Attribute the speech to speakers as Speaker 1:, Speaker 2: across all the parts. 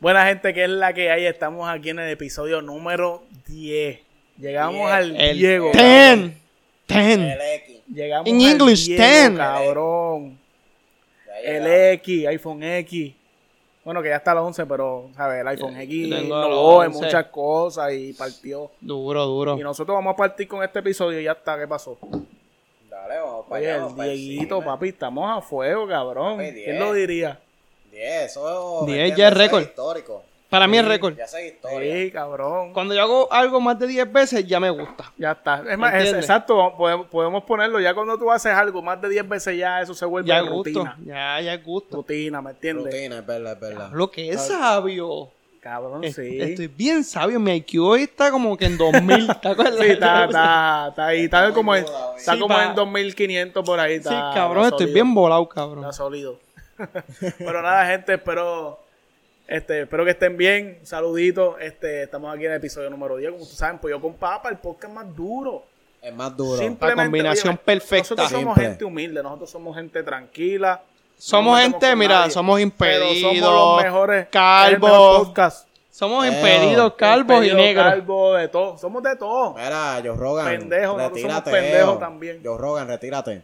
Speaker 1: Buena gente, que es la que hay. Estamos aquí en el episodio número 10. Llegamos
Speaker 2: Yeah.
Speaker 1: al
Speaker 3: El
Speaker 1: Diego. cabrón.
Speaker 3: Ten. Ten.
Speaker 2: El X.
Speaker 1: Llegamos
Speaker 3: In
Speaker 1: al
Speaker 3: English,
Speaker 1: Diego,
Speaker 3: ten.
Speaker 1: Cabrón.
Speaker 2: Ya
Speaker 1: El
Speaker 2: llegamos.
Speaker 1: X, iPhone X. Bueno, que ya está el 11, pero, ¿sabes? El iPhone
Speaker 3: Yo
Speaker 1: X
Speaker 3: tengo el
Speaker 1: innovó en
Speaker 3: 11.
Speaker 1: muchas cosas y partió.
Speaker 3: Duro, duro.
Speaker 1: Y nosotros vamos a partir con este episodio y ya está. ¿Qué pasó?
Speaker 2: Dale, vamos para
Speaker 1: Oye,
Speaker 2: allá.
Speaker 1: el
Speaker 2: vamos para
Speaker 1: Dieguito,
Speaker 2: encima.
Speaker 1: papi, estamos a fuego, cabrón.
Speaker 2: Papi,
Speaker 1: ¿Quién
Speaker 2: diez.
Speaker 1: lo diría?
Speaker 2: 10, eso ¿me
Speaker 3: 10
Speaker 2: entiendes?
Speaker 3: ya es
Speaker 2: Eso
Speaker 3: récord.
Speaker 2: histórico.
Speaker 3: Para mí es récord.
Speaker 2: Ya eso es historia.
Speaker 1: Sí, cabrón.
Speaker 3: Cuando yo hago algo más de 10 veces, ya me gusta.
Speaker 1: Ya está. Es más, es-
Speaker 3: ¿Entiendes?
Speaker 1: exacto, podemos, podemos ponerlo. Ya cuando tú haces algo más de 10 veces, ya eso se vuelve
Speaker 3: Ya es gusto.
Speaker 1: rutina.
Speaker 3: Ya, ya es gusto.
Speaker 1: Rutina, ¿me entiendes?
Speaker 2: Rutina, es verdad, es verdad.
Speaker 3: Lo que es sabio.
Speaker 1: Cabrón,
Speaker 3: Es-
Speaker 1: sí.
Speaker 3: Estoy bien sabio. Mi IQ hoy está como que en 2000. ¿te acuerdas?
Speaker 1: Sí, está, está, está ahí. Está
Speaker 2: Está muy
Speaker 1: como, en,
Speaker 2: volado,
Speaker 1: está
Speaker 3: sí,
Speaker 1: como
Speaker 3: pa-
Speaker 1: en 2500 por ahí.
Speaker 3: Sí,
Speaker 1: Está,
Speaker 3: cabrón,
Speaker 1: está
Speaker 3: estoy
Speaker 1: sólido,
Speaker 3: bien volado, cabrón.
Speaker 1: Está sólido. Pero nada, gente, espero, este, espero que estén bien. Saluditos. Este, estamos aquí en el episodio número 10. Como ustedes saben, pues yo con Papa, el podcast más duro.
Speaker 2: Es más duro.
Speaker 1: Simplemente,
Speaker 3: La combinación perfecta.
Speaker 1: Nosotros somos
Speaker 2: Simple.
Speaker 1: gente humilde, nosotros somos gente tranquila.
Speaker 3: Somos
Speaker 1: nos
Speaker 3: gente,
Speaker 1: metemos con
Speaker 3: mira,
Speaker 1: nadie,
Speaker 3: somos
Speaker 1: pero
Speaker 3: impedidos,
Speaker 1: somos los mejores,
Speaker 3: calvos,
Speaker 1: es el mejor podcast.
Speaker 3: Somos
Speaker 2: Feo.
Speaker 3: impedidos, calvos y
Speaker 1: Impedido,
Speaker 3: negros.
Speaker 1: calvo, de todo. Somos de todo.
Speaker 2: Mira, Joe Rogan.
Speaker 1: Pendejo, nosotros
Speaker 2: retírate.
Speaker 1: somos pendejos
Speaker 2: Joe.
Speaker 1: también.
Speaker 2: Joe Rogan, retírate.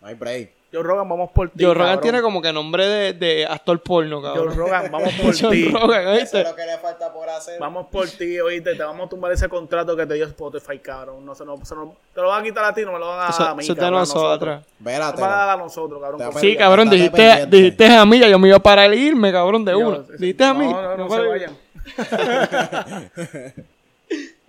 Speaker 2: No hay break.
Speaker 1: Yo Rogan, vamos por ti.
Speaker 3: Joe Rogan
Speaker 1: cabrón.
Speaker 3: tiene como que nombre de, de actor porno,
Speaker 1: Joe
Speaker 3: cabrón.
Speaker 1: Rogan, vamos por ti.
Speaker 3: Rogan,
Speaker 2: Eso
Speaker 3: ¿oíste?
Speaker 2: es lo que le falta por hacer.
Speaker 1: Vamos por ti, oíste. Te vamos a tumbar ese contrato que te dio Spotify, cabrón. No se nos- se nos- te lo van a quitar a ti, no me lo van a
Speaker 3: Eso
Speaker 1: dar a mí.
Speaker 3: eso es de
Speaker 1: cabrón, a
Speaker 3: nosotros.
Speaker 1: Nos van a dar
Speaker 2: Vérate.
Speaker 1: a nosotros, cabrón.
Speaker 2: Te va a
Speaker 1: Con-
Speaker 3: Sí,
Speaker 2: Pero
Speaker 3: cabrón,
Speaker 2: estate
Speaker 3: dijiste,
Speaker 2: pendiente.
Speaker 3: dijiste a mí, ya yo me iba para irme, cabrón, de
Speaker 1: Yo-
Speaker 3: una. Dijiste a mí.
Speaker 1: No, no, no,
Speaker 3: me
Speaker 1: se
Speaker 3: voy.
Speaker 1: vayan.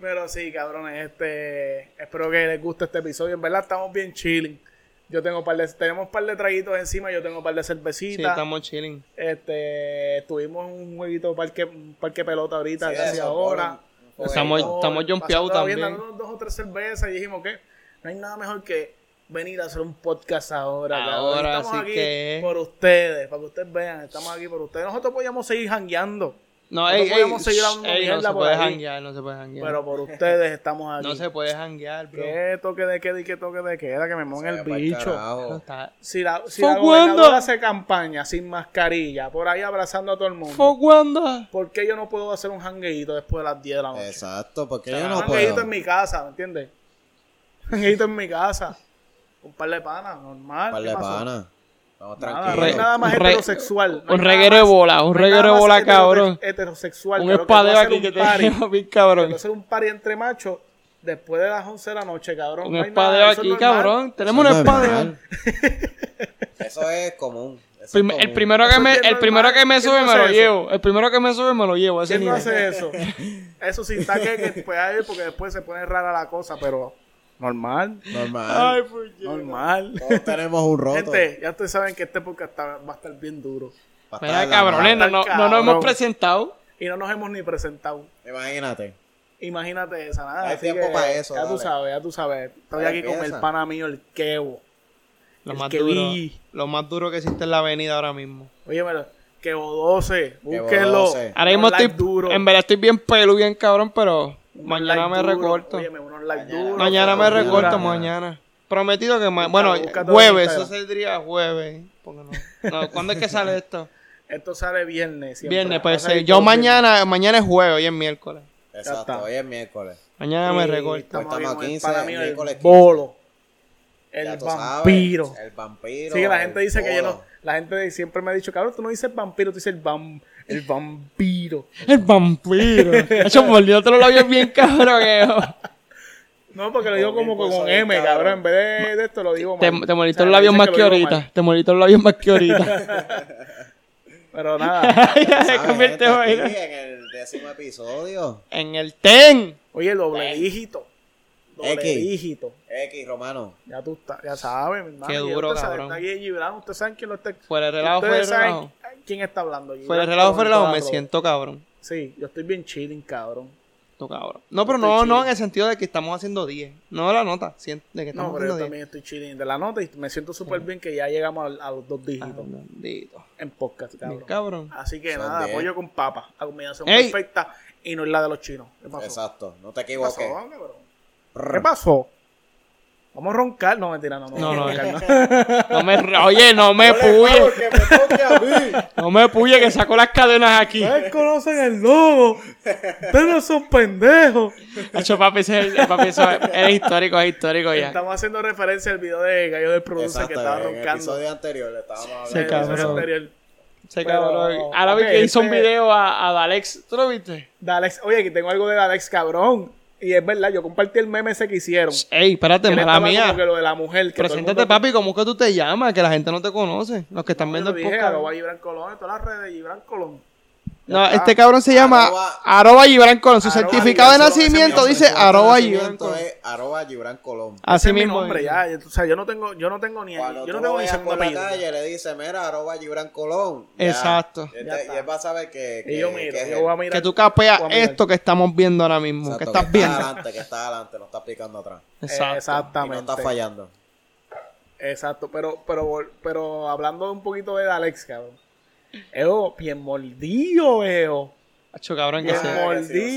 Speaker 1: Pero sí, cabrones, este, espero que les guste este episodio. En verdad estamos bien chilling. Yo tengo par de, tenemos un par de traguitos encima, yo tengo un par de
Speaker 3: Sí,
Speaker 1: cervecitas.
Speaker 3: estamos chilling.
Speaker 1: este, tuvimos un jueguito parque, un parque pelota ahorita,
Speaker 2: Sí,
Speaker 1: casi
Speaker 2: eso,
Speaker 1: ahora.
Speaker 2: por un
Speaker 3: Estamos-
Speaker 2: jueguito.
Speaker 3: estamos jumpeados
Speaker 1: Pasándola bien,
Speaker 3: también.
Speaker 1: dándonos dos o tres cervezas y dijimos que no hay nada mejor que venir a hacer un podcast ahora. cabrón.
Speaker 3: Ahora,
Speaker 1: estamos
Speaker 3: así
Speaker 1: aquí
Speaker 3: que-
Speaker 1: por ustedes, para que ustedes vean, estamos aquí por ustedes. Nosotros podíamos seguir jangueando.
Speaker 3: No,
Speaker 1: No
Speaker 3: ey, ey,
Speaker 1: podemos seguir
Speaker 3: shh,
Speaker 1: hablando
Speaker 3: ey, no
Speaker 1: mierda
Speaker 3: se
Speaker 1: por
Speaker 3: puede
Speaker 1: ahí.
Speaker 3: janguear, no se puede janguear.
Speaker 1: Pero por ustedes estamos aquí.
Speaker 3: No se puede janguear, bro.
Speaker 1: ¿Qué toque de queda y qué toque de queda? Que me
Speaker 2: Se
Speaker 1: monga el
Speaker 2: va pa'l
Speaker 1: bicho.
Speaker 3: No
Speaker 2: carajo.
Speaker 3: está-
Speaker 1: Si la, si
Speaker 3: ¿For
Speaker 1: la gobernadora
Speaker 3: cuándo?
Speaker 1: hace campaña sin mascarilla, por ahí abrazando a todo el mundo,
Speaker 3: ¿For cuándo?
Speaker 1: ¿por qué yo no puedo hacer un jangueíto después de las 10 de la noche?
Speaker 2: Exacto, porque yo
Speaker 3: Claro.
Speaker 1: Un
Speaker 2: no
Speaker 1: jangueíto
Speaker 2: puedo.
Speaker 1: en mi casa, ¿me entiendes? Un jangueíto en mi casa. Un par de panas, normal.
Speaker 2: Par
Speaker 1: ¿qué
Speaker 2: de
Speaker 1: pasó?
Speaker 2: pana. Vamos
Speaker 1: Nada, no hay
Speaker 2: tranquilos.
Speaker 1: nada más
Speaker 3: Un re-
Speaker 1: heterosexual. no hay
Speaker 3: un
Speaker 1: nada
Speaker 3: reguero de
Speaker 1: más-
Speaker 3: bola, un
Speaker 1: no hay nada
Speaker 3: reguero de
Speaker 1: más
Speaker 3: bola,
Speaker 1: heterose-
Speaker 3: cabrón.
Speaker 1: Heterosexual.
Speaker 3: un
Speaker 1: que lo que voy a
Speaker 3: espadeo
Speaker 1: hacer
Speaker 3: aquí
Speaker 1: un
Speaker 3: que te
Speaker 1: party.
Speaker 3: lleva bien
Speaker 1: Pero
Speaker 3: cabrón.
Speaker 1: hacer un party entre machos después de las 11 de la noche, cabrón.
Speaker 3: Un
Speaker 1: No hay
Speaker 3: espadeo
Speaker 1: nada, eso es
Speaker 3: aquí,
Speaker 1: normal.
Speaker 3: cabrón. Tenemos un
Speaker 2: Eso es
Speaker 3: espadeo.
Speaker 2: normal. Eso es común. Eso es
Speaker 3: Prim- el
Speaker 2: común.
Speaker 3: primero que
Speaker 1: Eso
Speaker 3: me,
Speaker 1: es bien
Speaker 3: el primero
Speaker 1: normal.
Speaker 3: que me
Speaker 1: ¿Quién
Speaker 3: sube
Speaker 1: no
Speaker 3: me
Speaker 1: hace
Speaker 3: lo
Speaker 1: eso?
Speaker 3: llevo. El primero que me sube me lo llevo. a Ese
Speaker 1: ¿Quién no
Speaker 3: nivel.
Speaker 1: hace eso? Eso sí está que, que pues, ahí, porque después se pone rara la cosa, pero normal,
Speaker 2: Normal.
Speaker 3: Ay, por Dios.
Speaker 1: normal.
Speaker 2: Todos tenemos un roto.
Speaker 1: Gente, ya ustedes saben que este podcast está- va a estar bien duro.
Speaker 2: Pa' estar
Speaker 3: Mira,
Speaker 2: en la
Speaker 3: cabrones,
Speaker 2: mano.
Speaker 3: no, no, no nos
Speaker 1: Cabrón.
Speaker 3: hemos presentado.
Speaker 1: Y no nos hemos ni presentado.
Speaker 2: Imagínate.
Speaker 1: Imagínate esa, nada.
Speaker 2: Hay
Speaker 1: así
Speaker 2: tiempo
Speaker 1: que
Speaker 2: pa' eso,
Speaker 1: Ya tú
Speaker 2: dale.
Speaker 1: sabes, ya tú sabes. Estoy
Speaker 2: Dale,
Speaker 1: aquí con el
Speaker 2: empieza.
Speaker 1: pana mío, el Kevo.
Speaker 3: Lo
Speaker 1: El
Speaker 3: más,
Speaker 1: que
Speaker 3: duro,
Speaker 1: vi.
Speaker 3: lo más duro que existe en la avenida ahora mismo.
Speaker 1: Oye, mira, Kevo 12, búsquenlo.
Speaker 2: 12.
Speaker 3: Ahora
Speaker 1: Unos
Speaker 3: mismo
Speaker 1: likes
Speaker 3: estoy,
Speaker 1: duro.
Speaker 3: en verdad estoy bien pelo, bien cabrón, pero mañana me recorto.
Speaker 1: Oye, unos like
Speaker 2: Mañana.
Speaker 1: duros.
Speaker 3: Mañana me
Speaker 1: cabrón, dura.
Speaker 3: recorto, mañana. Prometido que ma- Bueno,
Speaker 1: búscate
Speaker 3: jueves,
Speaker 1: en
Speaker 3: eso
Speaker 1: Instagram.
Speaker 3: sería jueves. porque no- no, ¿Cuándo es que sale esto?
Speaker 1: Esto sale viernes. siempre. Va
Speaker 3: Viernes,
Speaker 1: a
Speaker 3: pues
Speaker 1: salir
Speaker 3: eh, yo
Speaker 1: todos
Speaker 3: mañana, mañana es jueves, hoy es miércoles.
Speaker 1: está.
Speaker 2: Exacto, hoy es miércoles.
Speaker 3: Mañana
Speaker 1: viernes.
Speaker 3: me
Speaker 1: Y
Speaker 3: recorto.
Speaker 1: Estamos aquí
Speaker 2: Pues Estamos
Speaker 1: con
Speaker 2: a
Speaker 1: el
Speaker 2: 15,
Speaker 1: pana mío, el
Speaker 2: miércoles 15.
Speaker 1: bolo.
Speaker 2: Ya
Speaker 1: El
Speaker 2: tú sabes,
Speaker 1: vampiro.
Speaker 2: el vampiro.
Speaker 1: Sí, que la gente
Speaker 2: el
Speaker 1: dice que yo no.
Speaker 2: polo.
Speaker 1: La gente siempre me ha dicho, cabrón, tú no dices vampiro, tú dices el, vam- el vampiro.
Speaker 3: El vampiro. Eso mordió todos los labios bien cabrón. eh.
Speaker 1: No, porque lo digo
Speaker 2: Con
Speaker 1: como que
Speaker 2: mil
Speaker 3: pues,
Speaker 1: con
Speaker 2: cosas ahí,
Speaker 1: M, cabrón.
Speaker 2: cabrón.
Speaker 1: En vez de, de esto lo digo
Speaker 3: Te,
Speaker 1: mal.
Speaker 3: te molestó
Speaker 1: O sea,
Speaker 3: los labios
Speaker 1: dicen
Speaker 3: más
Speaker 1: lo
Speaker 3: que
Speaker 1: digo mal.
Speaker 3: ahorita. Te molestó los labios más que ahorita.
Speaker 1: Pero nada.
Speaker 3: Ya se
Speaker 2: ¿Sabes?
Speaker 3: convierte
Speaker 2: Gente, aquí
Speaker 3: en-
Speaker 2: en el décimo episodio.
Speaker 3: Este en el ten.
Speaker 1: Oye,
Speaker 3: Eh.
Speaker 1: doble dígito. Doble
Speaker 2: X.
Speaker 1: dígito.
Speaker 2: X, Romano.
Speaker 1: Ya tú está- ya sabes, mi hermano.
Speaker 3: Qué
Speaker 1: Ya
Speaker 3: duro,
Speaker 1: ustedes saben,
Speaker 3: cabrón.
Speaker 1: está aquí Gibran, ustedes saben quién lo está.
Speaker 3: Fuera de relajo, fuera de
Speaker 1: ustedes saben
Speaker 3: relajo.
Speaker 1: ¿Quién está hablando? Gibran
Speaker 3: Fuera el relajo, fuera el
Speaker 1: Toronto,
Speaker 3: relajo, me
Speaker 1: cabrón.
Speaker 3: siento cabrón.
Speaker 1: Sí, yo estoy bien chilling, cabrón.
Speaker 3: Tú, cabrón. No, pero
Speaker 1: Estoy
Speaker 3: no,
Speaker 1: chido.
Speaker 3: no en el sentido de que estamos haciendo 10. No la nota, sien- de que
Speaker 1: No,
Speaker 3: estamos
Speaker 1: pero yo
Speaker 3: haciendo 10.
Speaker 1: también estoy chilling de la nota y me siento súper bien que ya llegamos al- a, los dos dígitos
Speaker 3: Ah, Bendito.
Speaker 1: en podcast, cabrón.
Speaker 3: Bien, Ah. Cabrón.
Speaker 1: Así que
Speaker 2: Son
Speaker 1: nada,
Speaker 2: diez.
Speaker 1: pollo con papa, la combinación
Speaker 3: Ey.
Speaker 1: perfecta y no es la de los chinos. ¿Qué pasó?
Speaker 2: Exacto, no te
Speaker 1: ¿Qué pasó,
Speaker 2: equivoques.
Speaker 1: cabrón?
Speaker 2: Prr.
Speaker 1: ¿Qué pasó? Vamos a roncar. No, mentira, no.
Speaker 3: No, no,
Speaker 1: vamos a roncar,
Speaker 3: No me, oye, no me puye.
Speaker 2: Porque me toque a mí.
Speaker 3: No me puye que sacó las cadenas aquí.
Speaker 1: Ustedes conocen el lobo. Ustedes no son pendejos.
Speaker 3: Hacho, papi, ese es, el- papi, eso es, es histórico, es histórico ya.
Speaker 1: Estamos haciendo referencia al video de Gallo del Producer
Speaker 2: Exacto,
Speaker 1: que estaba
Speaker 2: en el
Speaker 1: roncando.
Speaker 2: episodio anterior le estábamos hablando.
Speaker 3: Se
Speaker 1: El episodio
Speaker 3: cabrón.
Speaker 1: anterior.
Speaker 3: Se
Speaker 1: Pero-
Speaker 3: cabrón. Ahora vi
Speaker 1: ok,
Speaker 3: que hizo un
Speaker 1: este-
Speaker 3: video a, a Dalex. ¿Tú lo viste?
Speaker 1: De Alex, oye, aquí tengo algo de Alex, cabrón. Y es verdad, yo compartí el meme ese que hicieron.
Speaker 3: Ey,
Speaker 1: Que
Speaker 3: espérate,
Speaker 1: él
Speaker 3: mala
Speaker 1: estaba
Speaker 3: mía.
Speaker 1: como que lo de la mujer. Que todo el
Speaker 3: Preséntate,
Speaker 1: mundo-
Speaker 3: papi, ¿cómo es que tú te llamas? Que la gente no te conoce. Los que están
Speaker 1: Yo
Speaker 3: viendo
Speaker 1: lo
Speaker 3: el
Speaker 1: dije,
Speaker 3: podcast.
Speaker 1: arroba Gibran Colón, en todas las redes, Gibran Colón.
Speaker 3: No, este cabrón se llama
Speaker 2: Arroba-
Speaker 3: arroba Gibran Colón. Su
Speaker 1: Arroba
Speaker 3: certificado de
Speaker 1: Gibran Colón,
Speaker 3: nacimiento
Speaker 1: ese
Speaker 3: dice
Speaker 2: Nuestro
Speaker 3: arroba Gibran
Speaker 2: conocimiento
Speaker 3: Colón.
Speaker 2: es Arroba Gibran Colón.
Speaker 3: Así
Speaker 1: Ese es mi
Speaker 3: mismo.
Speaker 1: nombre
Speaker 3: es.
Speaker 1: ya. Yo- O sea, yo no tengo, yo no tengo ni, yo
Speaker 2: Cuando
Speaker 1: no
Speaker 2: tú lo
Speaker 1: tengo ni
Speaker 2: veas
Speaker 1: segundo
Speaker 2: por la
Speaker 1: apellido.
Speaker 2: calle le dice, mira, arroba Gibran Colón. Ya.
Speaker 3: Exacto.
Speaker 2: Y él,
Speaker 1: Ya
Speaker 2: te-
Speaker 1: está.
Speaker 2: y él va a saber que, que,
Speaker 1: Y yo
Speaker 2: Eh, que
Speaker 1: miro,
Speaker 2: es
Speaker 1: yo
Speaker 2: él.
Speaker 1: voy a mirar.
Speaker 3: Que tú capeas
Speaker 1: voy a mirar. Eh,
Speaker 3: esto que estamos viendo ahora mismo.
Speaker 2: Exacto,
Speaker 3: que estás viendo.
Speaker 2: adelante, que está adelante, no está picando atrás.
Speaker 1: Eh,
Speaker 3: Exacto.
Speaker 2: Y no
Speaker 1: Exactamente.
Speaker 2: está fallando.
Speaker 1: Exacto, pero, pero, vol- pero hablando un poquito de Alex, cabrón. Eo, bien mordido, Eo.
Speaker 3: Hacho, cabrón, que
Speaker 1: Bien
Speaker 3: se-
Speaker 2: Ah, que sí, un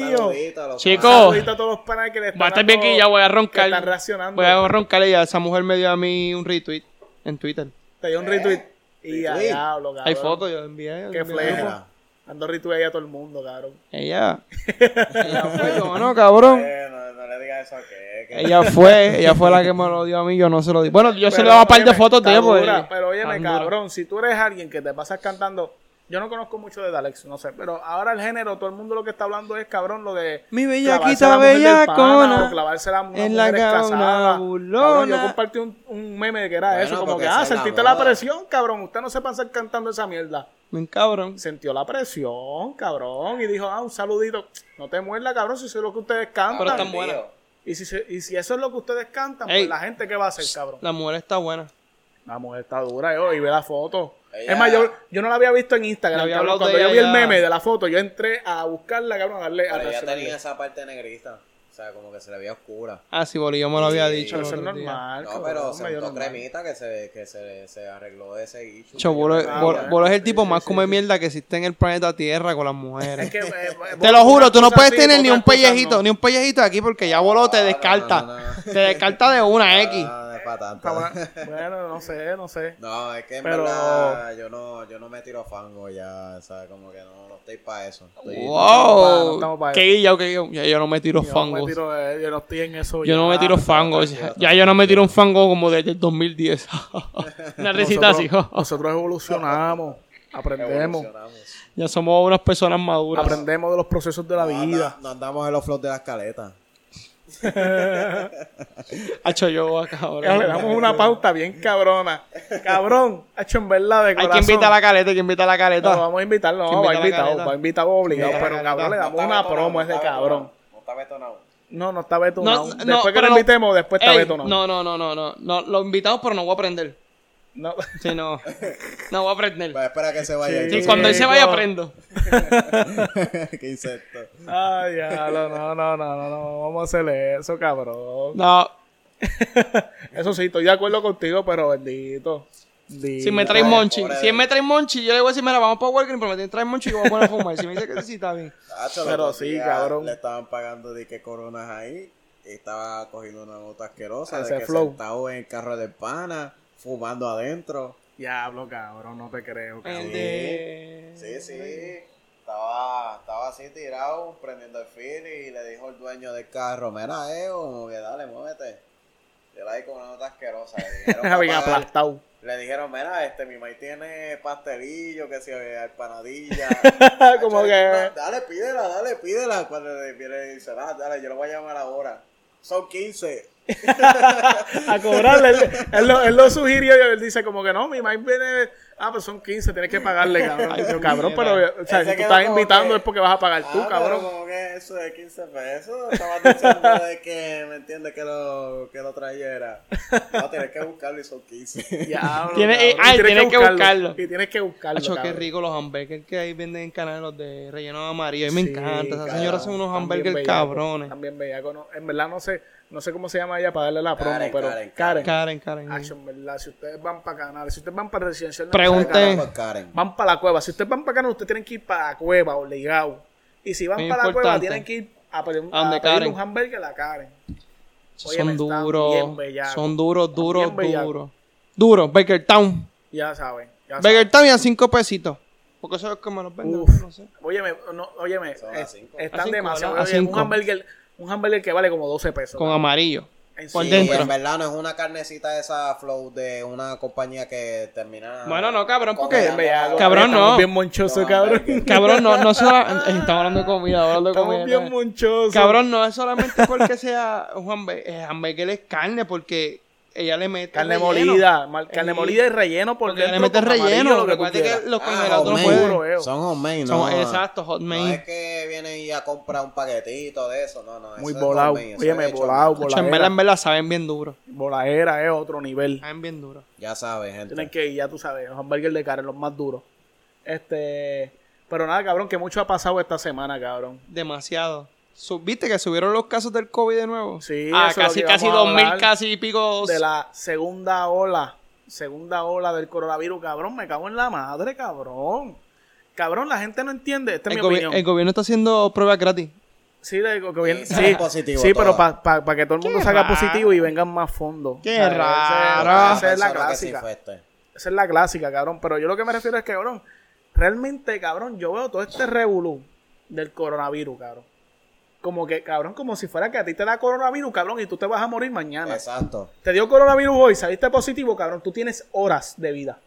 Speaker 1: mordido.
Speaker 2: saludito a los
Speaker 3: Chico.
Speaker 1: Un
Speaker 2: fans.
Speaker 1: saludito a todos los panas que le están
Speaker 3: Va a estar bien
Speaker 1: dando-
Speaker 3: que ya voy a
Speaker 1: que están
Speaker 3: roncar.
Speaker 1: reaccionando.
Speaker 3: Voy a roncar y ya esa mujer me dio a mí un retweet en Twitter.
Speaker 1: Te dio un retweet. Y ya,
Speaker 2: Eh, Retweet.
Speaker 1: diablo, cabrón.
Speaker 3: Hay fotos, yo envié.
Speaker 1: Qué
Speaker 3: yo envié.
Speaker 1: flejo.
Speaker 2: Mira.
Speaker 1: Ando retweet ahí a todo el mundo, cabrón.
Speaker 3: Ella. Ella fue, ¿cómo no, cabrón.
Speaker 2: Eh, no, no le digas eso a que, que-
Speaker 3: Ella fue, ella fue la que me lo dio a mí, yo no se lo di. Bueno, yo se
Speaker 1: Pero,
Speaker 3: lo daba un par de
Speaker 1: óyeme,
Speaker 3: fotos
Speaker 1: está
Speaker 3: de pues.
Speaker 1: dura, Pero óyeme,
Speaker 3: Tan dura.
Speaker 1: cabrón, si tú eres alguien que te pasas cantando... Yo no conozco mucho de Dalex, no sé, pero ahora el género, todo el mundo lo que está hablando es, cabrón, lo de...
Speaker 3: Mi
Speaker 1: clavarse a
Speaker 3: bellaquita
Speaker 1: la mujer del pana,
Speaker 3: bellacona.
Speaker 1: o clavarse a la una
Speaker 3: en la
Speaker 1: mujer
Speaker 3: cara,
Speaker 1: desclasada.
Speaker 3: una burlona.
Speaker 1: Cabrón, yo compartí un, un meme de que era
Speaker 2: Bueno,
Speaker 1: eso, como
Speaker 2: porque
Speaker 1: que,
Speaker 2: esa
Speaker 1: ah,
Speaker 2: es la
Speaker 1: sentiste la
Speaker 2: moda.
Speaker 1: presión, cabrón, usted no se pasa cantando esa mierda.
Speaker 3: Bien cabrón.
Speaker 1: Sintió la presión, cabrón, y dijo, ah, un saludito, no te muerda, cabrón, si eso es lo que ustedes
Speaker 3: Pero
Speaker 1: cantan.
Speaker 3: tan buena.
Speaker 1: y, si, se- y si eso es lo que ustedes cantan,
Speaker 3: Ey.
Speaker 1: pues la gente, ¿qué va a hacer, cabrón?
Speaker 3: La mujer está buena.
Speaker 1: La mujer está dura, yo, y ve la foto.
Speaker 2: Ella-
Speaker 1: Es más, yo, yo no la había visto en
Speaker 3: Yo
Speaker 1: Instagram,
Speaker 3: había
Speaker 1: cabrón.
Speaker 3: hablado
Speaker 1: Cuando
Speaker 3: de
Speaker 1: yo vi
Speaker 3: ella
Speaker 1: el
Speaker 3: ya.
Speaker 1: meme de la foto, yo entré a buscarla, cabrón, a darle a
Speaker 2: Pero ella
Speaker 1: reaccionarle.
Speaker 2: tenía esa parte negrita. O sea, como que se le veía oscura.
Speaker 3: Ah, sí, Bolillo me lo había
Speaker 2: Sí,
Speaker 3: dicho.
Speaker 1: Pero
Speaker 3: el
Speaker 1: eso es
Speaker 3: otro día.
Speaker 1: normal,
Speaker 2: No,
Speaker 1: cabrón,
Speaker 2: pero se
Speaker 1: medio
Speaker 2: notó
Speaker 1: normal.
Speaker 2: cremita que se, que se, se arregló de ese guicho.
Speaker 3: Cho, Bolo es-
Speaker 1: Ah,
Speaker 3: Bolo-
Speaker 1: bueno.
Speaker 3: Bolo es el tipo
Speaker 1: Sí,
Speaker 3: más
Speaker 1: sí,
Speaker 3: come
Speaker 1: sí.
Speaker 3: mierda que existe en el planeta Tierra con las
Speaker 1: Es
Speaker 3: mujeres.
Speaker 1: que, eh, eh,
Speaker 3: Te lo juro, tú no
Speaker 1: otras
Speaker 3: puedes
Speaker 1: sí,
Speaker 3: tener ni
Speaker 1: otras
Speaker 3: un
Speaker 1: cosas
Speaker 3: pellejito,
Speaker 1: no.
Speaker 3: ni un pellejito aquí porque ya Bolo te descarta.
Speaker 2: no, no.
Speaker 3: Te descarta de una X.
Speaker 2: Ah, no es pa' tanto.
Speaker 1: Cabrón, Bueno, no sé, no sé.
Speaker 2: No, es que en
Speaker 1: Pero-
Speaker 2: verdad yo no, yo no me tiro a fango ya, o sea, como que no, no estoy para eso. Estoy-
Speaker 1: pa- no
Speaker 3: Wow.
Speaker 1: estamos pa'
Speaker 3: qué
Speaker 1: eso.
Speaker 3: guillao, qué guillao. Ya yo no me tiro
Speaker 1: Yo no, me
Speaker 3: fangos.
Speaker 1: tiro, eh, yo no estoy en eso.
Speaker 3: Yo
Speaker 1: ya.
Speaker 3: no me tiro fangos.
Speaker 2: tranquilo,
Speaker 3: pues, Ya yo no me tiro un fango como desde el 2010. Una recita así.
Speaker 1: Nosotros- Nosotros evolucionamos, aprendemos,
Speaker 2: Evolucionamos.
Speaker 3: Ya somos unas personas maduras.
Speaker 1: aprendemos de los procesos de la
Speaker 2: No,
Speaker 1: vida.
Speaker 2: anda- no andamos en los flots de las caletas.
Speaker 3: Hacho yo acá
Speaker 1: Ya Le
Speaker 3: ahora.
Speaker 1: damos una pauta bien cabrona. Cabrón, ha hecho en verdad de
Speaker 3: Hay
Speaker 1: corazón.
Speaker 3: que invitar a la caleta, hay que invitar a la
Speaker 1: No,
Speaker 3: caleta.
Speaker 1: vamos a invitar,
Speaker 3: ¿Quién
Speaker 1: no, va
Speaker 3: invita a la
Speaker 1: invitado,
Speaker 3: caleta?
Speaker 1: va invitado obligado,
Speaker 3: Sí, la
Speaker 1: pero
Speaker 3: caleta.
Speaker 1: cabrón, le
Speaker 2: No
Speaker 1: damos
Speaker 2: está
Speaker 1: una
Speaker 2: betonado,
Speaker 1: promo a
Speaker 2: no
Speaker 1: ese
Speaker 2: está
Speaker 1: cabrón.
Speaker 2: betonado, No está betonado.
Speaker 1: No, no está Beto, no.
Speaker 3: no,
Speaker 1: Después que lo
Speaker 3: pero no-
Speaker 1: invitemos, después está
Speaker 3: Ey,
Speaker 1: Beto, no.
Speaker 3: No, no, no, no, no, no. Lo invitamos, pero no voy a aprender.
Speaker 1: No.
Speaker 3: Sí, no. No voy a aprender.
Speaker 2: Pero espera que se vaya.
Speaker 1: Sí,
Speaker 3: Sí, cuando él se vaya,
Speaker 1: Chico.
Speaker 3: aprendo.
Speaker 2: Qué insecto.
Speaker 1: Ay, ya, no, no, no, no, no, no, vamos a hacerle eso, cabrón.
Speaker 3: No.
Speaker 1: Eso sí, estoy de acuerdo contigo, pero bendito. bendito.
Speaker 3: Si me trae
Speaker 2: Ay,
Speaker 3: Monchi,
Speaker 2: pobre
Speaker 3: si él me trae Monchi, yo le voy a decir, mira, vamos para Walgreens, pero me tiene que traer Monchi y yo voy a poner a fumar. Si me dice que sí, está bien.
Speaker 2: Hacho, el
Speaker 1: Pero
Speaker 2: otro
Speaker 1: sí,
Speaker 2: día
Speaker 1: cabrón.
Speaker 2: Le estaban pagando de que coronas ahí. Y estaba cogiendo una nota asquerosa.
Speaker 1: Ese
Speaker 2: de que
Speaker 1: flow.
Speaker 2: sentado en el carro de pana, fumando adentro.
Speaker 1: Diablo, cabrón, no te creo, cabrón.
Speaker 3: El de...
Speaker 2: Sí, sí. Estaba, estaba así tirado, prendiendo el fil y le dijo el dueño del carro, mira, eh, como que dale, muévete. Y él ahí con una nota asquerosa. Le dijeron, "Va a
Speaker 1: Bien
Speaker 2: pagar".
Speaker 1: aplastado.
Speaker 2: Le dijeron, mira, este, mi maíz tiene pastelillo, que si empanadilla.
Speaker 1: Como
Speaker 2: Hacho,
Speaker 1: que-
Speaker 2: le dijo, Dale, pídela, dale, pídela. Cuando le viene le dice, "Ah, dale, yo lo voy a llamar ahora. Son 15.
Speaker 1: a cobrarle. Él, él lo, él lo sugirió y él dice como que no, mi maíz viene, ah, pero son 15, tienes que pagarle, cabrón. Yo, cabrón, pero o sea,
Speaker 2: Él
Speaker 1: si
Speaker 2: se
Speaker 1: tú
Speaker 2: quedó
Speaker 1: estás
Speaker 2: como
Speaker 1: invitando
Speaker 2: que,
Speaker 1: es porque vas a pagar tú,
Speaker 2: Ah,
Speaker 1: cabrón.
Speaker 2: Pero como que eso de 15 pesos. Estabas diciendo de que me entiende que lo, que lo trayera. No, tienes que buscarlo y son 15.
Speaker 1: Diablo,
Speaker 3: Tienes-
Speaker 1: cabrón.
Speaker 3: ay,
Speaker 1: Y
Speaker 3: tienes que buscarlo.
Speaker 1: Y tienes que buscarlo.
Speaker 3: Hacho, qué
Speaker 1: cabrón.
Speaker 3: rico los hamburgers que ahí venden en Canadá, los de relleno amarillo. A mí me
Speaker 1: Sí,
Speaker 3: encanta. Esa
Speaker 1: cabrón,
Speaker 3: señora hace unos
Speaker 1: están bien
Speaker 3: hamburgers
Speaker 1: bellacos,
Speaker 3: cabrones.
Speaker 1: También bellaco, no, en verdad no sé, no sé cómo se llama ella para darle la promo,
Speaker 2: Karen,
Speaker 1: pero
Speaker 2: Karen,
Speaker 1: Karen.
Speaker 3: Karen, Karen.
Speaker 1: Hacho, en verdad, si ustedes van para Canales, si ustedes van para Residencial, no
Speaker 3: Pregunten.
Speaker 1: saben, cabrón,
Speaker 2: Caramba, Karen.
Speaker 1: van para la cueva. Si ustedes van para Canales, ustedes tienen que ir para la cueva, obligado. Y si van
Speaker 3: Es
Speaker 1: para la cueva,
Speaker 3: importante.
Speaker 1: tienen que ir a, pedir-
Speaker 3: ¿A dónde,
Speaker 1: a pedirle
Speaker 3: Karen?
Speaker 1: un hamburger a la Karen. Oye,
Speaker 3: son
Speaker 1: me están
Speaker 3: duros.
Speaker 1: bien bellacos.
Speaker 3: Son duros,
Speaker 1: Están
Speaker 3: duros,
Speaker 1: bien bellacos.
Speaker 3: duros. Duros, Baker Town.
Speaker 1: Ya saben. Ya saben.
Speaker 3: Baker Town y a 5 pesitos. Porque eso es que me los venden.
Speaker 1: Uf.
Speaker 3: No sé.
Speaker 1: Óyeme, no, óyeme,
Speaker 2: Son a
Speaker 1: es-
Speaker 2: cinco.
Speaker 1: están
Speaker 3: A cinco,
Speaker 1: demasiado.
Speaker 3: ¿verdad? A
Speaker 1: oye, un
Speaker 3: cinco.
Speaker 1: hamburger, un hamburger que vale como 12 pesos.
Speaker 3: Con
Speaker 1: cabrón.
Speaker 3: amarillo.
Speaker 1: En
Speaker 3: por
Speaker 1: sí,
Speaker 2: Sí,
Speaker 3: dentro.
Speaker 2: en verdad no es una carnecita esa flow de una compañía que termina.
Speaker 3: Bueno, no, cabrón, porque-
Speaker 1: Bien bellaco.
Speaker 3: Cabrón,
Speaker 1: Estamos
Speaker 3: no.
Speaker 1: bien monchoso,
Speaker 2: No,
Speaker 1: cabrón.
Speaker 2: hamburger.
Speaker 3: Cabrón, no, no solo. Estamos hablando de comida, hablando de comida.
Speaker 1: Estamos bien
Speaker 3: ¿no?
Speaker 1: monchosos.
Speaker 3: eh. Cabrón, no es solamente porque sea Juan Be- eh, Juan Becker es carne, porque ella le mete.
Speaker 1: Carne
Speaker 3: relleno.
Speaker 1: molida, mal- carne
Speaker 3: Sí.
Speaker 1: molida y relleno por
Speaker 3: Porque
Speaker 1: dentro.
Speaker 3: le mete
Speaker 1: con amarillo,
Speaker 3: relleno.
Speaker 1: lo que tú
Speaker 3: Recuerda
Speaker 1: quieras.
Speaker 3: que los
Speaker 2: Ah,
Speaker 3: congelados no
Speaker 2: homemade.
Speaker 1: pueden.
Speaker 3: pueden.
Speaker 1: pueden.
Speaker 2: Son homemade, no.
Speaker 3: Son- exacto, hot
Speaker 2: No
Speaker 3: made.
Speaker 2: es que vienen y ya compran un paquetito de eso, no, no.
Speaker 1: Muy
Speaker 2: eso es
Speaker 1: volado.
Speaker 2: homemade, eso
Speaker 1: Óyeme,
Speaker 2: es hecho
Speaker 1: volado,
Speaker 2: homemade.
Speaker 3: Ocho, en verdad,
Speaker 1: voladera.
Speaker 3: en verdad, saben bien duro.
Speaker 1: Voladera es otro nivel.
Speaker 3: Saben bien duro.
Speaker 2: Ya sabes, gente.
Speaker 1: Tienen que ir, ya tú sabes, los hamburgues de carne, los más duros. Este. Pero nada, cabrón, que mucho ha pasado esta semana, cabrón.
Speaker 3: Demasiado. Su- ¿Viste que subieron los casos del COVID de nuevo?
Speaker 1: Sí,
Speaker 3: Ah,
Speaker 1: eso es lo
Speaker 3: casi,
Speaker 1: que
Speaker 3: casi
Speaker 1: íbamos a
Speaker 3: dos mil,
Speaker 1: hablar.
Speaker 3: casi y pico.
Speaker 1: de la segunda ola, segunda ola del coronavirus, cabrón, me cago en la madre, cabrón. Cabrón, la gente no entiende, esta es
Speaker 3: el,
Speaker 1: mi
Speaker 3: gobi-
Speaker 1: opinión.
Speaker 3: el gobierno está haciendo pruebas gratis.
Speaker 1: Sí, de- que bien-
Speaker 2: Sí,
Speaker 1: sí,
Speaker 2: positivo
Speaker 1: sí,
Speaker 2: todo.
Speaker 1: pero para que todo el mundo
Speaker 3: Qué
Speaker 1: salga
Speaker 3: raro.
Speaker 1: positivo y vengan más fondos.
Speaker 3: Qué
Speaker 1: O sea, esa es-
Speaker 3: raro.
Speaker 1: Esa es la
Speaker 2: Persona que este. se
Speaker 1: clásica.
Speaker 2: infecte.
Speaker 1: Esa es la clásica, cabrón. Pero yo lo que me refiero es que, cabrón, realmente, cabrón, yo veo todo este revolú del coronavirus, cabrón. Como que, cabrón, como si fuera que a ti te da coronavirus, cabrón, y tú te vas a morir mañana.
Speaker 2: Exacto.
Speaker 1: Te dio coronavirus hoy, saliste positivo, cabrón. Tú tienes horas de vida.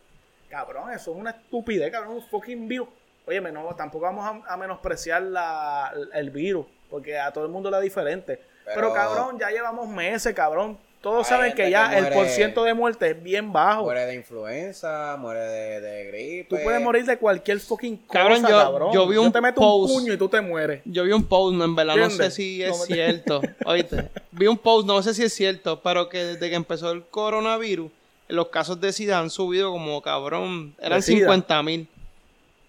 Speaker 1: Cabrón, eso es una estupidez, cabrón. Un fucking virus. Óyeme, no, tampoco vamos a, a menospreciar la- el virus, porque a todo el mundo le da diferente. Pero,
Speaker 2: Pero-
Speaker 1: cabrón, ya llevamos meses, cabrón. Todos
Speaker 2: Hay
Speaker 1: saben
Speaker 2: gente
Speaker 1: que ya
Speaker 2: que
Speaker 1: el
Speaker 2: muere-
Speaker 1: por ciento de muerte es bien bajo.
Speaker 2: Muere de influenza, muere de, de gripe.
Speaker 1: Tú puedes morir de cualquier fucking cosa,
Speaker 3: Cabrón,
Speaker 1: cabrón.
Speaker 3: yo- yo vi un
Speaker 1: te meto
Speaker 3: post.
Speaker 1: un puño y tú te mueres.
Speaker 3: Yo vi un post, no, en verdad, no sé
Speaker 1: ¿Entiendes?
Speaker 3: si es
Speaker 1: No me-
Speaker 3: cierto. Oíste, vi un post, no sé si es cierto, pero que desde que empezó el coronavirus, los casos de SIDA han subido como cabrón. Eran
Speaker 1: ¿De SIDA?
Speaker 3: 50 mil.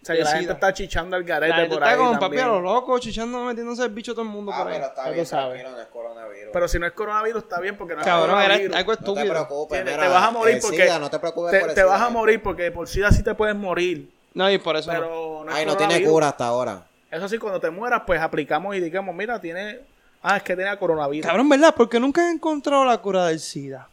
Speaker 1: O sea, que la
Speaker 3: Sí,
Speaker 1: gente
Speaker 3: da.
Speaker 1: está chichando al garete
Speaker 3: La gente
Speaker 1: por
Speaker 3: está
Speaker 1: ahí
Speaker 3: como papi
Speaker 1: también.
Speaker 3: a los locos, chichando, metiéndose el bicho todo el mundo
Speaker 2: Ah,
Speaker 3: por ahí.
Speaker 2: pero está
Speaker 1: Ya tú
Speaker 2: bien,
Speaker 1: sabes.
Speaker 2: tranquilo, no es coronavirus.
Speaker 1: Pero si no es coronavirus, está bien, porque no es
Speaker 3: Cabrón, era
Speaker 1: coronavirus.
Speaker 3: algo
Speaker 2: Ah, no te
Speaker 3: estúpido.
Speaker 2: preocupes,
Speaker 1: Tiene-
Speaker 2: Pues mira,
Speaker 1: te vas a morir
Speaker 2: el
Speaker 1: porque
Speaker 2: SIDA, no te preocupes
Speaker 1: te,
Speaker 2: por el
Speaker 1: te vas
Speaker 2: SIDA.
Speaker 1: a morir porque por SIDA sí te puedes morir,
Speaker 3: No, y por eso. no.
Speaker 1: pero no es
Speaker 2: Ay, no tiene
Speaker 1: coronavirus.
Speaker 2: cura hasta ahora.
Speaker 1: Eso sí, cuando te mueras, pues aplicamos y digamos, mira, tiene... Ah, es que tiene coronavirus.
Speaker 3: Cabrón, ¿verdad? Porque nunca he encontrado la cura del SIDA.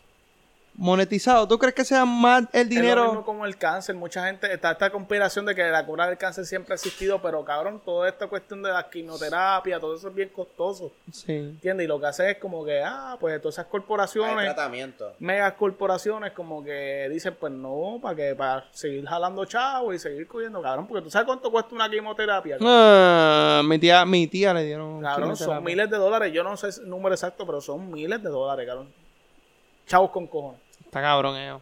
Speaker 3: Monetizado. ¿Tú crees que sea más el
Speaker 1: Es lo mismo
Speaker 3: dinero?
Speaker 1: como el cáncer. Mucha gente... Está esta conspiración de que la cura del cáncer siempre ha existido, pero cabrón, toda esta cuestión de la quimioterapia, todo eso es bien costoso.
Speaker 3: Sí.
Speaker 1: ¿Entiendes? Y lo que hace es como que, ah, pues todas esas
Speaker 2: Hay
Speaker 1: corporaciones...
Speaker 2: tratamiento.
Speaker 1: megas corporaciones como que dicen pues no para que para seguir jalando chavo y seguir cogiendo cabrón porque tú sabes cuánto cuesta una quimioterapia cabrón?
Speaker 3: Ah, mi tía, mi tía le dieron.
Speaker 1: Cabrón, son
Speaker 3: quimioterapia.
Speaker 1: miles de dólares. Yo no sé el número exacto, pero son miles de dólares, cabrón. Chavos con cojones.
Speaker 3: Está cabrón, eh.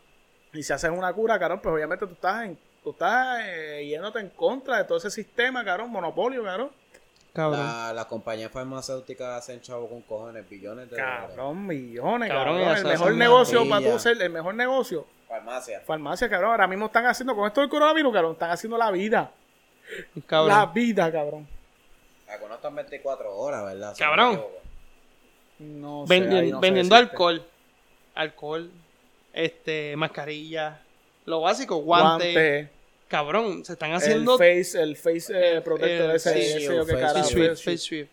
Speaker 1: Y si haces una cura, cabrón, pues obviamente tú estás, en, tú estás eh, yéndote en contra de todo ese sistema, cabrón, monopolio, cabrón.
Speaker 3: Cabrón.
Speaker 2: La- las compañías farmacéuticas hacen chavo con cojones, billones de dólares.
Speaker 1: Cabrón, millones,
Speaker 3: Cabrón,
Speaker 1: cabrón.
Speaker 3: y
Speaker 1: El
Speaker 3: eso
Speaker 1: mejor
Speaker 3: es
Speaker 1: negocio
Speaker 2: maravilla.
Speaker 1: para tú ser, el mejor negocio,
Speaker 2: Farmacia.
Speaker 1: farmacia, cabrón. Ahora mismo están haciendo, con esto del coronavirus, cabrón, están haciendo la vida.
Speaker 3: Cabrón.
Speaker 1: La vida, cabrón.
Speaker 2: Algunos están 24 horas, ¿verdad? Si no me
Speaker 3: Cabrón.
Speaker 2: equivoco.
Speaker 1: No sé,
Speaker 3: Vendi-
Speaker 1: ahí no sé
Speaker 3: vendiendo
Speaker 1: decirte.
Speaker 3: alcohol. Alcohol. Este, mascarilla. Lo básico, guante.
Speaker 1: Guante.
Speaker 3: Cabrón, se están
Speaker 1: Haciendo
Speaker 3: haciendo.
Speaker 1: el face, el face eh, protector
Speaker 3: el
Speaker 1: ese,
Speaker 3: face
Speaker 1: ese,
Speaker 2: shield,
Speaker 1: yo que
Speaker 2: face
Speaker 1: carajo,
Speaker 3: face
Speaker 2: shield,
Speaker 1: ese
Speaker 3: shield, face shield.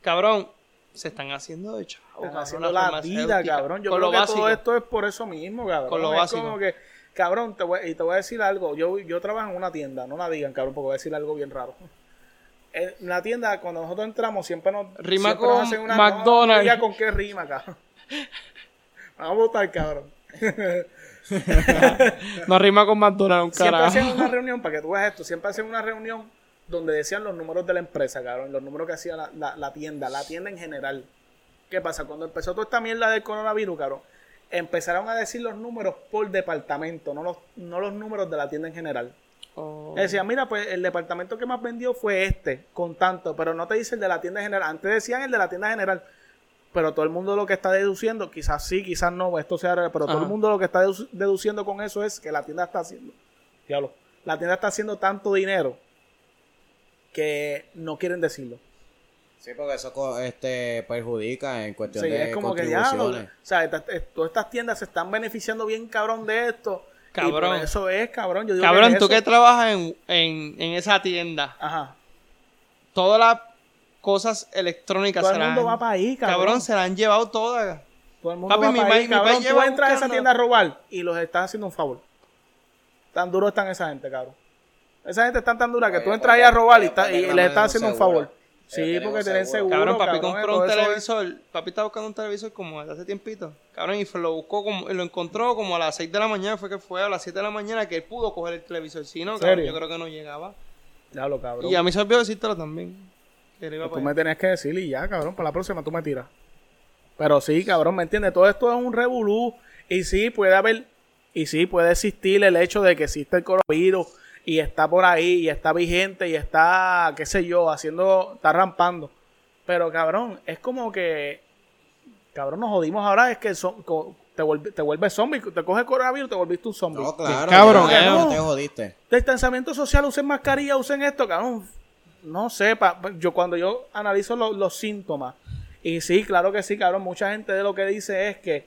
Speaker 3: Cabrón, se están haciendo de chavo.
Speaker 1: Están
Speaker 3: cabrón,
Speaker 1: haciendo
Speaker 3: las
Speaker 1: la vida,
Speaker 3: farmacéuticas.
Speaker 1: cabrón. Yo
Speaker 3: Con
Speaker 1: creo
Speaker 3: lo
Speaker 1: que
Speaker 3: básico.
Speaker 1: todo esto es por eso mismo, cabrón.
Speaker 3: Con lo
Speaker 1: Es
Speaker 3: básico.
Speaker 1: como que, cabrón, te voy, y te voy a decir algo. Yo, yo trabajo en una tienda, no la digan, cabrón, porque voy a decir algo bien raro. En la tienda, cuando nosotros entramos, siempre nos. siempre
Speaker 3: Rima
Speaker 1: nos
Speaker 3: con
Speaker 1: hacen una-
Speaker 3: McDonald's.
Speaker 1: no, diga con qué rima, cabrón. Vamos a votar, cabrón.
Speaker 3: No rima con McDonald's, un
Speaker 1: Siempre
Speaker 3: carajo.
Speaker 1: hacían una reunión, para que tú veas esto, siempre hacían una reunión donde decían los números de la empresa, cabrón, los números que hacía la, la- la tienda, la tienda en general. ¿Qué pasa? Cuando empezó toda esta mierda del coronavirus, cabrón, empezaron a decir los números por departamento, no los, no los números de la tienda en general.
Speaker 3: Oh.
Speaker 1: Decían, mira, pues el departamento que más vendió fue este, con tanto, pero no te dice el de la tienda general. Antes decían el de la tienda general, pero todo el mundo lo que está deduciendo, quizás sí, quizás no, esto sea real, pero todo
Speaker 3: Ajá.
Speaker 1: el mundo lo que está dedu- deduciendo con eso es que la tienda está haciendo, diablo, la tienda está haciendo tanto dinero que no quieren decirlo.
Speaker 2: Sí, porque eso co- este, perjudica en cuestión
Speaker 1: Sí,
Speaker 2: de
Speaker 1: es como que ya, o
Speaker 2: contribuciones.
Speaker 1: sea, esta- eh, todas estas tiendas se están beneficiando bien cabrón de esto. y por
Speaker 3: Cabrón.
Speaker 1: eso es, cabrón. Yo digo
Speaker 3: Cabrón,
Speaker 1: es
Speaker 3: tú que
Speaker 1: eso.
Speaker 3: trabajas en, en, en esa tienda,
Speaker 1: Ajá.
Speaker 3: todas las cosas electrónicas
Speaker 1: Todo
Speaker 3: se
Speaker 1: el
Speaker 3: las
Speaker 1: mundo
Speaker 3: han-
Speaker 1: va para ahí,
Speaker 3: cabrón, se la han llevado todas.
Speaker 1: Todo el mundo
Speaker 3: Papi,
Speaker 1: va
Speaker 3: mi
Speaker 1: para
Speaker 3: país-
Speaker 1: ahí,
Speaker 3: mi
Speaker 1: cabrón.
Speaker 3: país
Speaker 1: Tú
Speaker 3: lleva
Speaker 1: entras a esa
Speaker 3: buscando-
Speaker 1: tienda a robar y los estás haciendo un favor. Tan duro están esa gente, cabrón. Esa gente está tan dura que
Speaker 2: Oye,
Speaker 1: tú entras ahí a
Speaker 2: porque-
Speaker 1: robar y,
Speaker 2: porque
Speaker 1: está- y
Speaker 2: tienen
Speaker 1: les
Speaker 2: más
Speaker 1: estás
Speaker 2: de un
Speaker 1: haciendo un
Speaker 2: seguro.
Speaker 1: favor.
Speaker 2: Ellos
Speaker 1: Sí,
Speaker 2: tienen
Speaker 1: porque
Speaker 2: un
Speaker 1: tienen
Speaker 2: seguro.
Speaker 1: seguro.
Speaker 3: Cabrón, papi
Speaker 1: cabrón,
Speaker 3: compró
Speaker 1: todo
Speaker 3: un
Speaker 1: eso es-
Speaker 3: televisor. Papi estaba buscando un televisor como desde hace tiempito. Cabrón, y fue- lo buscó como, lo encontró como a las 6 de la mañana, fue que fue a las 7 de la mañana que él pudo coger el televisor. Si no, cabrón,
Speaker 1: ¿Serio?
Speaker 3: yo creo que no llegaba.
Speaker 1: Diablo, cabrón.
Speaker 3: Y a mí se olvidó decírtelo también. Que le iba
Speaker 1: Pues Tú
Speaker 3: para
Speaker 1: me
Speaker 3: allá.
Speaker 1: tenías que decir y ya, cabrón, para la próxima tú me tiras. Pero sí, cabrón, ¿me entiendes? Todo esto es un revolú. Y sí, puede haber, y sí, puede existir el hecho de que existe el coronavirus y está por ahí, y está vigente, y está, qué sé yo, haciendo, está rampando. Pero, cabrón, es como que, cabrón, nos jodimos ahora, es que son- co- te, vuelve- te vuelves zombie, te coge el coronavirus, te volviste un zombie.
Speaker 2: No, claro.
Speaker 3: cabrón,
Speaker 2: ya,
Speaker 1: cabrón.
Speaker 2: ya te jodiste.
Speaker 1: Distanciamiento social, usen mascarilla, usen esto, cabrón. No sé, pa- yo cuando yo analizo lo- los síntomas, y sí, claro que sí, cabrón, mucha gente de lo que dice es que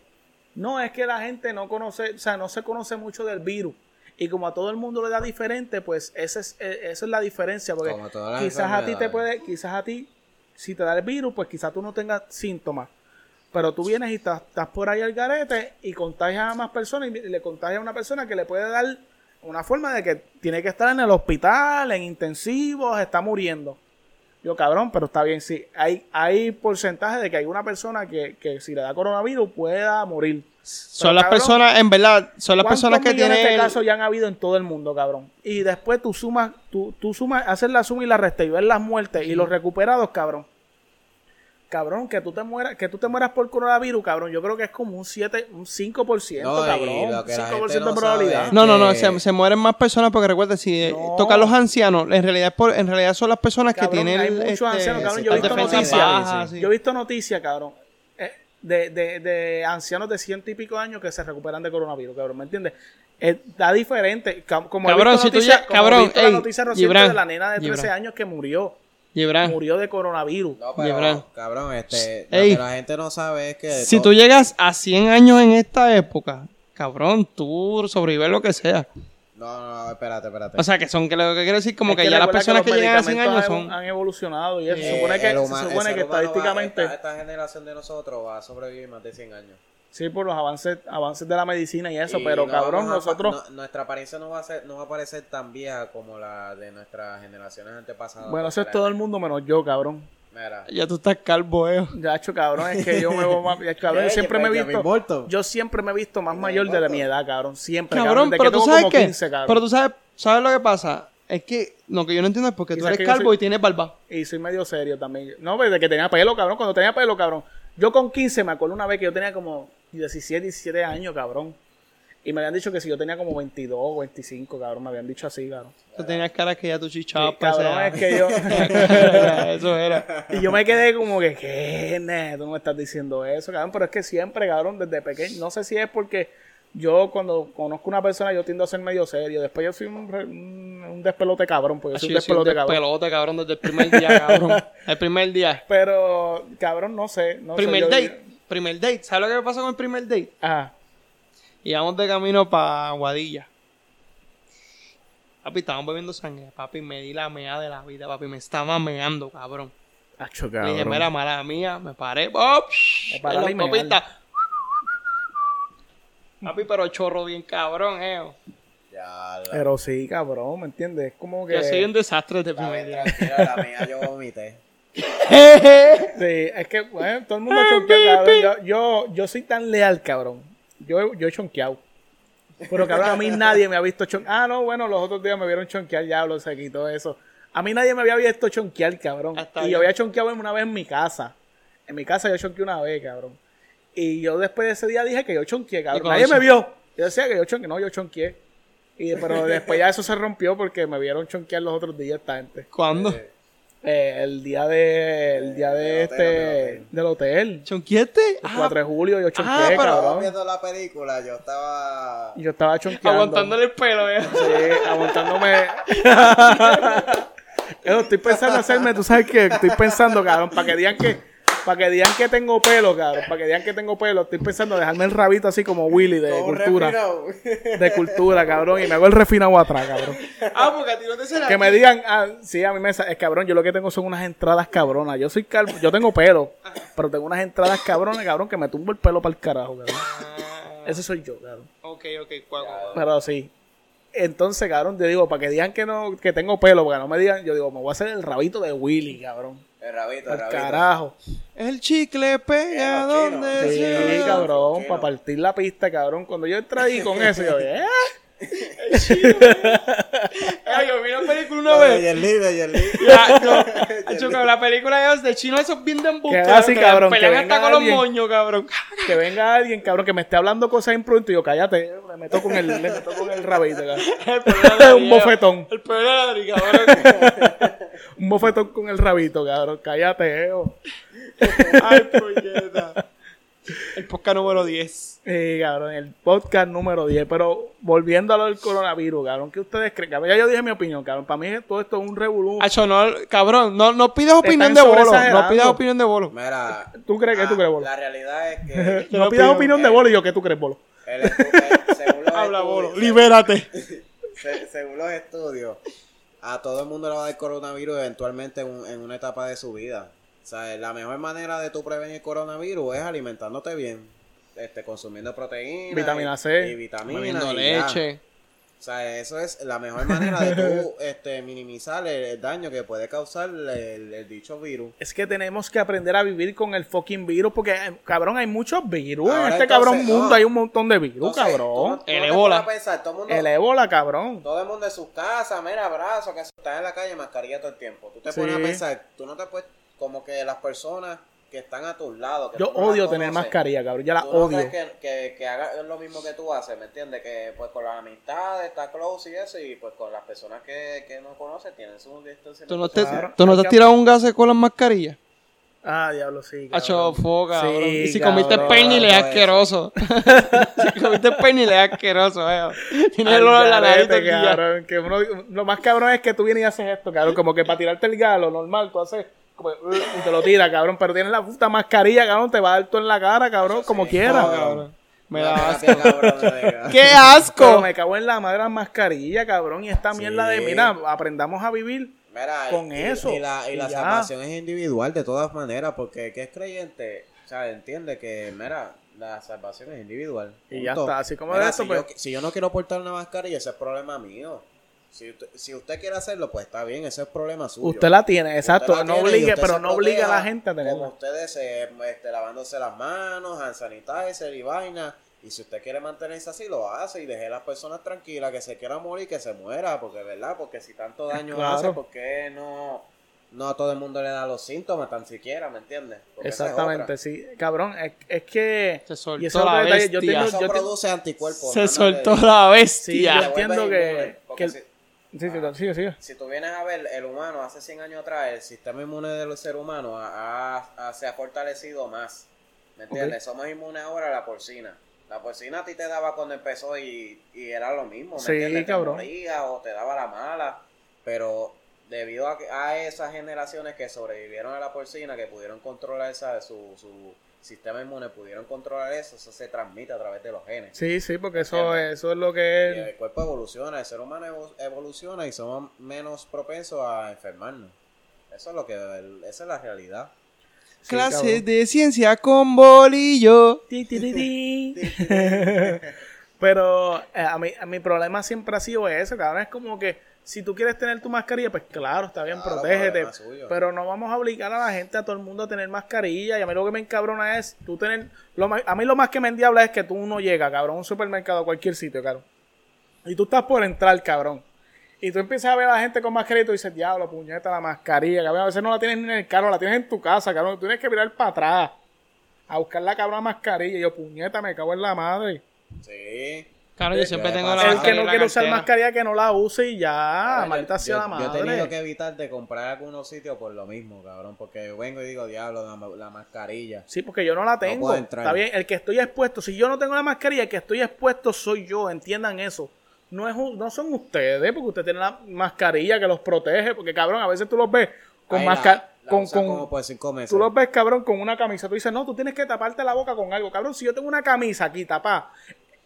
Speaker 1: no, es que la gente no conoce, o sea, no se conoce mucho del virus. Y como a todo el mundo le da diferente, pues esa es, eh, esa es la diferencia, porque
Speaker 2: Como todas las
Speaker 1: quizás a ti te
Speaker 2: enfermedades.
Speaker 1: puede, quizás a ti, si te da el virus, pues quizás tú no tengas síntomas. Pero tú vienes y estás, estás por ahí al garete y contagias a más personas y le contagias a una persona que le puede dar una forma de que tiene que estar en el hospital, en intensivos, está muriendo. Yo, cabrón, pero está bien, sí. Hay, hay porcentaje de que hay una persona que, que si le da coronavirus pueda morir.
Speaker 3: Son las
Speaker 1: cabrón,
Speaker 3: personas, en verdad, son las
Speaker 1: ¿Cuántos
Speaker 3: personas que
Speaker 1: millones
Speaker 3: tienen.
Speaker 1: de
Speaker 3: el-
Speaker 1: casos ya han habido en todo el mundo, cabrón? Y después tú sumas, tú, tú sumas, haces la suma y la resta y ves las muertes y los recuperados, cabrón. Cabrón, que tú te mueras, que tú te mueras por coronavirus, cabrón. Yo creo que es como un 7, un 5%,
Speaker 2: No, y
Speaker 1: cabrón.
Speaker 2: lo que la
Speaker 1: 5%
Speaker 2: gente no
Speaker 1: de probabilidad.
Speaker 2: sabe-
Speaker 3: No, no, no,
Speaker 2: Eh,
Speaker 3: se, se mueren más personas porque recuerda, si eh,
Speaker 1: No.
Speaker 3: toca a los ancianos, en realidad, es por- en realidad son las personas que
Speaker 1: Cabrón,
Speaker 3: tienen. este,
Speaker 1: hay muchos ancianos, cabrón, yo he
Speaker 3: las
Speaker 1: visto
Speaker 3: defensas
Speaker 1: noticias.
Speaker 3: bajas, sí.
Speaker 1: Yo he visto noticias, cabrón, eh, de, de, de ancianos de ciento y pico de años que se recuperan de coronavirus, cabrón, ¿me entiendes? Está diferente. Ca- Como
Speaker 3: Cabrón,
Speaker 1: he visto
Speaker 3: si tú
Speaker 1: noticias-
Speaker 3: ya-
Speaker 1: como he
Speaker 3: cabrón,
Speaker 1: visto la
Speaker 3: ey,
Speaker 1: noticia reciente
Speaker 3: Gibran,
Speaker 1: de la nena de 13
Speaker 3: Gibran.
Speaker 1: años que murió.
Speaker 3: Gibran,
Speaker 1: Murió de coronavirus.
Speaker 2: No, pero,
Speaker 3: Gibran.
Speaker 2: cabrón, este,
Speaker 3: Ey.
Speaker 2: lo que la gente no sabe es que...
Speaker 3: si
Speaker 2: to-
Speaker 3: tú llegas a 100 años en esta época, cabrón, tú sobrevives lo que sea.
Speaker 2: No, no, no, espérate, espérate.
Speaker 3: O sea, que son que lo que quiero decir, como
Speaker 1: Es
Speaker 3: que, ya las
Speaker 1: recuerda
Speaker 3: personas que,
Speaker 1: los
Speaker 3: llegan a 100 años
Speaker 1: medicamentos ah.
Speaker 3: son.
Speaker 1: Han, han evolucionado y eso.
Speaker 2: Eh,
Speaker 1: se supone que,
Speaker 2: el huma-
Speaker 1: se supone
Speaker 2: el ser
Speaker 1: que
Speaker 2: humano va-
Speaker 1: estadísticamente,
Speaker 2: esta, esta generación de nosotros va a sobrevivir más de 100 años.
Speaker 1: sí, por los avances avances de la medicina y eso,
Speaker 2: Y
Speaker 1: pero
Speaker 2: no
Speaker 1: cabrón,
Speaker 2: vamos a-
Speaker 1: nosotros...
Speaker 2: no- nuestra apariencia no va, a ser, no va a parecer tan vieja como la de nuestras generaciones antepasadas.
Speaker 1: bueno, eso es
Speaker 2: Porque
Speaker 1: todo
Speaker 2: la-
Speaker 1: el mundo menos yo, cabrón.
Speaker 2: Mira.
Speaker 3: Ya tú estás calvo, eh.
Speaker 1: Ya, hecho, cabrón, es que yo me veo más. Cabrón, yo
Speaker 2: Ey,
Speaker 1: siempre me he
Speaker 2: ya me
Speaker 1: visto.
Speaker 2: importo.
Speaker 1: Yo siempre me he visto más mayor de la mi edad, cabrón. Siempre.
Speaker 3: Cabrón,
Speaker 1: desde
Speaker 3: pero
Speaker 1: que
Speaker 3: tú
Speaker 1: tengo
Speaker 3: sabes
Speaker 1: como
Speaker 3: qué.
Speaker 1: 15, cabrón.
Speaker 3: Pero tú sabes, ¿sabes lo que pasa? Es que lo que yo no entiendo es porque tú
Speaker 1: Quizás
Speaker 3: eres
Speaker 1: que yo
Speaker 3: calvo
Speaker 1: soy-
Speaker 3: y tienes barba.
Speaker 1: Y soy medio serio también. No, desde que tenía pelo, cabrón. Cuando tenía pelo, cabrón. Yo con 15 me acuerdo una vez que yo tenía como 17, 17 años, cabrón. Y me habían dicho que si yo tenía como 22 o 25, cabrón. Me habían dicho así, cabrón.
Speaker 3: Tú tenías cara que ya tú chichabas
Speaker 1: Y,
Speaker 3: para
Speaker 1: cabrón, es
Speaker 3: esa
Speaker 1: que yo.
Speaker 3: edad. Eso era.
Speaker 1: Y yo me quedé como que, ¿qué, ne? Tú no me estás diciendo eso, cabrón. Pero es que siempre, cabrón, desde pequeño. No sé si es porque yo cuando conozco una persona, yo tiendo a ser medio serio. Después yo soy un, re- un, un despelote, cabrón. Pues yo soy un
Speaker 3: Yo soy un
Speaker 1: despelote, cabrón.
Speaker 3: despelote, cabrón, desde el primer día, cabrón. El primer día.
Speaker 1: Pero, cabrón, no sé. No sé,
Speaker 3: Primer
Speaker 1: yo-
Speaker 3: date. Primer date. ¿Sabes lo que me pasó con el primer date?
Speaker 1: Ajá.
Speaker 3: Y íbamos de camino para Guadilla. Papi, estábamos bebiendo sangre. Papi, me di la mea de la vida, papi. Me estaba meando, cabrón.
Speaker 1: Acho,
Speaker 3: Le dije, mira, mala mía. Me paré. ¡Oh!
Speaker 1: Me paré
Speaker 3: en la
Speaker 1: y me
Speaker 3: autopista. Papi, pero chorro bien cabrón, eh.
Speaker 2: Ya, la,
Speaker 1: Pero sí, cabrón, ¿me entiendes? Es como que.
Speaker 3: Yo soy un desastre de
Speaker 2: la,
Speaker 3: primer
Speaker 2: vez
Speaker 3: día.
Speaker 2: tranquila, la mía yo vomité.
Speaker 1: Sí, es que, bueno, todo el mundo chonquea, cabrón. Yo, yo, yo soy tan leal, cabrón. Yo, yo he chonqueado. Pero, cabrón, a mí nadie me ha visto chonquear. Ah, no, bueno, los otros días me vieron chonquear, ya lo se quitó eso. A mí nadie me había visto chonquear, cabrón.
Speaker 3: Hasta
Speaker 1: y
Speaker 3: yo.
Speaker 1: yo había chonqueado una vez en mi casa. En mi casa yo chonqueé una vez, cabrón. Y yo después de ese día dije que yo chonqueé, cabrón.
Speaker 3: con
Speaker 1: Nadie
Speaker 3: eso?
Speaker 1: me vio. Yo decía que yo chonqueé. No, yo chonqueé. Y, pero después ya eso se rompió porque me vieron chonquear los otros días esta gente.
Speaker 3: ¿Cuándo?
Speaker 1: Eh, el día de el día de
Speaker 2: del
Speaker 1: este
Speaker 2: hotel,
Speaker 1: del hotel
Speaker 3: ¿Chonquiete?
Speaker 1: el
Speaker 3: Ah,
Speaker 1: 4 de julio yo chonqué
Speaker 3: pero-
Speaker 2: Estaba
Speaker 1: cabrón
Speaker 2: viendo la película, yo estaba...
Speaker 1: yo estaba chonqueando
Speaker 3: aguantándole el pelo, eh.
Speaker 1: sí, aguantándome Eso, estoy pensando hacerme tú sabes que estoy pensando cabrón para que digan que Para que digan que tengo pelo, cabrón. Para que digan que tengo pelo. Estoy pensando en dejarme el rabito así como Willy de
Speaker 2: Todo
Speaker 1: cultura.
Speaker 2: refinado.
Speaker 1: De cultura, cabrón. Y me hago el refinado atrás, cabrón.
Speaker 3: Ah, porque a ti no te será.
Speaker 1: Que me digan, ah, sí, a mí me sa- es cabrón, yo lo que tengo son unas entradas cabronas. Yo soy calvo, yo tengo pelo, pero tengo unas entradas cabronas, cabrón, que me tumbo el pelo para el carajo, cabrón.
Speaker 3: Ah,
Speaker 1: Ese soy yo, cabrón.
Speaker 3: ok, ok, cuaco. cuaco.
Speaker 1: Pero sí. Entonces, cabrón, yo digo, para que digan que no, que tengo pelo, para que no me digan, yo digo, me voy a hacer el rabito de Willy, cabrón.
Speaker 2: El rabito,
Speaker 1: Al
Speaker 2: el rabito.
Speaker 1: carajo.
Speaker 3: El chicle pega
Speaker 2: Eh, cochino.
Speaker 3: donde
Speaker 1: Sí,
Speaker 3: sea.
Speaker 1: cabrón,
Speaker 2: Tranquilo.
Speaker 1: para partir la pista, cabrón. Cuando yo entré ahí con eso, yo, ¿eh?
Speaker 3: Ay, yo vi una película una
Speaker 2: No, de
Speaker 3: vez.
Speaker 2: Yerli, de Yerli.
Speaker 3: Ya, no. Hacho, cabrón, la película es de chino, esos bien de embuste.
Speaker 1: Que así, cabrón,
Speaker 3: Pelean
Speaker 1: que
Speaker 3: hasta
Speaker 1: venga
Speaker 3: con los
Speaker 1: alguien.
Speaker 3: moños, cabrón.
Speaker 1: Que venga alguien, cabrón, que me esté hablando cosas imprudentes y yo, cállate, eh, me meto con el, me meto con el rabito, cabrón.
Speaker 3: El problema de
Speaker 1: Un bofetón.
Speaker 3: El problema de Adri, cabrón.
Speaker 1: Un bofetón con el rabito, cabrón. Cállate, Eo.
Speaker 3: Ay, puñeta. El podcast número 10.
Speaker 1: Eh, cabrón, el podcast número 10. Pero volviendo a lo del coronavirus, cabrón, ¿qué ustedes creen? Cabrón, ya yo dije mi opinión, cabrón. Para mí todo esto es un revolú.
Speaker 3: Hacho, no, cabrón, no, no pidas opinión de
Speaker 1: están
Speaker 3: bolo. No
Speaker 1: sobreexagerando. pidas
Speaker 3: pidas
Speaker 1: opinión
Speaker 3: opinión de bolo.
Speaker 2: Mira.
Speaker 1: ¿Tú crees que
Speaker 2: ah,
Speaker 1: tú crees, Bolo?
Speaker 2: La realidad es que.
Speaker 1: No
Speaker 3: yo
Speaker 1: pidas
Speaker 3: opino-
Speaker 1: opinión de bolo y yo, ¿qué tú crees, bolo?
Speaker 2: el estu- el- según los
Speaker 3: Habla
Speaker 2: estudios-
Speaker 3: bolo. Libérate.
Speaker 2: se- según los estudios, a todo el mundo le va a dar coronavirus eventualmente en, un- en una etapa de su vida. O sea, la mejor manera de tú prevenir coronavirus es alimentándote bien. Este, consumiendo proteínas.
Speaker 1: Vitamina
Speaker 2: y-
Speaker 1: C,
Speaker 2: Y vitaminas.
Speaker 3: Comiendo
Speaker 2: y ya.
Speaker 3: leche.
Speaker 2: O sea, eso es la mejor manera de tú este, minimizar el, el daño que puede causar el, el dicho virus.
Speaker 1: Es que tenemos que aprender a vivir con el fucking virus porque, eh, cabrón, hay muchos virus. en
Speaker 2: Ahora,
Speaker 1: este
Speaker 2: entonces,
Speaker 1: cabrón mundo
Speaker 2: no.
Speaker 1: hay un montón de virus,
Speaker 2: Entonces, tú no-
Speaker 1: cabrón.
Speaker 2: tú no te
Speaker 3: El ébola.
Speaker 2: pones a pensar, todo el mundo-
Speaker 1: El ébola, cabrón.
Speaker 2: Todo el mundo en sus casas, mira, abrazo, que están en la calle, mascarilla todo el tiempo. Tú te
Speaker 1: Sí.
Speaker 2: pones a pensar, tú no te puedes, como que las personas que están a tus lados. que
Speaker 1: Yo
Speaker 2: tú no las
Speaker 1: odio tener
Speaker 2: conoces,
Speaker 1: mascarilla, cabrón. Ya la
Speaker 2: tú no
Speaker 1: odio.
Speaker 2: crees que, que, que haga lo mismo que tú haces, ¿me entiendes? Que pues con las amistades, está close y eso, y pues con las personas que, que no conoces tienen su distanciamiento.
Speaker 3: ¿Tú no te,
Speaker 1: Claro.
Speaker 3: tú no te has tirado un gas con las mascarillas?
Speaker 1: Ah, diablo, sí.
Speaker 3: Hacho, foca,
Speaker 1: Sí,
Speaker 3: cabrón. Y si
Speaker 1: cabrón. Pues.
Speaker 3: comiste pernil es
Speaker 2: Todo eso.
Speaker 3: asqueroso. si comiste pernil es asquesoso, eh. Tienes el olor a la nariz
Speaker 1: Andarete,
Speaker 3: todo el día.
Speaker 1: cabrón, que uno- lo más cabrón es que tú vienes y haces esto, cabrón. Como que para tirarte el galo normal, tú haces como, uh, y te lo tiras, cabrón. Pero tienes la puta mascarilla, cabrón. Te va a dar todo en la cara, cabrón. como
Speaker 3: No,
Speaker 1: quieras.
Speaker 3: cabrón. Me
Speaker 2: Una
Speaker 3: da asco.
Speaker 2: terapia, cabrón, de verdad.
Speaker 3: ¡Qué asco!
Speaker 1: Pero me cago en la madre la mascarilla, cabrón. Y esta mierda de, mira, aprendamos a vivir.
Speaker 2: Mira,
Speaker 1: con
Speaker 2: y-
Speaker 1: eso,
Speaker 2: Y la, y
Speaker 1: y
Speaker 2: la
Speaker 1: ya.
Speaker 2: salvación es individual de todas maneras, porque el que es creyente, o sea, entiende que, mira, la salvación es individual.
Speaker 1: Y ya está, así como de eso,
Speaker 2: si,
Speaker 1: pues.
Speaker 2: yo, si yo no quiero portar una mascarilla, ese es problema mío. Si usted, si usted quiere hacerlo, pues está bien, ese es problema suyo.
Speaker 1: Usted la tiene,
Speaker 2: Usted
Speaker 1: exacto.
Speaker 2: la
Speaker 1: no
Speaker 2: tiene y
Speaker 1: obligue,
Speaker 2: usted
Speaker 1: pero
Speaker 2: se
Speaker 1: no obliga a la
Speaker 2: proteja
Speaker 1: gente a
Speaker 2: Como
Speaker 1: tenerla.
Speaker 2: ustedes eh, este, lavándose las manos, hand sanitizer y vaina. Y si usted quiere mantenerse así, lo hace y deje a las personas tranquilas, que se quiera morir, que se muera, porque verdad, porque si tanto daño
Speaker 1: Claro.
Speaker 2: hace, ¿por qué no, no a todo el mundo le da los síntomas tan siquiera, ¿me entiendes? Porque esa es
Speaker 1: Exactamente,
Speaker 2: otra.
Speaker 1: sí. Cabrón, es, es que.
Speaker 3: Se soltó
Speaker 1: y ese es otro
Speaker 3: la
Speaker 1: detalle, Yo
Speaker 3: bestia.
Speaker 1: tengo-
Speaker 2: Eso
Speaker 1: yo te-
Speaker 2: produce anticuerpos.
Speaker 3: Se
Speaker 2: hermano,
Speaker 3: soltó
Speaker 2: que- que
Speaker 3: la
Speaker 2: te
Speaker 1: Yo
Speaker 3: bestia.
Speaker 2: vuelves
Speaker 1: entiendo que-
Speaker 2: inmune, porque
Speaker 1: que-
Speaker 2: si-
Speaker 1: Sí, sí, sigue, sigue.
Speaker 2: Si tú vienes a ver, el humano hace 100 años atrás, el sistema inmune del ser humano ha- ha- ha- se ha fortalecido más. ¿Me entiendes? Somos inmunes ahora a la porcina. La porcina a ti te daba cuando empezó y, y era lo mismo. ¿me
Speaker 1: Sí,
Speaker 2: entiendes? Te
Speaker 1: cabrón.
Speaker 2: morías o te daba la mala. Pero debido a, que- a esas generaciones que sobrevivieron a la porcina, que pudieron controlar esa, su, su sistema inmune, pudieron controlar eso, eso se transmite a través de los genes.
Speaker 1: Sí, sí, porque eso, eso es lo que
Speaker 2: Y
Speaker 1: es.
Speaker 2: el cuerpo evoluciona, el ser humano evo- evoluciona y somos menos propensos a enfermarnos. Eso es lo que, el- esa es la realidad.
Speaker 1: Sí,
Speaker 3: Clases
Speaker 1: cabrón.
Speaker 3: de ciencia con bolillo.
Speaker 1: Ti, ti, ti, ti. Pero eh, a mí, a mi problema siempre ha sido eso, cabrón. Es como que si tú quieres tener tu mascarilla, pues claro, está bien,
Speaker 2: Claro,
Speaker 1: protégete.
Speaker 2: problema suyo.
Speaker 1: Pero no vamos a obligar a la gente, a todo el mundo a tener mascarilla. Y a mí lo que me encabrona es tú tener. Lo, ma- a mí lo más que me endiabla es que tú no llegas, cabrón, a un supermercado, a cualquier sitio, cabrón. Y tú estás por entrar, cabrón. Y tú empiezas a ver a la gente con mascarilla y tú dices, diablo, puñeta, la mascarilla, cabrón. A veces no la tienes ni en el carro, la tienes en tu casa, cabrón. Tú tienes que mirar para atrás a buscar la cabrona mascarilla. Y yo, puñeta, me cago en la madre.
Speaker 2: Sí.
Speaker 3: Claro,
Speaker 1: Eh,
Speaker 3: yo siempre tengo la
Speaker 2: Ah,
Speaker 1: El que
Speaker 3: en
Speaker 1: no
Speaker 3: la
Speaker 1: quiere usar
Speaker 3: cartera.
Speaker 1: mascarilla, que no la use y ya,
Speaker 2: Yo-
Speaker 1: Ah, maldita sea
Speaker 2: yo-
Speaker 1: la
Speaker 2: Yo he tenido que
Speaker 1: madre.
Speaker 2: evitar de comprar algunos sitios por lo mismo, cabrón. Porque yo vengo y digo, diablo, la, ma- la mascarilla.
Speaker 1: Sí, porque yo no la
Speaker 2: puedo
Speaker 1: tengo.
Speaker 2: entrar.
Speaker 1: Está bien, el que estoy expuesto, si yo no tengo la mascarilla, el que estoy expuesto soy yo, entiendan eso. No, es, un- no son ustedes, porque ustedes tienen la mascarilla que los protege, porque cabrón, a veces tú los ves con
Speaker 2: Ay,
Speaker 1: mascarilla.
Speaker 2: La, la
Speaker 1: Con-
Speaker 2: usan
Speaker 1: con-
Speaker 2: como por cinco meses.
Speaker 1: Tú los ves, cabrón, con una camisa. Tú dices, no, tú tienes que taparte la boca con algo. Cabrón, si yo tengo una camisa aquí tapada,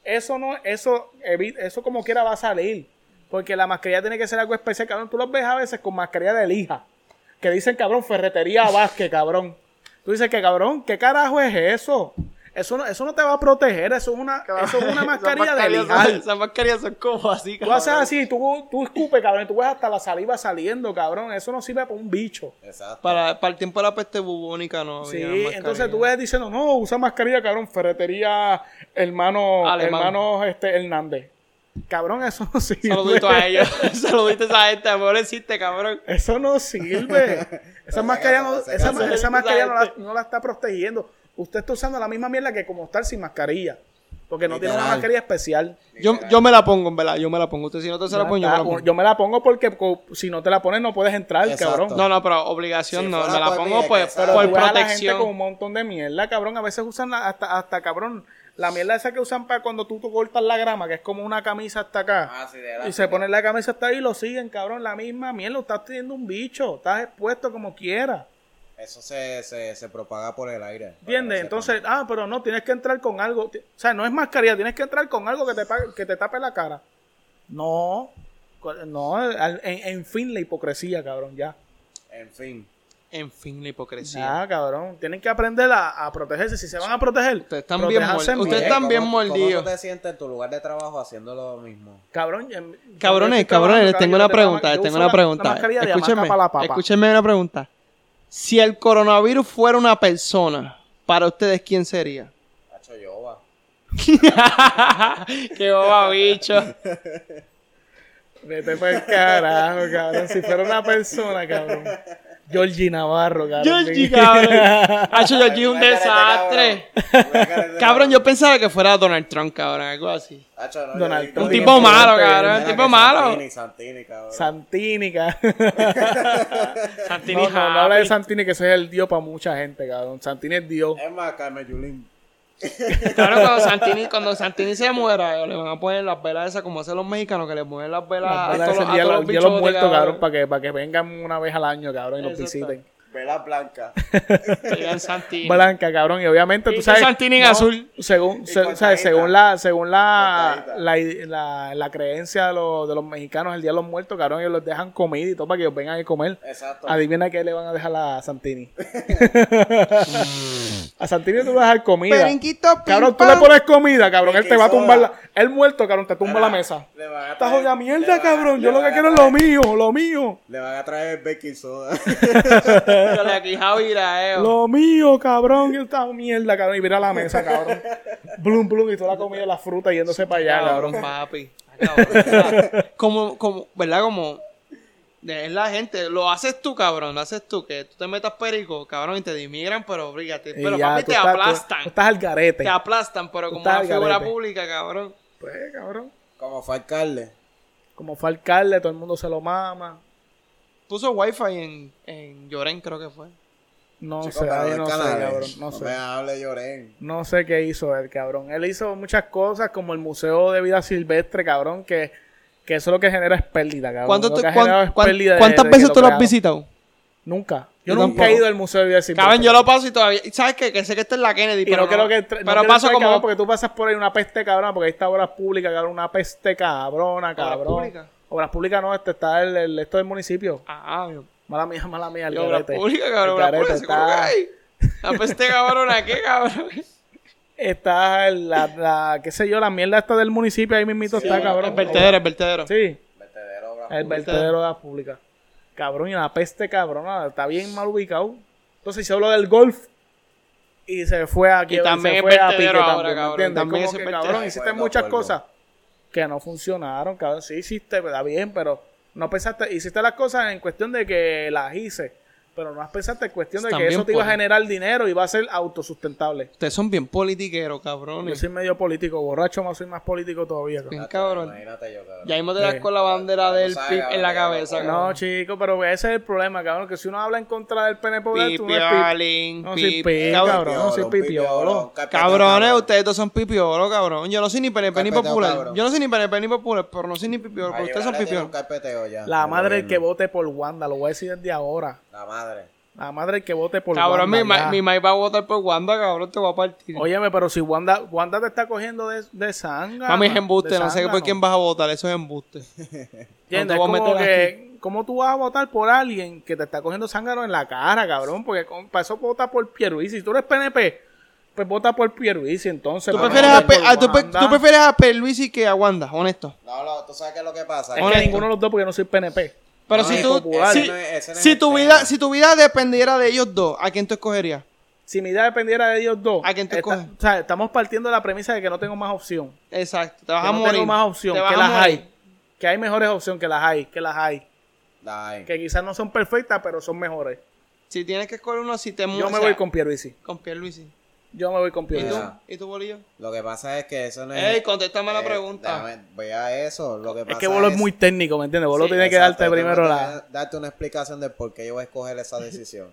Speaker 1: eso no, eso, evi- eso como quiera va a salir. Porque la mascarilla tiene que ser algo especial, cabrón. Tú los ves a veces con mascarilla de lija. Que dicen, cabrón, ferretería Vázquez, cabrón. Tú dices que, cabrón, ¿qué carajo es eso? Eso no, eso no te va a proteger, eso es una, eso es una mascarilla de lija.
Speaker 3: Esas mascarillas son como así,
Speaker 1: Tú haces así, tú, tú escupes, cabrón, y tú ves hasta la saliva saliendo, cabrón. Eso no sirve para un bicho.
Speaker 2: Exacto.
Speaker 3: Para, para el tiempo de la peste bubónica no
Speaker 1: Sí,
Speaker 3: había
Speaker 1: entonces
Speaker 3: mascarilla.
Speaker 1: tú ves diciendo, no, usa mascarilla, cabrón, ferretería, hermano,
Speaker 3: Alemán.
Speaker 1: hermano este, Hernández. Cabrón, eso no sirve.
Speaker 3: Saludito a ellos. Saludito a esa gente. A lo mejor existe, cabrón.
Speaker 1: Eso no sirve. Esa
Speaker 2: Se
Speaker 1: mascarilla,
Speaker 2: gasta,
Speaker 1: no,
Speaker 2: se
Speaker 1: esa,
Speaker 2: gasta.
Speaker 1: ma- esa mascarilla no,
Speaker 3: este.
Speaker 1: la, no la está protegiendo. Usted está usando la misma mierda que como estar sin mascarilla. Porque no tiene una
Speaker 2: Literal.
Speaker 1: mascarilla especial.
Speaker 3: Yo,
Speaker 2: Literal.
Speaker 3: yo me la pongo, en verdad. Yo me la pongo. Usted si no te se la
Speaker 1: Ya
Speaker 3: pongo, yo
Speaker 1: está.
Speaker 3: me la pongo.
Speaker 1: Yo me la pongo porque co- si no te la pones no puedes entrar,
Speaker 2: Exacto.
Speaker 1: cabrón.
Speaker 3: No, no, pero obligación
Speaker 2: Si
Speaker 3: no.
Speaker 2: fuera
Speaker 3: Me la
Speaker 2: por mí,
Speaker 3: pongo
Speaker 2: que
Speaker 3: pues,
Speaker 2: salga.
Speaker 1: Pero
Speaker 3: por
Speaker 1: tú ves a la gente con un
Speaker 3: protección.
Speaker 1: montón de mierda, cabrón. A veces usan la- hasta, hasta cabrón. La mierda esa que usan para cuando tú, tú cortas la grama, que es como una camisa hasta acá.
Speaker 2: Ah, sí, de la-
Speaker 1: y se ponen la camisa hasta ahí y lo siguen, cabrón. La misma mierda. Estás teniendo un bicho. Estás expuesto como quiera.
Speaker 2: Eso se, se, se propaga por el aire.
Speaker 1: ¿Entiendes? Entonces, ah, pero no, tienes que entrar con algo. Ti- O sea, no es mascarilla, tienes que entrar con algo que te, pa- que te tape la cara. No. co- No, al- en, en fin, la hipocresía, cabrón, ya.
Speaker 2: En fin.
Speaker 3: En fin, la hipocresía.
Speaker 1: Ya, cabrón. Tienen que aprender a, a protegerse. Si se van a proteger,
Speaker 3: Ustedes están bien
Speaker 1: protéjanse
Speaker 3: muertos. Ustedes
Speaker 1: bien.
Speaker 2: Oye,
Speaker 3: están bien
Speaker 2: ¿cómo-
Speaker 3: mordidos.
Speaker 2: ¿Cómo tú te sientes en tu lugar de trabajo haciendo lo mismo?
Speaker 1: Cabrón, em-
Speaker 3: Cabrones,
Speaker 1: estoy
Speaker 3: cabrones,
Speaker 1: trabajando,
Speaker 3: les
Speaker 1: cabrón,
Speaker 3: tengo
Speaker 1: yo
Speaker 3: una
Speaker 1: te-
Speaker 3: pregunta, les
Speaker 1: yo
Speaker 3: tengo
Speaker 1: uso la-
Speaker 3: una
Speaker 1: la
Speaker 3: pregunta.
Speaker 1: mascarilla de
Speaker 3: Escúchenme,
Speaker 1: hamaca pa' la papa.
Speaker 3: escúchenme una pregunta. Si el coronavirus fuera una persona, para ustedes, ¿quién sería?
Speaker 2: Hacho yoba.
Speaker 3: ¡Qué boba bicho!
Speaker 1: Vete pa'l carajo, cabrón. Si fuera una persona, cabrón. Georgie Navarro, cabrón.
Speaker 3: Georgie, cabrón. Hacho, Georgie es un desastre. Cabrón, yo pensaba que fuera Donald Trump, cabrón, algo así.
Speaker 2: Hacho, no,
Speaker 1: Donald
Speaker 2: yo-
Speaker 1: Trump.
Speaker 2: yo-
Speaker 1: Un tipo
Speaker 2: yo-
Speaker 1: malo,
Speaker 2: yo-
Speaker 3: cabrón,
Speaker 2: mira
Speaker 3: un tipo
Speaker 2: que
Speaker 3: malo.
Speaker 2: Santini, Santini, cabrón.
Speaker 1: Santini, cabrón.
Speaker 3: Santini
Speaker 1: No, no, no habla de
Speaker 3: Happy.
Speaker 1: Santini, que eso es el dios para mucha gente, cabrón. Santini es dios.
Speaker 2: es más, Carmen Yulín.
Speaker 3: Claro, cuando Santini, cuando Santini se muera, eh, le van a poner las velas esas como hacen los mexicanos, que le ponen las velas
Speaker 1: Las
Speaker 3: a
Speaker 1: velas
Speaker 3: todos los-
Speaker 1: del
Speaker 3: Ah, a
Speaker 1: día
Speaker 3: todos los
Speaker 1: los- día de los
Speaker 3: bichos,
Speaker 1: muertos, cabrón,
Speaker 3: cabrón.
Speaker 1: para que, para que vengan una vez al año, cabrón, y nos
Speaker 3: Eso está.
Speaker 1: visiten.
Speaker 2: Vela blanca.
Speaker 3: Digan Santini.
Speaker 1: Blanca, cabrón, y obviamente
Speaker 3: Y
Speaker 1: tú
Speaker 3: un
Speaker 1: sabes.
Speaker 3: Santini en azul.
Speaker 1: Según, se-
Speaker 2: con
Speaker 1: o sea,
Speaker 2: tajita.
Speaker 1: según la, según la,
Speaker 2: Con
Speaker 1: la, la- la creencia de los, de los mexicanos el día de los muertos, cabrón, ellos los dejan comida y todo para que ellos vengan a comer.
Speaker 2: Exacto.
Speaker 1: Adivina qué le van a dejar a Santini. a Santini tú le vas a dejar comida.
Speaker 3: Perenquito,
Speaker 1: Cabrón, tú
Speaker 3: pim,
Speaker 1: le
Speaker 3: pam.
Speaker 1: pones comida, cabrón. Él
Speaker 2: Y
Speaker 1: te va a
Speaker 2: queso,
Speaker 1: tumbar la.
Speaker 2: ¿verdad?
Speaker 1: El muerto, cabrón, te tumba
Speaker 2: Le
Speaker 1: la
Speaker 2: va-
Speaker 1: mesa.
Speaker 2: le van a
Speaker 1: Esta
Speaker 2: traer-
Speaker 1: jodida
Speaker 2: le
Speaker 1: mierda,
Speaker 2: van a-
Speaker 1: cabrón.
Speaker 2: le
Speaker 1: Yo lo
Speaker 2: van
Speaker 1: que
Speaker 2: a
Speaker 1: quiero es lo
Speaker 2: traer-
Speaker 1: mío, lo mío.
Speaker 2: Le van a traer baking soda.
Speaker 3: Dale aquí, Javi, la, eh.
Speaker 1: Lo mío, cabrón. Y esta mierda, cabrón. Y mira la mesa, cabrón. Blum, blum. Y toda la comida y la fruta yéndose para allá,
Speaker 3: cabrón,
Speaker 1: cabrón.
Speaker 3: papi. Cabrón, ¿verdad? como, como, ¿verdad? Como de- es la gente, lo haces tú, cabrón, lo haces tú, que tú te metas perico, cabrón, y te dimigran, pero obrígate.
Speaker 1: Y
Speaker 3: Pero
Speaker 1: ya,
Speaker 3: papi,
Speaker 1: tú
Speaker 3: te
Speaker 1: estás- tú-
Speaker 3: aplastan,
Speaker 1: tú estás al garete.
Speaker 3: te aplastan, pero
Speaker 1: tú
Speaker 3: como
Speaker 1: estás
Speaker 3: una
Speaker 1: al
Speaker 3: figura
Speaker 1: garete.
Speaker 3: pública, cabrón.
Speaker 1: Pues, cabrón.
Speaker 2: Como fue alcalde.
Speaker 1: Como fue alcalde, todo el mundo se lo mama.
Speaker 3: Puso wifi en, en Lloren, creo que fue.
Speaker 1: No sé,
Speaker 2: Chico, pero
Speaker 1: ahí
Speaker 2: no
Speaker 1: no
Speaker 2: es
Speaker 1: sé,
Speaker 2: canales.
Speaker 1: cabrón. No
Speaker 2: me
Speaker 1: sé.
Speaker 2: hable llorén.
Speaker 1: No sé qué hizo el cabrón. Él hizo muchas cosas como el Museo de Vida Silvestre, cabrón, que, que eso lo que genera es pérdida, cabrón.
Speaker 3: ¿Cuánto
Speaker 1: Lo
Speaker 3: tú-
Speaker 1: que ha
Speaker 3: cuán-
Speaker 1: generado es
Speaker 3: cuán-
Speaker 1: pérdida de-
Speaker 3: ¿Cuántas
Speaker 1: de que
Speaker 3: veces tú lo has
Speaker 1: crearon.
Speaker 3: visitado?
Speaker 1: Nunca. Yo,
Speaker 3: Yo
Speaker 1: nunca he
Speaker 3: tampoco.
Speaker 1: ido al Museo de Vida Silvestre.
Speaker 3: Cabrón, yo lo paso y todavía. ¿Sabes qué? Que sé que esta es la Kennedy,
Speaker 1: Y
Speaker 3: pero.
Speaker 1: no creo
Speaker 3: no-
Speaker 1: que... entre- no
Speaker 3: pero
Speaker 1: quiero
Speaker 3: paso
Speaker 1: entrar,
Speaker 3: como.
Speaker 1: cabrón, porque tú pasas por ahí una peste, cabrón, porque ahí está Obras Públicas, cabrón, una peste cabrona, cabrón.
Speaker 3: públicas?
Speaker 1: Obras Públicas no, este está el, el- esto del municipio.
Speaker 3: Ah, mi
Speaker 1: Mala mía, mala mía, el
Speaker 3: Y obra
Speaker 1: garete.
Speaker 3: pública,
Speaker 1: El
Speaker 3: cabrón. obra
Speaker 1: garete
Speaker 3: pública, seguro que
Speaker 1: está-
Speaker 3: hay. La peste cabrón, ¿a qué cabrón?
Speaker 1: Está la, la, qué sé yo, la mierda esta del municipio, ahí mismito
Speaker 2: Sí,
Speaker 1: está,
Speaker 2: el
Speaker 1: cabrón.
Speaker 3: El vertedero, el vertedero.
Speaker 1: Sí.
Speaker 2: Vertedero, obra
Speaker 1: El
Speaker 2: pública.
Speaker 1: vertedero de la pública. Cabrón, y la peste cabrona, está bien mal ubicado. Entonces se habló del golf y se fue a quiebra-
Speaker 3: también
Speaker 1: se
Speaker 3: es
Speaker 1: fue a
Speaker 3: vertedero
Speaker 1: pique
Speaker 3: ahora,
Speaker 1: también, ¿me
Speaker 3: cabrón,
Speaker 1: entiendes?
Speaker 3: también
Speaker 1: Como
Speaker 3: es
Speaker 1: que,
Speaker 3: vertedero.
Speaker 1: cabrón, hiciste
Speaker 2: Acuerdo,
Speaker 1: muchas
Speaker 2: acuerdo.
Speaker 1: cosas que no funcionaron, cabrón. Sí hiciste, está bien, pero no pensaste, hiciste las cosas en cuestión de que las hice, pero no pensaste en cuestión de
Speaker 3: Están
Speaker 1: que eso
Speaker 3: bien
Speaker 1: te iba a
Speaker 3: pobres.
Speaker 1: generar dinero y va a ser autosustentable.
Speaker 3: Ustedes son bien politiqueros,
Speaker 1: Yo
Speaker 3: cabrones.
Speaker 1: soy medio político, borracho, más soy más político todavía. cabrón.
Speaker 3: Bien cabrón.
Speaker 2: Imagínate yo, cabrón.
Speaker 3: Ya mismo te das
Speaker 1: Sí.
Speaker 3: con la bandera
Speaker 2: Tú
Speaker 3: del
Speaker 2: sabes,
Speaker 3: PIB en la
Speaker 2: cabrón,
Speaker 3: cabeza,
Speaker 2: cabrón.
Speaker 1: No,
Speaker 3: cabrón.
Speaker 1: chico, pero ese es el problema, cabrón, que si uno habla en contra del PNP, tú no eres pi-
Speaker 3: Pipiolín,
Speaker 1: No, sí,
Speaker 3: pip.
Speaker 1: pi-
Speaker 3: cabrón.
Speaker 1: cabrón, no soy
Speaker 2: Pipiolo,
Speaker 1: pipiolo.
Speaker 2: un carpeta,
Speaker 3: Cabrones,
Speaker 2: cabrón.
Speaker 3: ustedes dos son pipiolos, cabrón. Yo no soy ni PNP ni
Speaker 2: Carpeteo,
Speaker 3: popular.
Speaker 2: cabrón.
Speaker 3: Yo no soy ni PNP ni popular, pero no soy ni pipiolo.
Speaker 2: A
Speaker 3: Pero ustedes son
Speaker 2: Llorén le tiene un
Speaker 3: pipiolos.
Speaker 2: carpeteo ya.
Speaker 1: La
Speaker 2: El
Speaker 1: madre del que
Speaker 2: gobierno.
Speaker 1: vote por Wanda, lo voy a decir desde ahora.
Speaker 2: La madre.
Speaker 1: La madre que vote por
Speaker 3: Cabrón, mi,
Speaker 1: Wanda,
Speaker 3: ma-
Speaker 1: ya.
Speaker 3: mi Mike va a votar por Wanda, cabrón, te voy a partir.
Speaker 1: Óyeme, pero si Wanda, Wanda te está cogiendo de, de sangre.
Speaker 3: Mami, es embuste, no sé por quién vas a votar, eso es embuste.
Speaker 1: ¿Entiendes?
Speaker 3: No te voy a
Speaker 1: como
Speaker 3: meter
Speaker 1: que, ¿Cómo tú vas a votar por alguien que te está cogiendo zángano en la cara, cabrón? Porque con, para eso vota por Pierluisi. Si tú eres PNP, pues vota por Pierluisi entonces.
Speaker 3: ¿Tú
Speaker 1: pero no
Speaker 3: prefieres, a
Speaker 1: votes
Speaker 3: Pe-
Speaker 1: por
Speaker 3: a- tú pre-
Speaker 1: Wanda.
Speaker 3: tú prefieres a Perluisi que a Wanda, honesto.
Speaker 2: No, lo- tú sabes qué es lo que pasa.
Speaker 1: Es
Speaker 3: Honesto.
Speaker 1: que ninguno de los dos porque yo no soy PNP.
Speaker 3: Pero
Speaker 2: No,
Speaker 3: si
Speaker 2: es
Speaker 3: tú,
Speaker 1: popular.
Speaker 3: si,
Speaker 2: Ese no es- ese no es
Speaker 3: si
Speaker 2: el
Speaker 3: tu
Speaker 2: tema.
Speaker 3: vida, si tu vida dependiera de ellos dos, ¿a quién tú escogerías?
Speaker 1: Si mi vida dependiera de ellos dos,
Speaker 3: ¿A quién tú
Speaker 1: está-
Speaker 3: escoges?
Speaker 1: o sea, estamos partiendo de la premisa de que no tengo más opción.
Speaker 3: Exacto, te vas
Speaker 1: Que
Speaker 3: a
Speaker 1: no
Speaker 3: morir.
Speaker 1: tengo más opción,
Speaker 3: Te vas
Speaker 1: que
Speaker 3: a
Speaker 1: las
Speaker 3: morir.
Speaker 1: hay. Que hay mejores opciones, que las hay, que las hay.
Speaker 2: Ay.
Speaker 1: Que quizás no son perfectas, pero son mejores.
Speaker 3: Si tienes que escoger uno, si te
Speaker 1: Yo me voy con Pierluisi.
Speaker 3: con Pierluisi.
Speaker 1: Yo me voy con
Speaker 3: ¿Y tú?
Speaker 1: Pierluisi.
Speaker 3: ¿Y tú, Bolillo?
Speaker 2: Lo que pasa es que eso no es.
Speaker 3: Ey, contéstame la
Speaker 2: eh,
Speaker 3: pregunta.
Speaker 2: déjame- voy a eso. Lo que pasa
Speaker 1: Es que Bolo es muy técnico, ¿me entiendes? Bolo
Speaker 3: Sí,
Speaker 1: tiene que
Speaker 2: Exacto,
Speaker 1: darte
Speaker 2: tengo
Speaker 1: primero
Speaker 2: que
Speaker 1: la...
Speaker 2: Darte una explicación de por qué yo voy a escoger esa decisión.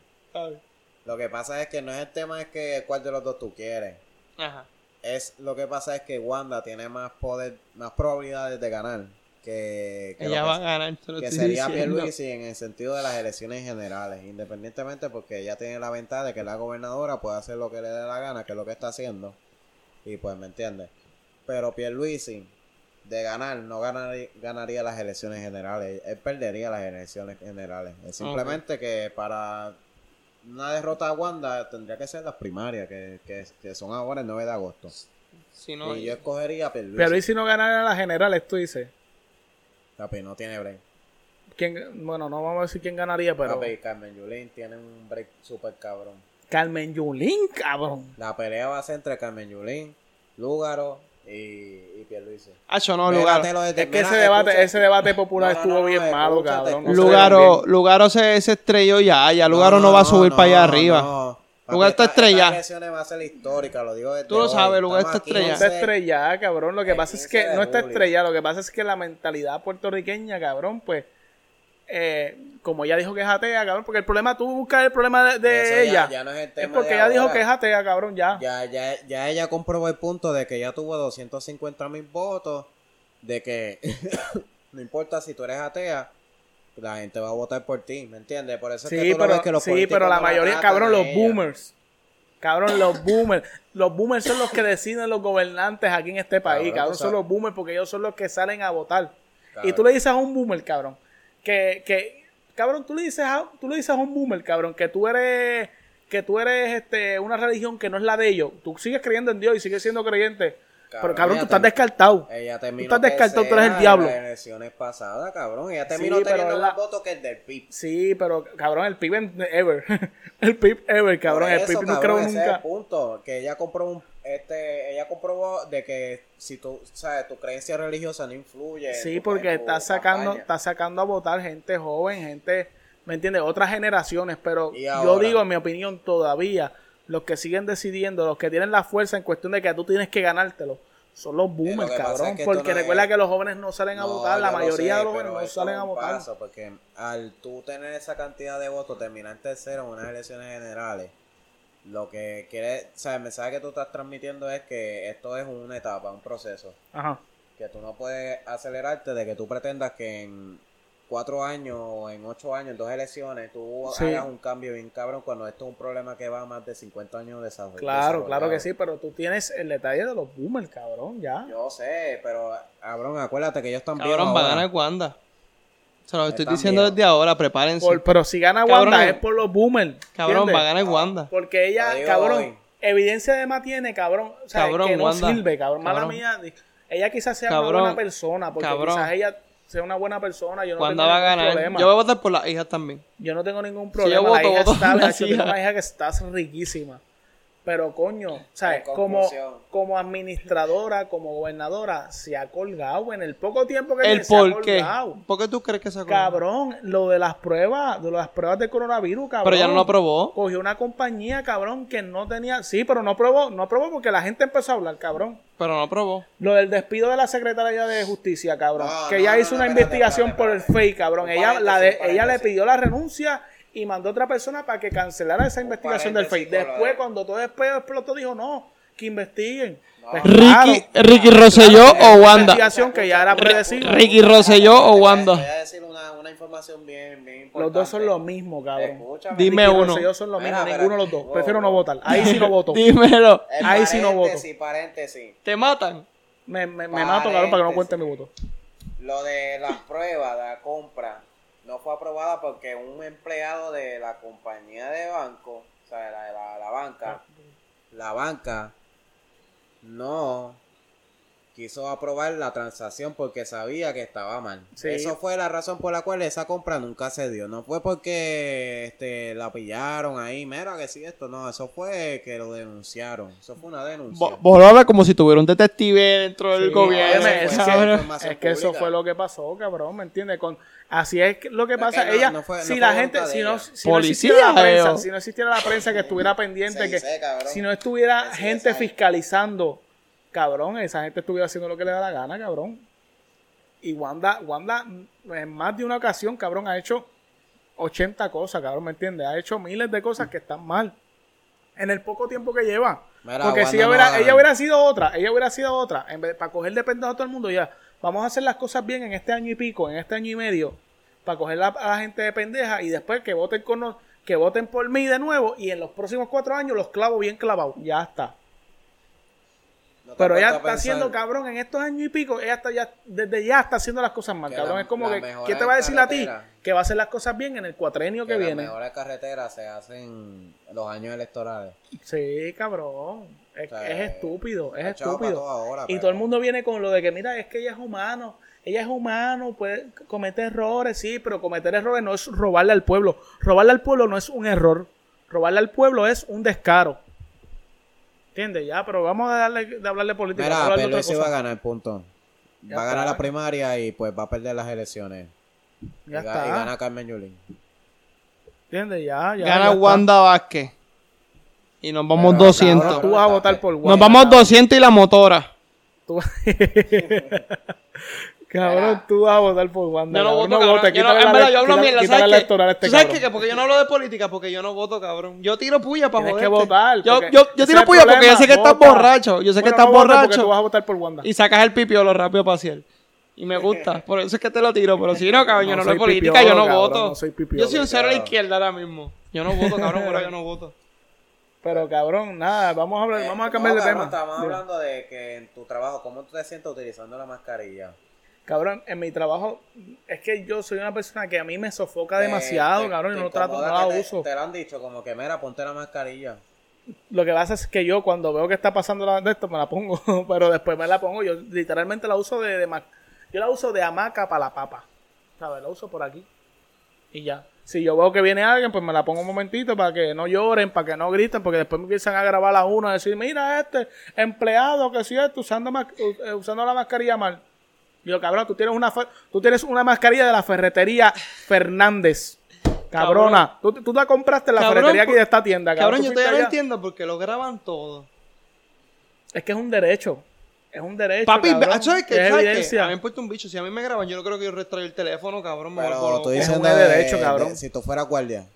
Speaker 2: lo que pasa es que no es el tema es que cuál de los dos tú quieres.
Speaker 3: Ajá.
Speaker 2: Es lo que pasa es que Wanda tiene más poder, más probabilidades de ganar que, que, lo
Speaker 3: Ella
Speaker 2: que-
Speaker 3: va a ganar, te lo
Speaker 2: pues, que
Speaker 3: estoy
Speaker 2: sería
Speaker 3: diciendo.
Speaker 2: Pierluisi en el sentido de las elecciones generales, independientemente porque ella tiene la ventaja de que la gobernadora puede hacer lo que le dé la gana, que es lo que está haciendo. Y pues, ¿me entiendes? Pero Pierluisi, de ganar, no ganaría, ganaría las elecciones generales. Él perdería las elecciones generales. Es simplemente que para una derrota a Wanda tendría que ser las primarias, que, que- que son ahora el 9 de agosto.
Speaker 3: Si no,
Speaker 2: y yo escogería a Pierluisi.
Speaker 1: Pierluisi no ganara las generales, tú dices.
Speaker 2: Papi, no tiene break.
Speaker 1: ¿Quién, bueno, no vamos a decir quién ganaría, pero...
Speaker 2: Papi, Carmen Yulín tiene un break super cabrón.
Speaker 1: Carmen Yulín, cabrón.
Speaker 2: La pelea va a ser entre Carmen Yulín, Lúgaro y, y Pierluisi.
Speaker 3: Acho, no,
Speaker 2: Mírate
Speaker 3: Lugaro.
Speaker 2: lo de-
Speaker 1: Es que
Speaker 2: mira,
Speaker 1: ese debate,
Speaker 2: escucha-
Speaker 1: ese debate popular
Speaker 2: No, no,
Speaker 1: estuvo
Speaker 2: no,
Speaker 1: bien malo,
Speaker 2: escúchate,
Speaker 1: cabrón. No
Speaker 2: escúchate.
Speaker 1: se ven
Speaker 3: Lugaro,
Speaker 1: bien.
Speaker 3: Lugaro se, se estrelló ya, ya Lugaro no, va a subir
Speaker 2: no,
Speaker 3: para allá
Speaker 2: no,
Speaker 3: arriba.
Speaker 2: no. Papi,
Speaker 3: Lugaro está
Speaker 2: esta- estas
Speaker 3: estrella.
Speaker 2: elecciones va a ser histórica, lo digo desde
Speaker 3: Tú lo
Speaker 2: hoy.
Speaker 3: sabes, Lugaro
Speaker 2: Estamos
Speaker 3: está
Speaker 2: a
Speaker 1: No
Speaker 3: estrella.
Speaker 1: está
Speaker 2: 15.
Speaker 1: estrellada, cabrón. Lo que
Speaker 2: El
Speaker 1: pasa es
Speaker 2: 15
Speaker 1: que
Speaker 2: de
Speaker 1: no está
Speaker 2: julio.
Speaker 1: estrellada. Lo que pasa es que la mentalidad puertorriqueña, cabrón, pues... eh, como ella dijo que es atea, cabrón, porque el problema, tú buscas el problema de, de
Speaker 2: Eso ya-
Speaker 1: ella.
Speaker 2: ya no es el
Speaker 1: es
Speaker 2: tema
Speaker 1: porque
Speaker 2: de
Speaker 1: ella dijo
Speaker 2: ahora.
Speaker 1: que es atea, cabrón, ya.
Speaker 2: Ya, ya, ya ella comprobó el punto de que ya tuvo 250 mil votos, de que no importa si tú eres atea, la gente va a votar por ti, ¿me entiendes? Por eso es que
Speaker 1: Sí,
Speaker 2: tú lo
Speaker 1: pero,
Speaker 2: ves que los
Speaker 1: sí,
Speaker 2: políticos
Speaker 1: pero la
Speaker 2: no
Speaker 1: mayoría,
Speaker 2: tratan
Speaker 1: cabrón,
Speaker 2: a
Speaker 1: los
Speaker 2: ella.
Speaker 1: boomers. Cabrón, los boomers. Los boomers son los que deciden los gobernantes aquí en este país,
Speaker 2: Cabrón,
Speaker 1: cabrón.
Speaker 2: tú
Speaker 1: Son
Speaker 2: sabes.
Speaker 1: los boomers porque ellos son los que salen a votar. Y
Speaker 2: Cabrón.
Speaker 1: tú le dices a un boomer, cabrón, que, que cabrón, tú le dices a, tú le dices a un boomer, cabrón, que tú eres que tú eres este una religión que no es la de ellos. Tú sigues creyendo en Dios y sigues siendo creyente. pero
Speaker 2: Cabrón,
Speaker 1: cabrón,
Speaker 2: ya
Speaker 1: tú estás
Speaker 2: te-
Speaker 1: descartado.
Speaker 2: Ella
Speaker 1: Tú
Speaker 2: terminó
Speaker 1: estás descartado, tú eres el
Speaker 2: tercera
Speaker 1: diablo.
Speaker 2: En las elecciones pasadas, cabrón. Ella terminó
Speaker 1: pero
Speaker 2: teniendo
Speaker 1: es
Speaker 2: más
Speaker 1: la-
Speaker 2: votos que el del PIB.
Speaker 1: Sí, pero cabrón, el PIB en- ever. el PIB ever, cabrón,
Speaker 2: Por
Speaker 1: el
Speaker 2: eso,
Speaker 1: PIB no
Speaker 2: cabrón,
Speaker 1: creo
Speaker 2: ese es
Speaker 1: nunca.
Speaker 2: el punto, que ella comprobó, un- este, ella comprobó de que si tú, sabes, tu creencia religiosa no influye. en tu-
Speaker 1: Sí,
Speaker 2: en
Speaker 1: porque
Speaker 2: tu
Speaker 1: está sacando,
Speaker 2: campaña.
Speaker 1: está sacando a votar gente joven, gente, ¿me entiendes? Otras generaciones, pero
Speaker 2: Y
Speaker 1: yo
Speaker 2: ahora.
Speaker 1: digo, en mi opinión, todavía los que siguen decidiendo, los que tienen la fuerza en cuestión de que tú tienes que ganártelo, son los
Speaker 2: lo
Speaker 1: boomers,
Speaker 2: que pasa
Speaker 1: cabrón,
Speaker 2: es que esto
Speaker 1: porque
Speaker 2: no
Speaker 1: recuerda
Speaker 2: es-
Speaker 1: que los jóvenes no salen a
Speaker 2: No,
Speaker 1: votar, la
Speaker 2: yo lo
Speaker 1: mayoría
Speaker 2: sé,
Speaker 1: de los jóvenes
Speaker 2: pero
Speaker 1: no
Speaker 2: esto
Speaker 1: salen
Speaker 2: es
Speaker 1: a
Speaker 2: un
Speaker 1: votar.
Speaker 2: paso, porque al tú tener esa cantidad de votos, terminar tercero en unas elecciones generales, lo que quiere, o sea, el mensaje que tú estás transmitiendo es que esto es una etapa, un proceso.
Speaker 1: Ajá.
Speaker 2: que tú no puedes acelerarte de que tú pretendas que en cuatro años o en ocho años, en dos elecciones, tú
Speaker 1: Sí.
Speaker 2: hagas un cambio bien cabrón cuando esto es un problema que va a más de 50 años de desarrollo.
Speaker 1: Claro, claro que
Speaker 2: desarrollado.
Speaker 1: sí, pero tú tienes el detalle de los boomers, cabrón, ya.
Speaker 2: Yo sé, pero cabrón, acuérdate que ellos también.
Speaker 3: Cabrón, va a ganar Wanda. Se lo estoy
Speaker 2: Están
Speaker 3: diciendo
Speaker 2: viejos.
Speaker 3: desde ahora, prepárense.
Speaker 1: Por- pero si gana
Speaker 3: Cabrón.
Speaker 1: Wanda es por los boomers.
Speaker 3: Cabrón,
Speaker 1: ¿entiendes?
Speaker 3: va a ganar Wanda.
Speaker 1: Porque ella,
Speaker 2: Lo digo
Speaker 1: cabrón,
Speaker 2: hoy.
Speaker 1: evidencia de más tiene, cabrón. O sea,
Speaker 3: Cabrón,
Speaker 1: que no
Speaker 3: Wanda.
Speaker 1: sirve, cabrón. Mala
Speaker 3: Cabrón.
Speaker 1: mía. di- Ella quizás sea
Speaker 3: Cabrón.
Speaker 1: una buena persona, porque
Speaker 3: Cabrón.
Speaker 1: quizás ella sea una buena persona. Yo no
Speaker 3: Wanda
Speaker 1: tengo
Speaker 3: va a
Speaker 1: ningún
Speaker 3: ganar.
Speaker 1: problema.
Speaker 3: Yo voy a votar por las hijas también.
Speaker 1: Yo no tengo ningún problema.
Speaker 3: yo
Speaker 1: la
Speaker 3: voto,
Speaker 1: hija
Speaker 3: voto
Speaker 1: está,
Speaker 3: por la
Speaker 1: macho, tengo
Speaker 3: hija.
Speaker 1: una hija que está riquísima. Pero coño, ¿sabes? Como,
Speaker 2: conclusión.
Speaker 1: como administradora, como gobernadora, se ha colgado en el poco tiempo que
Speaker 3: ¿El
Speaker 1: tiene, se ha
Speaker 3: por qué?
Speaker 1: colgado.
Speaker 3: ¿Por qué tú crees que se acordó?
Speaker 1: Cabrón, lo de las pruebas, de las pruebas de coronavirus, cabrón.
Speaker 3: Pero ya no lo aprobó.
Speaker 1: Cogió una compañía, cabrón, que no tenía. Sí, pero no aprobó, no aprobó porque la gente empezó a hablar, cabrón.
Speaker 3: Pero no aprobó.
Speaker 1: Lo del despido de la secretaria de Justicia, cabrón.
Speaker 2: No,
Speaker 1: que
Speaker 2: no,
Speaker 1: ella
Speaker 2: no,
Speaker 1: hizo
Speaker 2: no,
Speaker 1: una
Speaker 2: espérate,
Speaker 1: investigación
Speaker 2: espérate, espérate.
Speaker 1: por el fake, cabrón.
Speaker 2: Un
Speaker 1: Ella, la de,
Speaker 2: paréntesis, un
Speaker 1: ella le
Speaker 2: paréntesis.
Speaker 1: pidió la renuncia y mandó a otra persona para que cancelara esa investigación del fake.
Speaker 2: paréntesis con lo
Speaker 1: Después,
Speaker 2: de-
Speaker 1: cuando todo después explotó, dijo no, que investiguen. Pues,
Speaker 3: Ricky,
Speaker 1: claro,
Speaker 3: Ricky Rosselló
Speaker 1: claro,
Speaker 3: o
Speaker 1: una
Speaker 3: Wanda.
Speaker 1: investigación que ya era predecible.
Speaker 3: Ricky Rosselló o Wanda.
Speaker 2: Voy a decir una, una información bien, bien importante.
Speaker 1: Los dos son lo mismo, cabrón.
Speaker 2: Escúchame.
Speaker 3: Dime
Speaker 1: Ricky
Speaker 3: uno.
Speaker 1: Rosselló son lo
Speaker 2: Mira,
Speaker 1: mismo,
Speaker 2: pero-
Speaker 1: ninguno de los dos.
Speaker 2: wow.
Speaker 1: Prefiero no votar. Ahí sí no voto.
Speaker 3: Dímelo.
Speaker 2: Eh,
Speaker 1: Ahí sí no voto.
Speaker 2: Paréntesis, paréntesis.
Speaker 3: ¿Te matan?
Speaker 1: Me, me, me mato, cabrón, para que no cuente mi voto.
Speaker 2: Lo de las pruebas de la compra no fue aprobada porque un empleado de la compañía de banco, o sea, de la, de la, la
Speaker 1: Ah.
Speaker 2: banca, la banca no quiso aprobar la transacción porque sabía que estaba mal.
Speaker 1: Sí.
Speaker 2: Eso fue la razón por la cual esa compra nunca se dio. No fue porque este, la pillaron ahí, mira que sí esto, no, eso fue que lo denunciaron. Eso fue una denuncia.
Speaker 3: Vos lo hablas como si tuviera un detective dentro del
Speaker 1: Sí,
Speaker 3: gobierno.
Speaker 1: óyeme, es,
Speaker 2: eso
Speaker 1: que-
Speaker 2: fue
Speaker 3: cabrón.
Speaker 2: información
Speaker 1: es que eso
Speaker 2: pública.
Speaker 1: fue lo que pasó, cabrón, ¿me entiendes? Con, así es que lo que
Speaker 2: Es
Speaker 1: pasa.
Speaker 2: que no-
Speaker 1: ella,
Speaker 2: no fue- no
Speaker 1: si
Speaker 2: fue
Speaker 1: la
Speaker 2: voluntad
Speaker 1: gente,
Speaker 2: de
Speaker 1: si no,
Speaker 2: ella.
Speaker 1: si no
Speaker 3: Policía,
Speaker 1: existiera la prensa,
Speaker 3: veo.
Speaker 1: si no existiera la prensa que estuviera pendiente,
Speaker 2: Se
Speaker 1: que
Speaker 2: dice, cabrón.
Speaker 1: si no estuviera
Speaker 2: Se
Speaker 1: gente
Speaker 2: dice.
Speaker 1: fiscalizando, cabrón, esa gente estuviera haciendo lo que le da la gana, cabrón. Y Wanda, Wanda, en más de una ocasión, cabrón, ha hecho 80 cosas, cabrón, ¿me entiendes? Ha hecho miles de cosas que están mal. En el poco tiempo que lleva.
Speaker 2: Mira,
Speaker 1: Porque
Speaker 2: Wanda
Speaker 1: si ella
Speaker 2: no va
Speaker 1: hubiera,
Speaker 2: a
Speaker 1: ella
Speaker 2: ganar.
Speaker 1: hubiera sido otra, ella hubiera sido otra, en vez, para coger de pendejo a todo el mundo, ya, vamos a hacer las cosas bien en este año y pico, en este año y medio, para coger la- a la gente de pendeja y después que voten con nos- que voten por mí de nuevo y en los próximos cuatro años los clavo bien clavados. Ya está.
Speaker 2: No te
Speaker 1: Pero
Speaker 2: has
Speaker 1: ella
Speaker 2: puesto
Speaker 1: está
Speaker 2: a
Speaker 1: haciendo,
Speaker 2: pensar
Speaker 1: cabrón, en estos años y pico, ella está ya, desde ya está haciendo las cosas mal,
Speaker 2: Que
Speaker 1: cabrón.
Speaker 2: la-
Speaker 1: es como
Speaker 2: la
Speaker 1: que,
Speaker 2: mejora
Speaker 1: ¿qué te
Speaker 2: en
Speaker 1: va a decir a ti?
Speaker 2: carretera.
Speaker 1: Que va a hacer las cosas bien en el cuatrenio que,
Speaker 2: que
Speaker 1: viene.
Speaker 2: Las mejores carreteras se hacen en los años electorales.
Speaker 1: Sí, cabrón. Es,
Speaker 2: O sea,
Speaker 1: es estúpido, es
Speaker 2: ha echado para
Speaker 1: estúpido.
Speaker 2: todo ahora,
Speaker 1: y
Speaker 2: pero-
Speaker 1: todo el mundo viene con lo de que, mira, es que ella es humano, ella es humano, puede cometer errores, sí, pero cometer errores no es robarle al pueblo. Robarle al pueblo no es un error. Robarle al pueblo es un descaro. ¿Entiendes? Ya, pero vamos a darle, de hablarle política. vamos a
Speaker 2: Mira,
Speaker 1: hablar de
Speaker 2: pero
Speaker 1: otra
Speaker 2: Luis
Speaker 1: cosa.
Speaker 2: va a ganar, punto.
Speaker 1: Ya
Speaker 2: va a ganar
Speaker 1: está.
Speaker 2: la primaria y pues va a perder las elecciones.
Speaker 1: Ya
Speaker 2: y, ga- y
Speaker 1: está.
Speaker 2: gana Carmen Yulín.
Speaker 1: ¿Entiendes? Ya, ya. ya
Speaker 3: Gana
Speaker 1: está.
Speaker 3: Wanda Vázquez. Y nos vamos
Speaker 2: Pero,
Speaker 3: 200.
Speaker 2: cabrón,
Speaker 1: Tú vas a votar por Wanda.
Speaker 3: nos vamos 200 y la motora.
Speaker 1: Tú- cabrón, tú vas a votar por Wanda.
Speaker 3: Yo no
Speaker 1: cabrón.
Speaker 3: voto, cabrón.
Speaker 1: votes,
Speaker 3: yo no,
Speaker 1: quítale
Speaker 3: en
Speaker 1: la-
Speaker 3: verdad, yo hablo
Speaker 1: quítale-
Speaker 3: mierda,
Speaker 1: quítale
Speaker 3: ¿sabes
Speaker 1: la
Speaker 3: qué?
Speaker 1: electoral a este
Speaker 3: ¿Tú sabes
Speaker 1: cabrón.
Speaker 3: qué? Que Porque yo no hablo de política, porque yo no voto, cabrón. Yo tiro puya para
Speaker 1: Tienes
Speaker 3: joder.
Speaker 1: que votar.
Speaker 3: Yo,
Speaker 1: porque
Speaker 3: yo,
Speaker 1: ese
Speaker 3: yo
Speaker 1: es
Speaker 3: tiro
Speaker 1: el
Speaker 3: puya porque yo
Speaker 1: problema,
Speaker 3: sé que estás
Speaker 1: vota.
Speaker 3: borracho. Yo sé que
Speaker 1: Bueno,
Speaker 3: estás
Speaker 1: no votes Porque
Speaker 3: borracho.
Speaker 1: tú vas a votar por Wanda.
Speaker 3: Y sacas el pipiolo rápido para hacer. Y me gusta. Por eso es que te lo tiro. Pero si no, cabrón,
Speaker 1: No
Speaker 3: yo no hablo de
Speaker 1: soy
Speaker 3: política, yo no
Speaker 1: pipiolo, cabrón,
Speaker 3: voto.
Speaker 1: no soy pipiolo,
Speaker 3: yo soy un cero a la
Speaker 2: cabrón.
Speaker 3: izquierda ahora mismo. Yo no voto, cabrón, por ahí yo no voto.
Speaker 1: Pero cabrón, nada, vamos a hablar, vamos a
Speaker 2: Eh,
Speaker 1: cambiar
Speaker 2: no,
Speaker 1: de
Speaker 2: cabrón,
Speaker 1: tema.
Speaker 2: Estamos
Speaker 1: Mira,
Speaker 2: hablando de que en tu trabajo, ¿cómo tú te sientes utilizando la mascarilla?
Speaker 1: Cabrón, en mi trabajo es que yo soy una persona que a mí me sofoca
Speaker 2: Te-
Speaker 1: demasiado,
Speaker 2: te-
Speaker 1: cabrón, y
Speaker 2: te
Speaker 1: no trato, no
Speaker 2: incomoda
Speaker 1: la
Speaker 2: que te-
Speaker 1: uso.
Speaker 2: Te lo han dicho, como que mira, ponte la mascarilla.
Speaker 1: Lo que pasa es que yo cuando veo que está pasando la de esto me la pongo, pero después me la pongo. Yo literalmente la uso de, de ma- yo la uso de hamaca para la papa. ¿Sabes? La uso por aquí. Y ya. Si yo veo que viene alguien, pues me la pongo un momentito para que no lloren, para que no griten, porque después me empiezan a grabar a uno a decir, mira este empleado que si esto usando, ma- u- eh, usando la mascarilla mal. Y Yo, cabrón, tú tienes una fer- tú tienes una mascarilla de la ferretería Fernández. Cabrona, Tú, tú la compraste en la
Speaker 3: Cabrón,
Speaker 1: ferretería aquí
Speaker 3: por-
Speaker 1: de esta tienda,
Speaker 3: Cabrón,
Speaker 1: Tú
Speaker 3: yo
Speaker 1: fuiste
Speaker 3: todavía no
Speaker 1: allá.
Speaker 3: entiendo porque lo graban todo.
Speaker 1: Es que es un derecho. Es un derecho.
Speaker 3: Papi,
Speaker 1: cabrón.
Speaker 3: ah, ¿sabes qué?
Speaker 1: Es
Speaker 3: ¿Sabes qué?
Speaker 1: evidencia.
Speaker 3: A mí me importa un bicho. Si a mí me graban, yo no creo que yo retraiga el teléfono, cabrón. Me vuelvo
Speaker 2: Pero
Speaker 3: loco.
Speaker 2: tú dices
Speaker 1: un derecho, cabrón.
Speaker 2: si tú fueras guardia.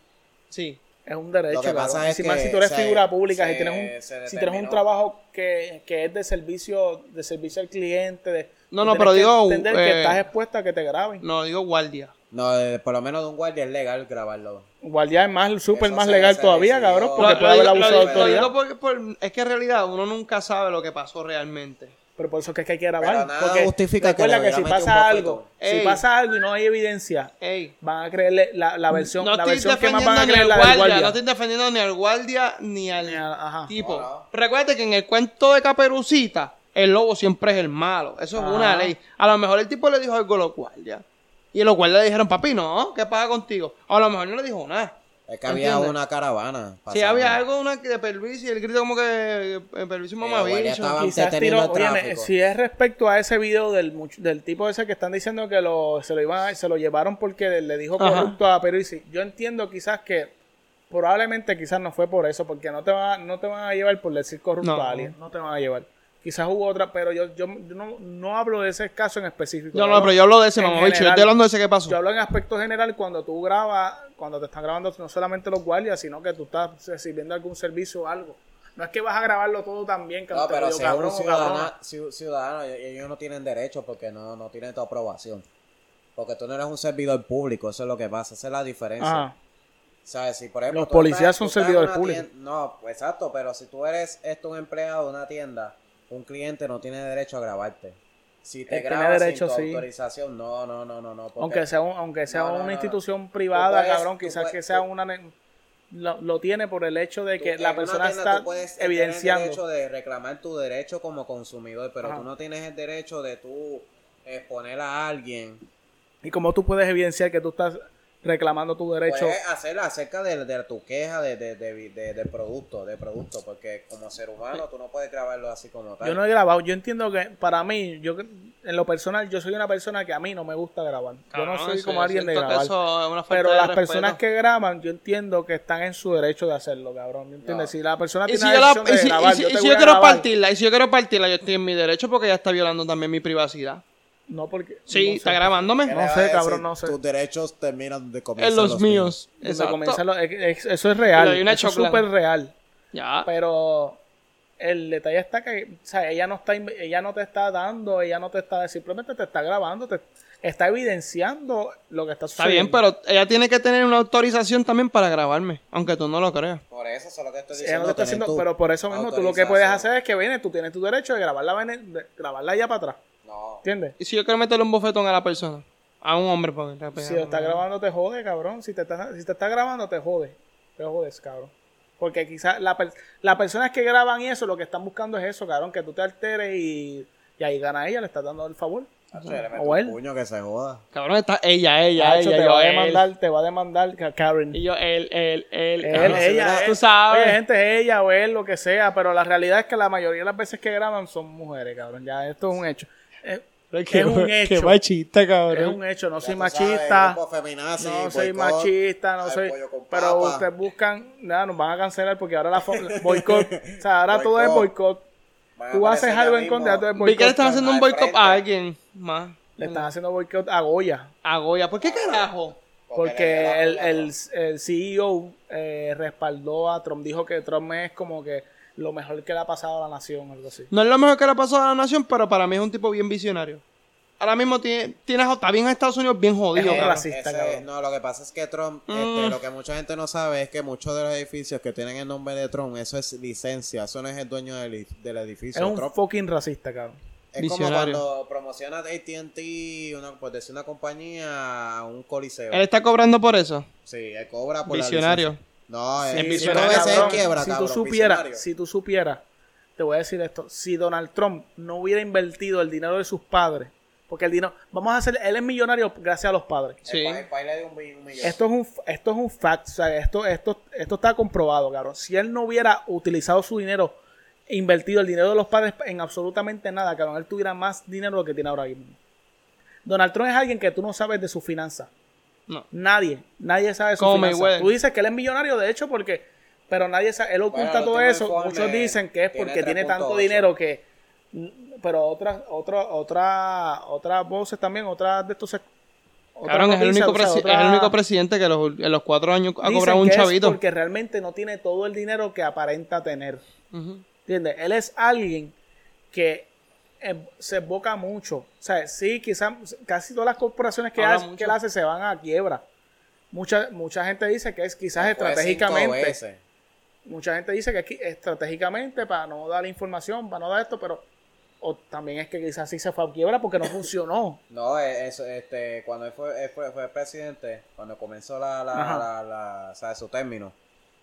Speaker 3: Sí.
Speaker 1: Es un derecho.
Speaker 2: Lo que pasa
Speaker 1: cabrón.
Speaker 2: es
Speaker 1: Y si más
Speaker 2: que
Speaker 1: si tú eres
Speaker 2: se-
Speaker 1: figura pública, si
Speaker 2: se-
Speaker 1: tienes
Speaker 2: se
Speaker 1: un, si tienes un
Speaker 2: determinó.
Speaker 1: trabajo que, que es de servicio, de servicio al cliente, de,
Speaker 3: No,
Speaker 1: tú
Speaker 3: no,
Speaker 1: tienes
Speaker 3: pero
Speaker 1: que
Speaker 3: digo,
Speaker 1: entender que
Speaker 3: eh,
Speaker 1: estás expuesto a que te graben.
Speaker 3: No, digo guardia.
Speaker 2: No, eh, por lo menos de un guardia es legal grabarlo.
Speaker 1: Igual ya es más súper
Speaker 2: Eso
Speaker 1: más
Speaker 2: se-
Speaker 1: legal
Speaker 2: se
Speaker 1: todavía,
Speaker 2: decidió.
Speaker 1: cabrón,
Speaker 2: Lo-
Speaker 1: porque
Speaker 2: lo
Speaker 1: puede haber
Speaker 2: digo-
Speaker 1: abuso de
Speaker 2: lo
Speaker 1: autoridad.
Speaker 3: digo porque- por- es que en realidad uno nunca sabe lo que pasó realmente.
Speaker 1: Pero por eso que es que hay que
Speaker 2: Pero
Speaker 1: grabar.
Speaker 2: nada
Speaker 1: Porque
Speaker 2: justifica que
Speaker 1: recuerda
Speaker 2: le
Speaker 1: que,
Speaker 2: hubiera
Speaker 1: si
Speaker 2: metido un
Speaker 1: pasa
Speaker 2: bofetón.
Speaker 1: algo,
Speaker 3: Ey.
Speaker 1: si pasa algo y no hay evidencia,
Speaker 3: Ey.
Speaker 1: van a creerle la, la versión,
Speaker 3: No
Speaker 1: la
Speaker 3: estoy
Speaker 1: versión que más van
Speaker 3: defendiendo
Speaker 1: a
Speaker 3: ni al
Speaker 1: creer la
Speaker 3: guardia,
Speaker 1: del guardia.
Speaker 3: no estoy defendiendo ni al guardia ni al
Speaker 1: Ni a- ajá.
Speaker 3: tipo.
Speaker 2: No.
Speaker 3: Recuerda que en el cuento de Caperucita, el lobo siempre es el malo. Eso es
Speaker 1: Ajá.
Speaker 3: una ley. A lo mejor el tipo le dijo algo a los guardias. Y los guardias le dijeron, papi, no, ¿qué pasa contigo? O a lo mejor no le dijo nada.
Speaker 2: Es que había
Speaker 3: ¿Entiendes?
Speaker 2: una caravana.
Speaker 3: Si
Speaker 2: pasando.
Speaker 3: había algo una, de Pervis y el grito como que eh, Pervis y
Speaker 2: los
Speaker 3: mamá
Speaker 2: guardias estaban
Speaker 1: Quizás
Speaker 2: deteniendo
Speaker 1: tiró,
Speaker 2: el
Speaker 1: óyeme,
Speaker 2: tráfico.
Speaker 1: si es respecto a ese video del, much- del tipo ese que están diciendo que lo, se, lo iban a- se lo llevaron porque le, le dijo
Speaker 3: Ajá.
Speaker 1: corrupto a Perisi, yo entiendo quizás que probablemente quizás no fue por eso, porque no te van a, no te van a llevar por decir corrupto
Speaker 3: No.
Speaker 1: a alguien, no te van a llevar. Quizás hubo otra, pero yo, yo, yo no, no hablo de ese caso en específico.
Speaker 3: No, no, pero yo hablo de ese,
Speaker 1: en
Speaker 3: mamá, bicho. Yo
Speaker 1: general.
Speaker 3: estoy hablando de ese que pasó.
Speaker 1: Yo hablo en aspecto general cuando tú grabas, cuando te están grabando no solamente los guardias, sino que tú estás recibiendo algún servicio o algo. No es que vas a grabarlo todo también, que
Speaker 2: No,
Speaker 1: te
Speaker 2: pero
Speaker 1: digo,
Speaker 2: si es un
Speaker 1: cabrón o cabrona.
Speaker 2: ciudadano, ci- ciudadano, ellos no tienen derecho porque no, no tienen tu aprobación. Porque tú no eres un servidor público, eso es lo que pasa, esa es la diferencia.
Speaker 1: Ajá.
Speaker 2: ¿Sabes? Si, por ejemplo,
Speaker 1: Los
Speaker 2: tú
Speaker 1: policías son
Speaker 2: tú en
Speaker 1: servidores
Speaker 2: una
Speaker 1: públicos.
Speaker 2: tien- No, pues, exacto, pero si tú eres esto, un empleado de una tienda, un cliente no tiene derecho a grabarte. Si te
Speaker 1: Él tiene
Speaker 2: grabas
Speaker 1: derecho,
Speaker 2: sin tu
Speaker 1: sí.
Speaker 2: autorización, no, no, no, no, no. porque-
Speaker 1: Aunque sea, un- aunque sea
Speaker 2: No, no,
Speaker 1: una
Speaker 2: no, no.
Speaker 1: institución privada,
Speaker 2: puedes-
Speaker 1: cabrón,
Speaker 2: tú
Speaker 1: quizás
Speaker 2: puedes-
Speaker 1: que sea
Speaker 2: tú-
Speaker 1: una... ne- Lo, lo tiene por el hecho de
Speaker 2: tú-
Speaker 1: que
Speaker 2: en
Speaker 1: la
Speaker 2: una
Speaker 1: persona
Speaker 2: tienda
Speaker 1: está
Speaker 2: tú puedes tener
Speaker 1: evidenciando.
Speaker 2: el derecho de reclamar tu derecho como consumidor, pero
Speaker 1: Ajá.
Speaker 2: tú no tienes el derecho de tú exponer a alguien.
Speaker 1: ¿Y cómo tú puedes evidenciar que tú estás reclamando tu derecho?
Speaker 2: Puedes hacer acerca de, de tu queja de, de, de- de- de producto, de producto, porque como ser humano tú no puedes grabarlo así como tal.
Speaker 1: yo no he grabado. Yo entiendo que para mí, yo en lo personal, yo soy una persona que a mí no me gusta grabar. yo no soy
Speaker 3: Ah,
Speaker 1: como alguien de grabar. Pero las personas que graban, yo entiendo que están en su derecho de hacerlo, cabrón. ¿Me entiendes?
Speaker 2: No.
Speaker 1: Si la persona
Speaker 3: Y
Speaker 1: tiene
Speaker 3: si
Speaker 1: la
Speaker 3: yo, la-
Speaker 1: decisión
Speaker 3: y
Speaker 1: de
Speaker 3: si- y
Speaker 1: grabar,
Speaker 3: si-
Speaker 1: yo
Speaker 3: y
Speaker 1: te
Speaker 3: si
Speaker 1: voy
Speaker 3: yo
Speaker 1: a
Speaker 3: quiero
Speaker 1: grabar.
Speaker 3: partirla, y si yo quiero partirla, yo estoy en mi derecho porque ella está violando también mi privacidad.
Speaker 1: No, porque.
Speaker 3: Sí,
Speaker 1: no
Speaker 3: está
Speaker 1: sé.
Speaker 3: grabándome.
Speaker 1: No sé, cabrón, no sé.
Speaker 4: Tus derechos terminan de comienzan
Speaker 3: en los, míos.
Speaker 1: Donde
Speaker 3: Exacto.
Speaker 1: comienzan los- es- es- eso es real.
Speaker 3: Le doy una
Speaker 1: eso es
Speaker 3: chocla. Ah.
Speaker 1: súper real.
Speaker 3: Ya.
Speaker 1: Pero el detalle está que o sea, ella no está inv- ella no te está dando, ella no te está simplemente te está grabando, te está evidenciando lo que está
Speaker 3: Está
Speaker 1: sucediendo.
Speaker 3: bien, pero ella tiene que tener una autorización también para grabarme, aunque tú no lo creas.
Speaker 2: Por eso, eso es lo que estoy
Speaker 1: Ella no
Speaker 2: diciendo.
Speaker 1: te está
Speaker 2: tener
Speaker 1: haciendo,
Speaker 2: tu
Speaker 1: pero por eso mismo tú lo que puedes
Speaker 2: autorización.
Speaker 1: hacer es que viene, tú tienes tu derecho de grabarla vene- de grabarla ya para atrás,
Speaker 2: No.
Speaker 1: ¿entiendes?
Speaker 3: Y si yo quiero meterle un bofetón a la persona, a un hombre, porque está
Speaker 1: Si lo está grabando te jode, cabrón, si te está, si te está grabando te jode, te jodes, cabrón. Porque quizás la per- las personas que graban y eso, lo que están buscando es eso, cabrón, que tú te alteres y, y ahí gana ella, le estás dando el favor.
Speaker 2: Hacho, le meto
Speaker 1: O
Speaker 2: un
Speaker 1: él.
Speaker 4: Puño que se joda.
Speaker 3: Cabrón, está ella, ella,
Speaker 1: Nacho,
Speaker 3: ella,
Speaker 1: Ah, te
Speaker 3: yo,
Speaker 1: va a
Speaker 3: él.
Speaker 1: demandar, te va a demandar Ka- Karen.
Speaker 3: Y yo, él, él, él.
Speaker 1: Él,
Speaker 3: cabrón,
Speaker 1: ella,
Speaker 3: Tú
Speaker 1: él.
Speaker 3: sabes.
Speaker 1: Oye, gente, ella o él, lo que sea, pero la realidad es que la mayoría de las veces que graban son mujeres, cabrón. Ya, esto es un hecho. Es, es un hecho.
Speaker 3: Qué machista,
Speaker 1: es
Speaker 3: cabrón.
Speaker 1: un hecho, no
Speaker 4: Ya
Speaker 1: soy
Speaker 4: tú
Speaker 1: machista.
Speaker 4: sabes, grupo feminazi,
Speaker 1: no soy
Speaker 4: boicot,
Speaker 1: machista, no
Speaker 4: al
Speaker 1: soy.
Speaker 4: pollo con
Speaker 1: Pero
Speaker 4: papa.
Speaker 1: ustedes buscan, nada, nos van a cancelar porque ahora la fo- boicot. O sea, ahora todo es boicot.
Speaker 2: Van a
Speaker 1: Tú haces
Speaker 2: aparecer
Speaker 1: algo
Speaker 2: ya
Speaker 1: en contra,
Speaker 2: mismo.
Speaker 1: todo es
Speaker 3: Vi que le
Speaker 1: boicot.
Speaker 3: están haciendo un
Speaker 2: al
Speaker 3: boicot
Speaker 2: frente.
Speaker 3: a alguien más.
Speaker 1: Le están haciendo boicot a Goya.
Speaker 3: A Goya. ¿Por qué carajo?
Speaker 2: le
Speaker 1: Porque
Speaker 2: dio
Speaker 1: el,
Speaker 2: la
Speaker 1: el, el CEO eh, respaldó a Trump, dijo que Trump es como que lo mejor que le ha pasado a la nación, algo así.
Speaker 3: No es lo mejor que le ha pasado a la nación, pero para mí es un tipo bien visionario. Ahora mismo tiene, tiene está bien a Estados Unidos bien
Speaker 1: Es
Speaker 3: jodido.
Speaker 1: un
Speaker 2: Pero
Speaker 3: cabrón.
Speaker 1: racista,
Speaker 2: ese-
Speaker 1: cabrón.
Speaker 2: No, lo que pasa es que Trump, este,
Speaker 3: Mm.
Speaker 2: lo que mucha gente no sabe es que muchos de los edificios que tienen el nombre de Trump, eso es licencia, eso no es el dueño del, ed- del
Speaker 1: Es
Speaker 2: edificio.
Speaker 1: un
Speaker 2: Trump-
Speaker 1: fucking racista, cabrón.
Speaker 2: es como
Speaker 3: Visionario.
Speaker 2: cuando promocionas ATT, una, por decir una compañía, a un coliseo.
Speaker 3: Él está cobrando por eso.
Speaker 2: Sí, él cobra por la
Speaker 3: Visionario.
Speaker 2: licencia. No,
Speaker 1: Sí,
Speaker 2: es
Speaker 3: visionario,
Speaker 2: visionario.
Speaker 1: cabrón,
Speaker 2: quiebra,
Speaker 1: si
Speaker 2: cabrón,
Speaker 1: tú supieras,
Speaker 2: visionario.
Speaker 1: si tú supieras, te voy a decir esto, si Donald Trump no hubiera invertido el dinero de sus padres, porque el dinero, vamos a hacer, él es millonario gracias a los padres.
Speaker 2: El
Speaker 3: Sí.
Speaker 2: pa- el país le dio un bi- un millón.
Speaker 1: Esto es un, esto es un fact, o sea, esto, esto, esto está comprobado, cabrón. Si él no hubiera utilizado su dinero, invertido el dinero de los padres en absolutamente nada, cabrón, él tuviera más dinero de lo que tiene ahora mismo. Donald Trump es alguien que tú no sabes de su finanza.
Speaker 3: No.
Speaker 1: Nadie, nadie sabe de su
Speaker 3: Como
Speaker 1: finanza.
Speaker 3: Mayweather.
Speaker 1: Tú dices que él es millonario, de hecho, porque, pero nadie sabe, él oculta
Speaker 2: el
Speaker 1: todo
Speaker 2: último
Speaker 1: eso.
Speaker 2: informe
Speaker 1: Muchos dicen que es
Speaker 2: tiene
Speaker 1: porque tiene tanto
Speaker 2: 3.8.
Speaker 1: dinero que, pero otras, otras, otras, otras voces también, otras de estos. se- otras
Speaker 3: Cabrón, es el,
Speaker 1: noticias,
Speaker 3: único
Speaker 1: o sea,
Speaker 3: presi- es el
Speaker 1: otras-
Speaker 3: único presidente que los, en los cuatro años ha
Speaker 1: Dicen
Speaker 3: cobrado un
Speaker 1: que es
Speaker 3: chavito.
Speaker 1: porque realmente no tiene todo el dinero que aparenta tener.
Speaker 3: Ujú.
Speaker 1: ¿Entiendes? Él es alguien que eh, se boca mucho. O sea, sí, quizás casi todas las corporaciones que,
Speaker 3: Habla
Speaker 1: hace-
Speaker 3: mucho.
Speaker 1: que él hace se van a quiebra. Mucha, mucha gente dice que es quizás
Speaker 2: Fue Pues, cinco
Speaker 1: estratégicamente.
Speaker 2: veces.
Speaker 1: Mucha gente dice que aquí estratégicamente para no dar información, para no dar esto, pero o también es que quizás sí se fue a quiebra porque no funcionó.
Speaker 2: No, eh, eso, este, cuando él fue, él fue, fue presidente, cuando comenzó la, la,
Speaker 1: Ajá.
Speaker 2: la- la- o sea, su término,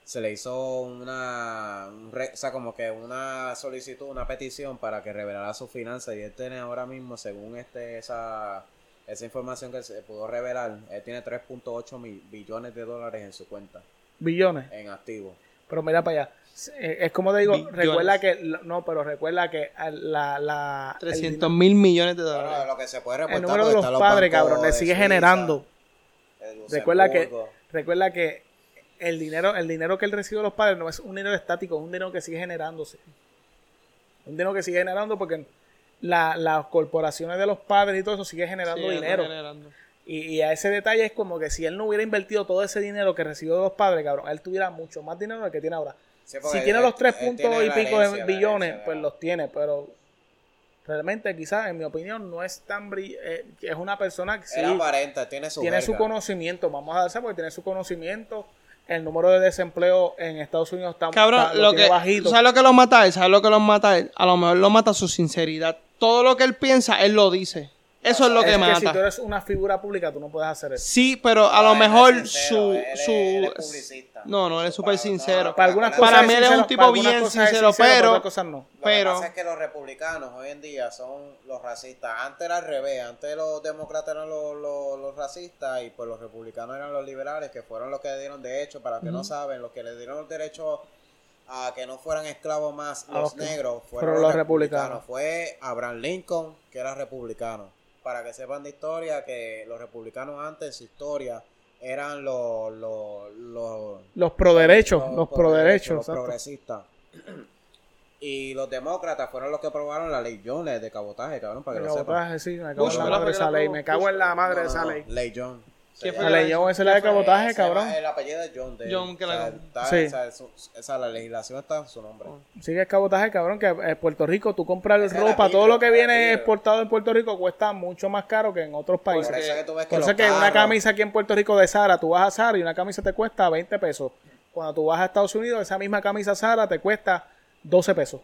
Speaker 2: se le hizo una, un re- o sea, como que una solicitud, una petición para que revelara sus finanzas y él tiene ahora mismo, según este, esa, esa información que se pudo revelar, él tiene 3.8 mil billones de dólares en su cuenta,
Speaker 1: Billones.
Speaker 2: en activo.
Speaker 1: Pero mira para allá. Es- Es como te digo,
Speaker 3: Billones.
Speaker 1: recuerda que. No, pero recuerda que al- la. la el
Speaker 3: 300
Speaker 1: dinero-
Speaker 3: mil millones de dólares.
Speaker 2: Pero lo que se puede
Speaker 1: el,
Speaker 2: reportar
Speaker 1: número de
Speaker 2: porque
Speaker 1: los
Speaker 2: están
Speaker 1: padres,
Speaker 2: bancos
Speaker 1: cabrón, le
Speaker 2: de
Speaker 1: sigue
Speaker 2: Suiza,
Speaker 1: generando.
Speaker 2: de Luxemburgo.
Speaker 1: Recuerda que. Recuerda que el dinero, el dinero que él recibe de los padres no es un dinero estático, es un dinero que sigue generándose. Un dinero que sigue generando porque la- las corporaciones de los padres y todo eso sigue generando
Speaker 3: Sí,
Speaker 1: dinero.
Speaker 3: generando.
Speaker 1: Y, y a ese detalle es como que si él no hubiera invertido todo ese dinero que recibió de los padres, cabrón, él tuviera mucho más dinero del que tiene ahora.
Speaker 2: Sí, porque
Speaker 1: Si
Speaker 2: él-
Speaker 1: tiene los
Speaker 2: él-
Speaker 1: tres
Speaker 2: él
Speaker 1: puntos
Speaker 2: tiene
Speaker 1: y
Speaker 2: la
Speaker 1: pico
Speaker 2: herencia,
Speaker 1: de
Speaker 2: la
Speaker 1: billones,
Speaker 2: herencia,
Speaker 1: pues
Speaker 2: la-
Speaker 1: los tiene, pero Realmente, quizás, en mi opinión, no es tan bri- eh, es una persona que sí,
Speaker 2: Era 40, tiene su
Speaker 1: tiene su
Speaker 2: verga.
Speaker 1: conocimiento, vamos a darse porque tiene su conocimiento. El número de desempleo en Estados Unidos está, está-
Speaker 3: Cabrón, lo
Speaker 1: tiene
Speaker 3: que,
Speaker 1: bajito.
Speaker 3: ¿sabes lo que lo mata él? ¿Sabes lo que lo mata él? A lo mejor lo mata su sinceridad. Todo lo que él piensa, él lo dice. Eso es lo que
Speaker 1: es que si tú
Speaker 3: mata.
Speaker 1: eres una figura pública, tú no puedes hacer eso.
Speaker 3: Sí, pero a
Speaker 2: No,
Speaker 3: lo
Speaker 2: él es
Speaker 3: mejor
Speaker 2: sincero,
Speaker 3: su...
Speaker 2: él es-
Speaker 3: su
Speaker 2: él es publicista.
Speaker 3: no, no, él es súper
Speaker 2: Para- no,
Speaker 3: sincero.
Speaker 1: Para algunas
Speaker 2: Para
Speaker 1: cosas
Speaker 3: mí él es un tipo
Speaker 1: para algunas
Speaker 3: bien
Speaker 1: cosas es
Speaker 3: sincero, pero-
Speaker 1: para otras cosas no.
Speaker 2: Lo
Speaker 3: Pero-
Speaker 2: que pasa es que los republicanos hoy en día son los racistas. Antes era al revés, antes los demócratas eran los, los- los racistas y pues los republicanos eran los liberales, que fueron los que le dieron derecho, para los que no saben, los que le dieron el derecho a que no fueran esclavos más
Speaker 1: A
Speaker 2: los
Speaker 1: los que-
Speaker 2: negros, fueron
Speaker 1: fueron
Speaker 2: los,
Speaker 1: los
Speaker 2: republicanos. Fue Abraham Lincoln, que era republicano. Para que sepan de historia, que los republicanos antes en su historia eran los... los, los
Speaker 1: Los proderechos, los,
Speaker 2: progresos,
Speaker 1: proderechos.
Speaker 2: Los
Speaker 1: exacto.
Speaker 2: progresistas. Y los demócratas fueron los que aprobaron la ley Jones de cabotaje, cabrón, para que
Speaker 1: Me
Speaker 2: lo
Speaker 1: cago,
Speaker 2: sepan.
Speaker 1: sí, me cago
Speaker 3: Bush,
Speaker 1: en la
Speaker 3: ¿verdad?
Speaker 1: madre de
Speaker 3: Porque
Speaker 1: esa
Speaker 3: la
Speaker 1: ley.
Speaker 3: tuvo
Speaker 1: Me cago en la madre de
Speaker 2: No,
Speaker 1: esa
Speaker 2: no, no,
Speaker 1: ley.
Speaker 2: Ley Jones.
Speaker 3: ¿Qué fue
Speaker 1: La ley Jones es la de cabotaje, cabrón.
Speaker 2: El apellido es John. De,
Speaker 3: John, que la-
Speaker 2: o sea, está-
Speaker 1: Sí.
Speaker 2: o sea, su- o sea, la legislación está en su nombre.
Speaker 1: Sigue el cabotaje, cabrón, que en Puerto Rico tú compras
Speaker 2: Esa es la
Speaker 1: ropa,
Speaker 2: vida,
Speaker 1: todo lo que
Speaker 2: la
Speaker 1: viene
Speaker 2: vida.
Speaker 1: exportado en Puerto Rico cuesta mucho más caro que en otros
Speaker 2: Por
Speaker 1: países.
Speaker 2: eso es que tú ves Pues que,
Speaker 1: Por eso
Speaker 2: los
Speaker 1: que una
Speaker 2: carros-
Speaker 1: camisa aquí en Puerto Rico de Sara, tú vas a Sara y una camisa te cuesta 20 pesos. Cuando tú vas a Estados Unidos, esa misma camisa Sara te cuesta 12 pesos.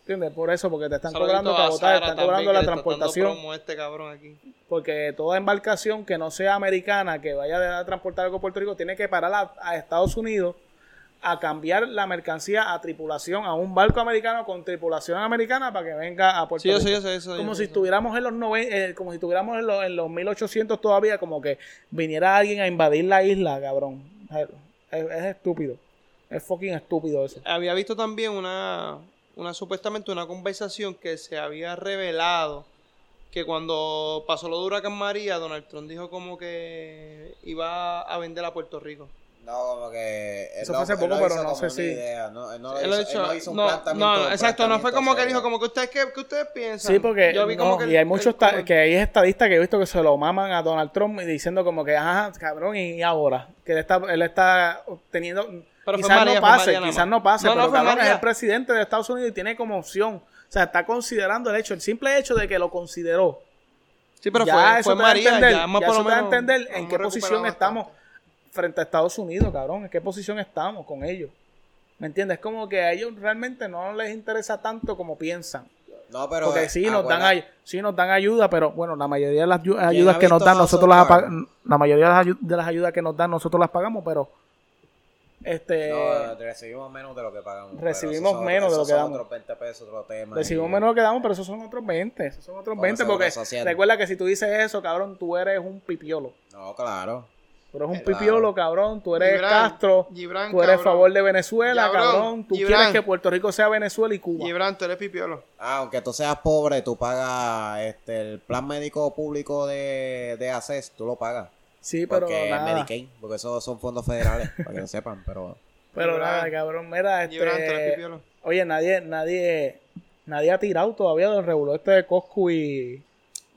Speaker 1: ¿Entiendes? Por eso, porque te están cobrando
Speaker 3: Saludito a
Speaker 1: cabotaje,
Speaker 3: Sara
Speaker 1: te están
Speaker 3: también,
Speaker 1: cobrando
Speaker 3: que
Speaker 1: la
Speaker 3: le está dando
Speaker 1: transportación.
Speaker 3: promo a este cabrón aquí.
Speaker 1: Porque toda embarcación que no sea americana, que vaya a transportar algo a Puerto Rico, tiene que parar a, a Estados Unidos a cambiar la mercancía a tripulación, a un barco americano con tripulación americana para que venga a Puerto
Speaker 3: Sí, yo
Speaker 1: Rico.
Speaker 3: sé, yo sé, eso.
Speaker 1: como si estuviéramos en los noven- eh, como si estuviéramos en los, en los 1800 todavía, como que viniera alguien a invadir la isla, cabrón. Es, es estúpido. Es fucking estúpido eso.
Speaker 3: había visto también una, una supuestamente una conversación que se había revelado que cuando pasó lo de Huracán María, Donald Trump dijo como que iba a vender a Puerto Rico.
Speaker 2: No, como que. él
Speaker 1: Eso
Speaker 2: no-
Speaker 1: fue hace
Speaker 2: él
Speaker 1: poco,
Speaker 2: lo
Speaker 1: pero
Speaker 2: hizo
Speaker 1: no
Speaker 2: como
Speaker 1: sé
Speaker 2: una
Speaker 1: si-
Speaker 2: idea, No, él no lo
Speaker 3: Él
Speaker 2: hizo,
Speaker 3: ha
Speaker 2: él
Speaker 3: dicho-
Speaker 2: no hizo un
Speaker 3: no,
Speaker 2: planteamiento,
Speaker 3: no,
Speaker 2: un
Speaker 3: exacto, no fue como que
Speaker 2: planteamiento
Speaker 3: dijo, como que ustedes, ¿qué, qué ustedes piensan?
Speaker 1: Sí, porque
Speaker 3: Yo vi como
Speaker 1: no,
Speaker 3: que
Speaker 1: y hay
Speaker 3: el-
Speaker 1: muchos
Speaker 3: el-
Speaker 1: ta- que hay estadistas que he visto que se lo maman a Donald Trump y diciendo como que, ajá, cabrón, y ahora que él está, él está teniendo,
Speaker 3: fue
Speaker 1: quizás
Speaker 3: María,
Speaker 1: no
Speaker 3: fue
Speaker 1: pase,
Speaker 3: María nada
Speaker 1: quizás
Speaker 3: más.
Speaker 1: no pase,
Speaker 3: No, no,
Speaker 1: pero
Speaker 3: fue
Speaker 1: cabrón,
Speaker 3: María.
Speaker 1: es el presidente de Estados Unidos y tiene como opción, o sea, está considerando el hecho, el simple hecho de que lo consideró,
Speaker 3: Sí, pero
Speaker 1: ya
Speaker 3: fue,
Speaker 1: eso
Speaker 3: fue
Speaker 1: te da a
Speaker 3: María,
Speaker 1: entender,
Speaker 3: ya más
Speaker 1: ya
Speaker 3: por lo
Speaker 1: eso te da a
Speaker 3: menos
Speaker 1: entender en
Speaker 3: hemos
Speaker 1: qué
Speaker 3: recuperado
Speaker 1: posición
Speaker 3: bastante.
Speaker 1: estamos frente a Estados Unidos, cabrón, en qué posición estamos con ellos. ¿Me entiendes? Como que a ellos realmente no les interesa tanto como piensan.
Speaker 2: No, pero.
Speaker 1: Porque
Speaker 2: eh,
Speaker 1: sí nos, dan,
Speaker 2: acuérdate-
Speaker 1: ay- sí nos dan ayuda, pero bueno, la mayoría de las ayu-
Speaker 2: ha
Speaker 1: ayudas que nos
Speaker 2: visto
Speaker 1: dan,
Speaker 2: House
Speaker 1: nosotros
Speaker 2: of
Speaker 1: las
Speaker 2: Cards?
Speaker 1: apa- la mayoría de las, ayu- de las ayudas que nos dan, nosotros las pagamos, pero este
Speaker 2: No, recibimos menos de lo que pagamos. pero
Speaker 1: Recibimos
Speaker 2: esos son
Speaker 1: menos de lo
Speaker 2: esos
Speaker 1: que
Speaker 2: son
Speaker 1: damos.
Speaker 2: Otros 20 pesos, otro tema.
Speaker 1: recibimos
Speaker 2: y-
Speaker 1: menos lo que damos, pero esos son otros 20, esos son otros
Speaker 2: Como
Speaker 1: 20
Speaker 2: seguro
Speaker 1: porque
Speaker 2: social.
Speaker 1: recuerda que si tú dices eso, cabrón, tú eres un pipiolo.
Speaker 2: No, claro.
Speaker 1: Tú eres un
Speaker 2: Claro.
Speaker 1: pipiolo, cabrón, tú eres
Speaker 3: Gibran,
Speaker 1: Castro,
Speaker 3: Gibran,
Speaker 1: tú eres
Speaker 3: cabrón.
Speaker 1: favor de Venezuela,
Speaker 3: Gibran,
Speaker 1: cabrón, tú
Speaker 3: Gibran.
Speaker 1: quieres que Puerto Rico sea Venezuela y Cuba.
Speaker 3: Gibran, tú eres pipiolo.
Speaker 2: Ah, aunque tú seas pobre, tú pagas este, el plan médico público de, de ACES, tú lo pagas.
Speaker 1: Sí, pero
Speaker 2: Porque
Speaker 1: nada.
Speaker 2: Medicaid, porque esos son fondos federales, para que lo sepan, pero...
Speaker 1: Pero
Speaker 3: Gibran.
Speaker 1: nada, cabrón, mira, este,
Speaker 3: Gibran, tú eres pipiolo.
Speaker 1: Oye, nadie, nadie, nadie ha tirado todavía del regulo este de Coscu y.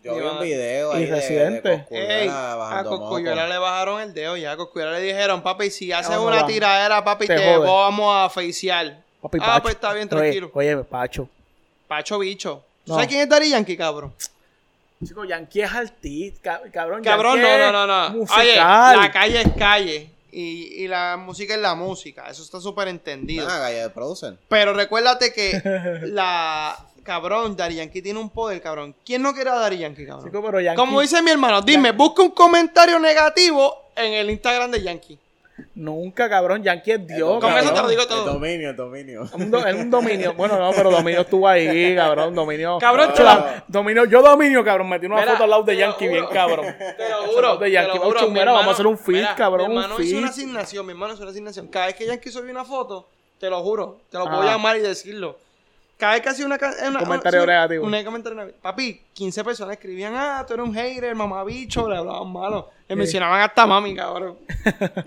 Speaker 2: Yo vi
Speaker 3: Ni
Speaker 2: un
Speaker 3: va-
Speaker 2: video ahí
Speaker 1: ni
Speaker 2: de,
Speaker 1: residente.
Speaker 2: de Cosculluela
Speaker 3: Ey, a
Speaker 2: bajando
Speaker 3: Coscuyola
Speaker 2: moco.
Speaker 3: le bajaron el dedo ya. A Coscuyola le dijeron, papi, si haces
Speaker 1: Vamos,
Speaker 3: una
Speaker 1: vamos.
Speaker 3: tiradera, papi, te,
Speaker 1: Te jode.
Speaker 3: vamos a facial.
Speaker 1: Papi
Speaker 3: ah,
Speaker 1: Pacho.
Speaker 3: pues está bien,
Speaker 1: Oye,
Speaker 3: tranquilo.
Speaker 1: Oye, Pacho.
Speaker 3: Pacho bicho. ¿Tú
Speaker 1: No.
Speaker 3: ¿Sabes quién es Dari Yankee, cabrón?
Speaker 1: Chico, Yankee es artista, ca- cabrón.
Speaker 3: Cabrón,
Speaker 1: Yankee
Speaker 3: no,
Speaker 1: es
Speaker 3: no, no, no. Oye,
Speaker 1: Musical.
Speaker 3: la calle es calle. Y, y la música es la música. Eso está súper entendido.
Speaker 2: Ah, Gallo Producen.
Speaker 3: Pero recuérdate que la. Cabrón, Dari Yankee tiene un poder, cabrón. ¿Quién no quiere a Dari Yankee, cabrón?
Speaker 1: Chico, pero Yankee-
Speaker 3: Como dice mi hermano, dime, busca un comentario negativo en el Instagram de Yankee.
Speaker 1: Nunca, cabrón. Yankee es Dios.
Speaker 3: Con eso te lo
Speaker 1: cabrón.
Speaker 3: digo
Speaker 2: El
Speaker 3: todo.
Speaker 2: dominio, el dominio.
Speaker 1: Un do- Es un dominio. Bueno, no, pero dominio estuvo ahí, cabrón. Dominio.
Speaker 3: Cabrón,
Speaker 1: Yo
Speaker 3: tú-
Speaker 1: la- dominio, yo dominio, cabrón. Metí una
Speaker 3: Mira,
Speaker 1: foto al lado de
Speaker 3: te lo
Speaker 1: Yankee, bien,
Speaker 3: juro.
Speaker 1: cabrón.
Speaker 3: Te lo juro.
Speaker 1: De
Speaker 3: te
Speaker 1: Yankee,
Speaker 3: lo
Speaker 1: vamos
Speaker 3: juro,
Speaker 1: a
Speaker 3: mi
Speaker 1: chumbear, vamos a hacer un feed,
Speaker 3: mira,
Speaker 1: cabrón,
Speaker 3: Mi
Speaker 1: un
Speaker 3: hermano hizo
Speaker 1: feed.
Speaker 3: una asignación, mi hermano hizo una asignación. Cada vez que Yankee subió una foto, te lo juro, te lo puedo
Speaker 1: Ajá.
Speaker 3: llamar y decirlo. Cada vez que hacía una, ca- una- una-
Speaker 1: Ah. comentario
Speaker 3: una-
Speaker 1: negativo.
Speaker 3: Un comentario negativo. Papi, 15 personas escribían, ah, tú eres un hater, mamabicho, le hablaban malo. Le mencionaban hasta mami, cabrón.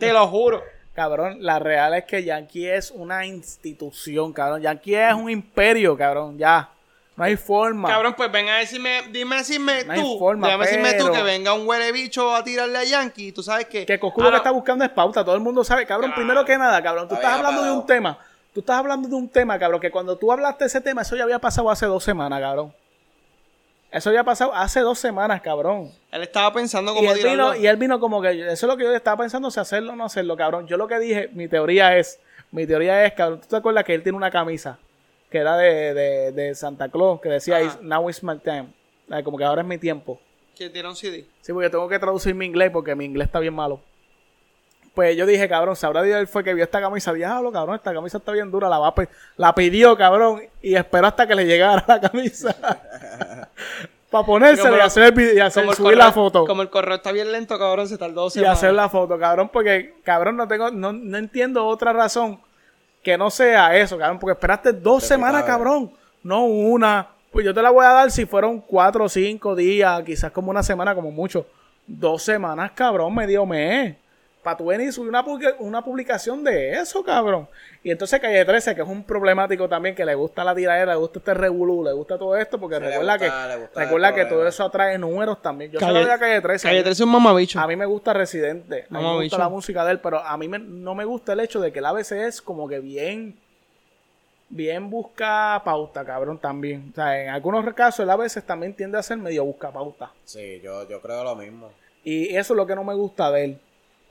Speaker 3: te lo juro.
Speaker 1: Cabrón, la real es que Yankee es una institución, cabrón. Yankee es un imperio, cabrón. Ya. No hay forma.
Speaker 3: Cabrón, pues ven a decirme, dime decirme
Speaker 1: No hay
Speaker 3: tú,
Speaker 1: forma,
Speaker 3: déjame decirme tú
Speaker 1: pero-
Speaker 3: que venga un huele bicho a tirarle a Yankee, y tú sabes que...
Speaker 1: Que Coscu
Speaker 3: Ah,
Speaker 1: lo que
Speaker 3: no. Ah.
Speaker 1: está buscando es pauta, todo el mundo sabe. Cabrón, primero que nada, cabrón, tú
Speaker 2: Está
Speaker 1: estás
Speaker 2: bien
Speaker 1: hablando de
Speaker 2: apagado.
Speaker 1: un tema. Tú estás hablando de un tema, cabrón, que cuando tú hablaste de ese tema, eso ya había pasado hace dos semanas, cabrón. Eso ya ha pasado hace dos semanas, cabrón.
Speaker 3: Él estaba pensando
Speaker 1: Y
Speaker 3: como
Speaker 1: él,
Speaker 3: tirarlo.
Speaker 1: vino, y él vino como que, eso es lo que yo estaba pensando, si hacerlo o no hacerlo, cabrón. Yo lo que dije, mi teoría es, mi teoría es, cabrón, ¿tú te acuerdas que él tiene una camisa que era de, de- de Santa Claus, que decía,
Speaker 3: Ajá.
Speaker 1: "Is- now is my time, Ay, como que ahora es mi tiempo.
Speaker 3: Que tiene un CD.
Speaker 1: Sí, porque tengo que traducir mi inglés porque mi inglés está bien malo. Pues yo dije, cabrón, sabrá Dios él fue que vio esta camisa. Diablo, cabrón, esta camisa está bien dura. La, va a pe- la pidió, cabrón, y esperó hasta que le llegara la camisa. Para ponérsela y
Speaker 3: Como-
Speaker 1: hacer el video, y hacer,
Speaker 3: Como el
Speaker 1: subir
Speaker 3: correo-
Speaker 1: la foto.
Speaker 3: Como el correo está bien lento, cabrón, se tardó dos
Speaker 1: Y
Speaker 3: semanas.
Speaker 1: hacer la foto, cabrón, porque, cabrón, no tengo, no, no entiendo otra razón que no sea eso, cabrón, porque esperaste dos semanas, cabrón, no una. Pues yo te la voy a dar si fueron cuatro, cinco días, quizás como una semana, como mucho. Dos semanas, cabrón, medio mes. Para tú venir y subir una, publica- una publicación de eso, cabrón. Y entonces Calle 13, que es un problemático también, que le gusta la tiradera, le gusta este revolú, le gusta todo esto, porque
Speaker 2: Sí, le
Speaker 1: recuerda,
Speaker 2: gusta- le
Speaker 1: que,
Speaker 2: gusta el
Speaker 1: recuerda que
Speaker 2: problema.
Speaker 1: todo eso atrae números también. Yo se
Speaker 3: Calle-
Speaker 1: lo doy a Calle 13. a
Speaker 3: Calle
Speaker 1: mí-
Speaker 3: 13 es un mamabicho.
Speaker 1: a mí me gusta Residente, a mí me
Speaker 3: Mamá
Speaker 1: gusta
Speaker 3: bicho.
Speaker 1: la música de él, pero a mí me- no me gusta el hecho de que él a veces es como que bien, bien busca pauta, cabrón, también. O sea, en algunos casos él a veces también tiende a ser medio busca pauta.
Speaker 2: Sí, yo, yo creo lo mismo.
Speaker 1: Y eso es lo que no me gusta de él.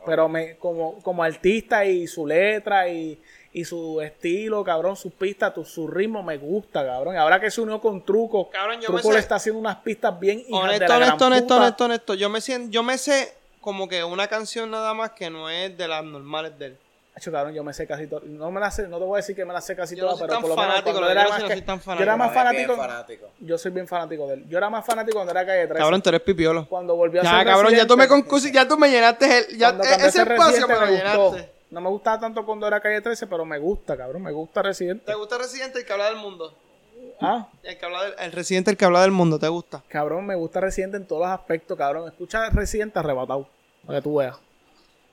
Speaker 1: Pero me, como, como artista y su letra y, y su estilo, cabrón, sus pistas, tu- su ritmo me gusta, cabrón. Y ahora que se unió con Truco,
Speaker 3: Cabrón, yo
Speaker 1: Truco
Speaker 3: me
Speaker 1: le
Speaker 3: sé-
Speaker 1: está haciendo unas pistas bien hijas de
Speaker 3: Honesto,
Speaker 1: la gran
Speaker 3: honesto, honesto,
Speaker 1: puta.
Speaker 3: honesto, honesto. Yo me, siento, yo me sé como que una canción nada más que no es de las normales de él.
Speaker 1: Hacho, cabrón, yo me sé casi todo. No me la sé, no te voy a decir que me la sé casi
Speaker 3: Yo no
Speaker 1: toda,
Speaker 3: soy
Speaker 1: pero
Speaker 3: tan
Speaker 1: por lo menos
Speaker 3: fanático,
Speaker 1: cuando
Speaker 3: la
Speaker 1: era
Speaker 3: verdad
Speaker 1: más
Speaker 3: que no
Speaker 1: que-
Speaker 3: soy tan
Speaker 1: Yo era más
Speaker 2: Pero es bien
Speaker 1: fanático.
Speaker 2: fanático.
Speaker 1: Yo soy bien fanático de él. Yo era más fanático cuando era calle 13.
Speaker 3: Cabrón, tú eres pipiolo.
Speaker 1: cuando volvió a
Speaker 3: Ya,
Speaker 1: ser
Speaker 3: cabrón, ya tú me
Speaker 1: Residente,
Speaker 3: concursi- ya tú me llenaste el, ya,
Speaker 1: cuando
Speaker 3: e-
Speaker 1: cambió a
Speaker 3: ese
Speaker 1: ser
Speaker 3: espacio
Speaker 1: Residente,
Speaker 3: me lo
Speaker 1: gustó.
Speaker 3: llenaste.
Speaker 1: No me gustaba tanto cuando era calle 13, pero me gusta, cabrón. Me gusta Residente.
Speaker 3: ¿Te gusta Residente el que habla del mundo?
Speaker 1: Ah,
Speaker 3: El, que habla del- el Residente el que habla del mundo, ¿te gusta?
Speaker 1: cabrón, me gusta Residente en todos los aspectos, cabrón. Escucha Residente arrebatado. Para que tú veas.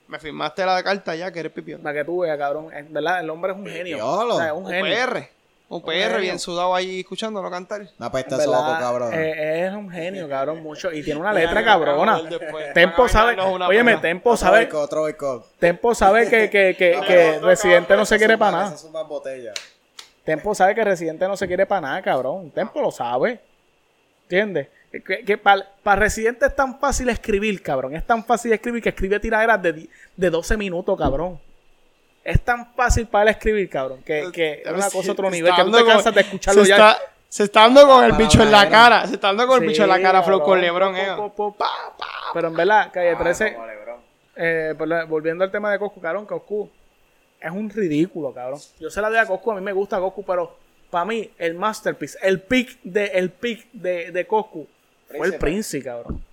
Speaker 3: Me firmaste la carta ya que eres pipiolo.
Speaker 1: Para que tú veas, cabrón. En verdad, el hombre es un genio.
Speaker 4: Pipiolo.
Speaker 1: O sea, es un
Speaker 3: Un
Speaker 1: genio.
Speaker 3: PR. Un PR
Speaker 1: genio.
Speaker 3: bien sudado ahí escuchándolo cantar.
Speaker 4: Una peste
Speaker 1: En verdad,
Speaker 4: soco, cabrón.
Speaker 1: eh, es un genio, cabrón, mucho. Y tiene una
Speaker 3: Ya,
Speaker 1: letra
Speaker 3: no,
Speaker 1: cabrona.
Speaker 3: cabrón, después.
Speaker 1: Tempo
Speaker 3: Van a
Speaker 1: sabe.
Speaker 3: bailarnos una
Speaker 1: Óyeme,
Speaker 3: pena.
Speaker 1: Tempo sabe.
Speaker 4: Troico, troico.
Speaker 1: Tempo sabe que, que, que,
Speaker 2: No,
Speaker 1: que
Speaker 2: no, no,
Speaker 1: Residente no se
Speaker 2: Ah, cabrón,
Speaker 1: quiere
Speaker 2: esas son
Speaker 1: para
Speaker 2: más-
Speaker 1: nada.
Speaker 2: esas son más botellas.
Speaker 1: Tempo sabe que Residente no se quiere para nada, cabrón. Tempo lo sabe. ¿Entiendes? Que, para Residente es tan fácil escribir, cabrón. Es tan fácil escribir que escribe tiraderas de, di- de 12 minutos, cabrón. Es tan fácil para él escribir, cabrón, que, que es una cosa a otro
Speaker 3: Se
Speaker 1: nivel,
Speaker 3: está
Speaker 1: que tú
Speaker 3: dando
Speaker 1: te
Speaker 3: con-
Speaker 1: cansas de escucharlo
Speaker 3: se
Speaker 1: ya. Ah,
Speaker 3: Está, se está dando con el bicho en la
Speaker 4: Palabrero.
Speaker 3: cara. Se está dando con el bicho en la
Speaker 1: Sí,
Speaker 3: cara, Flow,
Speaker 1: cabrón.
Speaker 3: con Lebron, eh.
Speaker 1: Po, po, po, pa, pa. Pero en verdad, Calle
Speaker 2: Ah,
Speaker 1: 13,
Speaker 2: como Lebron.
Speaker 1: eh, por la- volviendo al tema de Coscu, cabrón, Coscu es un ridículo, cabrón. Yo se la doy a Coscu, a mí me gusta Coscu, pero para mí, el masterpiece, el pick de, el pick de, de Coscu fue el
Speaker 2: Príncipe.
Speaker 1: Prince, cabrón.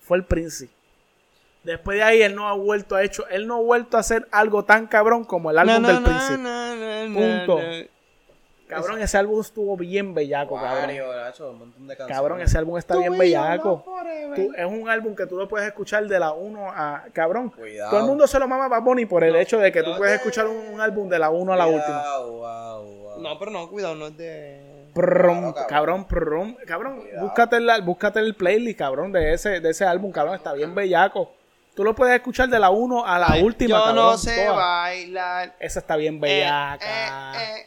Speaker 1: Fue el Prince. Después de ahí, él no ha vuelto a hecho, él no ha vuerto a hacer algo tan cabrón como el álbum
Speaker 3: Na,
Speaker 1: del
Speaker 3: na, na,
Speaker 1: Prince.
Speaker 3: na, na, na,
Speaker 1: Punto.
Speaker 3: na.
Speaker 1: Cabrón, ese álbum estuvo bien bellaco, cabrón.
Speaker 2: Wario, Nacho, un montón de canciones.
Speaker 1: Cabrón, ese álbum está
Speaker 3: Tú
Speaker 1: bien
Speaker 3: y yo,
Speaker 1: bellaco.
Speaker 3: no, forever.
Speaker 1: Tú- es un álbum que tú lo puedes escuchar de la 1 a. Cabrón.
Speaker 2: Cuidado.
Speaker 1: Todo el mundo se lo mama a Bad Bunny por el
Speaker 3: No,
Speaker 1: hecho de que tú
Speaker 3: no
Speaker 1: puedes
Speaker 3: te-
Speaker 1: escuchar un, un álbum de la 1 a la
Speaker 2: Wow,
Speaker 1: última.
Speaker 2: wow, wow.
Speaker 3: No, pero no, cuidado, no es de.
Speaker 1: Prum,
Speaker 2: Claro,
Speaker 1: cabrón, prum. Cabrón, búscate el, búscate el playlist, cabrón, de ese, de ese álbum, cabrón. Está bien bellaco. Tú lo puedes escuchar de la 1 a la última,
Speaker 3: Yo
Speaker 1: cabrón.
Speaker 3: no sé
Speaker 1: toda.
Speaker 3: bailar.
Speaker 1: Esa está bien
Speaker 3: Eh,
Speaker 1: bellaca.
Speaker 3: eh, eh.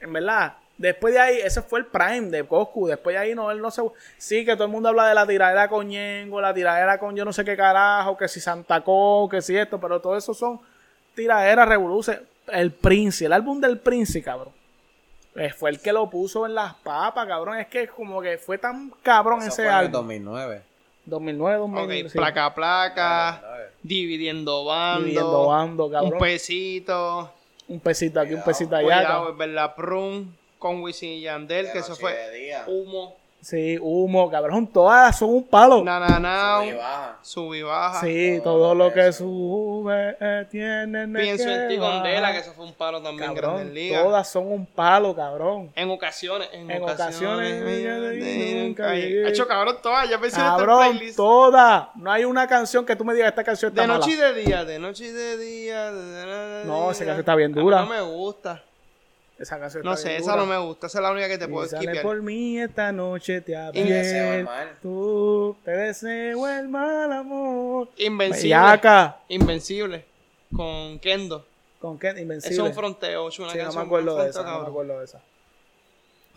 Speaker 1: En verdad, después de ahí, ese fue el prime de Coscu. Después de ahí, no, él no se. Sí, que todo el mundo habla de la tiradera con Ñengo, la tiradera con yo no sé qué carajo, que si Santa Co, que si esto, pero todo eso son tiraderas, revoluciones. El Prince, el álbum del Prince, cabrón. Eh, Fue el que lo puso en las papas, cabrón. Es que como que fue tan cabrón
Speaker 2: Eso
Speaker 1: ese
Speaker 2: fue en el
Speaker 1: álbum.
Speaker 2: 2009.
Speaker 1: 2009,
Speaker 3: Ok,
Speaker 1: 2009. sí.
Speaker 3: placa placa,
Speaker 2: Claro, claro.
Speaker 3: dividiendo bando,
Speaker 1: Viviendo bando, cabrón.
Speaker 3: un
Speaker 1: Un,
Speaker 3: pesito,
Speaker 1: pesito aquí, un pesito allá.
Speaker 3: cuidado, eh.
Speaker 1: cabrón.
Speaker 3: es verdad, Prun, con Wisin y Yandel,
Speaker 2: De
Speaker 3: que eso
Speaker 2: noche y
Speaker 3: fue
Speaker 2: de día.
Speaker 3: humo,
Speaker 1: Sí, humo, cabrón. Todas son un palo.
Speaker 3: na na
Speaker 2: Sube y
Speaker 3: na,
Speaker 2: baja.
Speaker 3: sub y baja,
Speaker 1: Sí, todo, lo que sube eh, tiene
Speaker 3: pienso en ti Gondela, que
Speaker 1: son
Speaker 3: eso fue un paro también en
Speaker 1: cabrón,
Speaker 3: Grandes Ligas,
Speaker 1: Todas son un palo, cabrón.
Speaker 3: en ocasiones, en,
Speaker 1: En
Speaker 3: ocasiones,
Speaker 1: ocasiones, y nunca
Speaker 3: ay,
Speaker 1: llegué.
Speaker 3: ha hecho cabrón todas, ya pensé en esta
Speaker 1: Cabrón,
Speaker 3: playlist,
Speaker 1: todas. No hay una canción que tú me digas esta canción está
Speaker 3: de
Speaker 1: mala.
Speaker 3: noche y de día, de noche y de día, de- de- de- de-
Speaker 1: No, esa
Speaker 3: día.
Speaker 1: canción está bien
Speaker 3: A mí
Speaker 1: dura.
Speaker 3: no me gusta,
Speaker 1: Esa canción
Speaker 3: no
Speaker 1: está
Speaker 3: sé,
Speaker 1: bien
Speaker 3: esa
Speaker 1: dura.
Speaker 3: no me gusta, esa es la única que te puedo
Speaker 1: Y sale
Speaker 3: skipear.
Speaker 1: por mí esta noche te
Speaker 2: deseo el mal.
Speaker 1: abierto. Te deseo el mal amor.
Speaker 3: Invencible.
Speaker 1: Bellaca.
Speaker 3: Invencible. Con Kendo.
Speaker 1: ¿Con qué?
Speaker 3: Eso es
Speaker 1: Invencible.
Speaker 3: un fronteo, Ocho, una
Speaker 1: Sí, no me
Speaker 3: canción,
Speaker 1: acuerdo
Speaker 3: un
Speaker 1: de esa.
Speaker 3: fronteo,
Speaker 1: No me
Speaker 3: cabrón.
Speaker 1: acuerdo de esa.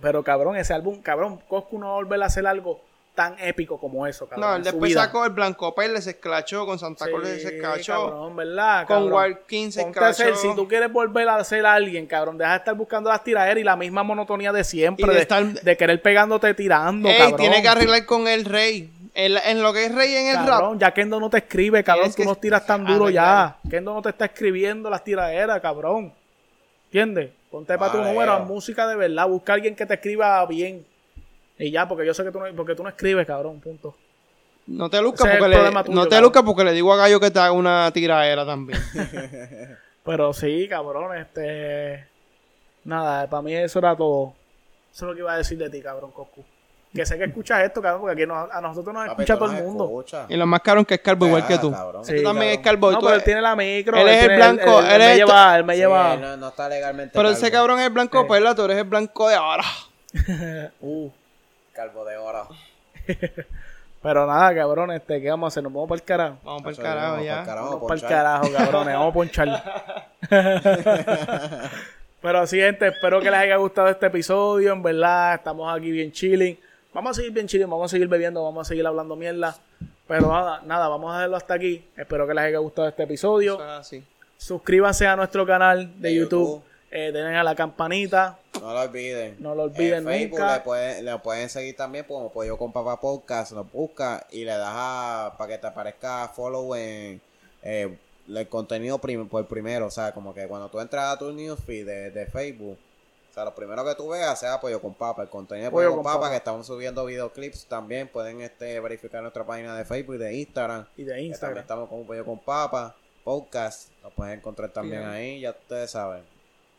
Speaker 1: Pero cabrón, ese álbum, cabrón, Coscu no va a volver a hacer algo tan épico como eso, cabrón.
Speaker 3: No,
Speaker 1: en
Speaker 3: él
Speaker 1: su
Speaker 3: después
Speaker 1: vida.
Speaker 3: sacó el Blanco Pérez, se esclachó, con Santa Cruz
Speaker 1: Sí,
Speaker 3: se esclachó.
Speaker 1: cabrón, ¿verdad?
Speaker 3: Con
Speaker 1: Ah, cabrón?
Speaker 3: Joaquín se
Speaker 1: Ponte a hacer,
Speaker 3: escrachó.
Speaker 1: si tú quieres volver a ser alguien, cabrón, deja de estar buscando las tiraderas y la misma monotonía de siempre,
Speaker 3: Y de
Speaker 1: de,
Speaker 3: estar-
Speaker 1: de querer pegándote tirando,
Speaker 3: Ey,
Speaker 1: cabrón.
Speaker 3: tiene que arreglar con el rey. En, en lo que es rey en el
Speaker 1: Cabrón,
Speaker 3: rap.
Speaker 1: ya Kendo no te escribe, cabrón,
Speaker 3: Tienes
Speaker 1: tú
Speaker 3: que
Speaker 1: no tiras tan duro
Speaker 3: arreglar.
Speaker 1: ya. Kendo no te está escribiendo las tiraderas, cabrón. ¿Entiendes? Ponte para tu
Speaker 2: Vale,
Speaker 1: número,
Speaker 2: yo.
Speaker 1: haz música de verdad, busca a alguien que te escriba bien. Y ya, porque yo sé que tú no, porque tú no escribes, cabrón, punto.
Speaker 3: No te luzcas
Speaker 1: Ese es el
Speaker 3: porque le,
Speaker 1: problema tuyo,
Speaker 3: no te
Speaker 1: cabrón.
Speaker 3: luzcas porque le digo a Gallo que te haga una tiraera también.
Speaker 1: Pero sí, cabrón, este. Nada, para mí eso era todo. Eso es lo que iba a decir de ti, cabrón, Coscu. Que sé que escuchas esto, cabrón, porque aquí nos- a nosotros nos
Speaker 2: Papi,
Speaker 1: escucha
Speaker 2: esto
Speaker 1: todo el
Speaker 2: nos
Speaker 1: mundo.
Speaker 2: escucha.
Speaker 3: y lo más caro es que es calvo igual que tú.
Speaker 2: Ah, cabrón.
Speaker 1: Sí,
Speaker 3: Este también es calvo,
Speaker 1: No,
Speaker 3: tú
Speaker 1: pero él
Speaker 3: es-
Speaker 1: tiene la micro.
Speaker 3: él es el
Speaker 1: tiene-
Speaker 3: blanco,
Speaker 1: Él,
Speaker 3: él es
Speaker 1: me
Speaker 3: el-
Speaker 1: lleva, él me
Speaker 5: Sí,
Speaker 1: lleva.
Speaker 5: no, no está legalmente
Speaker 3: Pero
Speaker 5: calvo.
Speaker 3: ese cabrón es blanco
Speaker 1: Sí.
Speaker 3: perla, tú eres el blanco de ahora.
Speaker 1: Uh,
Speaker 5: Calvo de oro.
Speaker 1: pero nada, cabrón, este, ¿qué vamos a hacer? Nos vamos para el carajo.
Speaker 3: Vamos para el
Speaker 2: Chacho,
Speaker 3: carajo
Speaker 2: vamos pa'l
Speaker 3: ya.
Speaker 2: carajo, ¿eh?
Speaker 1: Vamos para el
Speaker 2: ponchar.
Speaker 1: carajo, cabrones. Vamos a ponchar. Pero sí, gente, espero que les haya gustado este episodio. En verdad, estamos aquí bien chilling. Vamos a seguir bien chilling, vamos a seguir bebiendo, vamos a seguir hablando mierda. Pero nada, nada, vamos a dejarlo hasta aquí. Espero que les haya gustado este episodio.
Speaker 3: Eso es así.
Speaker 1: Suscríbanse a nuestro canal de
Speaker 5: De
Speaker 1: YouTube.
Speaker 5: YouTube.
Speaker 1: Eh, denle a la campanita.
Speaker 2: No lo olviden.
Speaker 1: No lo olviden
Speaker 2: En Facebook
Speaker 1: nunca.
Speaker 2: Le pueden, le pueden seguir también como Pollo con Papá Podcast. Lo busca y le das a, para que te aparezca follow en eh, el contenido prim- por primero. O sea, como que cuando tú entras a tu newsfeed de, de Facebook, o sea, lo primero que tú veas sea Pollo con Papa. El contenido de
Speaker 1: Pollo
Speaker 2: Pollo,
Speaker 1: con
Speaker 2: con Papa,
Speaker 1: Papa.
Speaker 2: que estamos subiendo videoclips también. Pueden este verificar nuestra página de Facebook y de Instagram.
Speaker 1: Y de
Speaker 2: que También
Speaker 1: Instagram.
Speaker 2: estamos como Pollo con Papa Podcast. Lo pueden encontrar también
Speaker 3: Bien.
Speaker 2: ahí. Ya ustedes saben.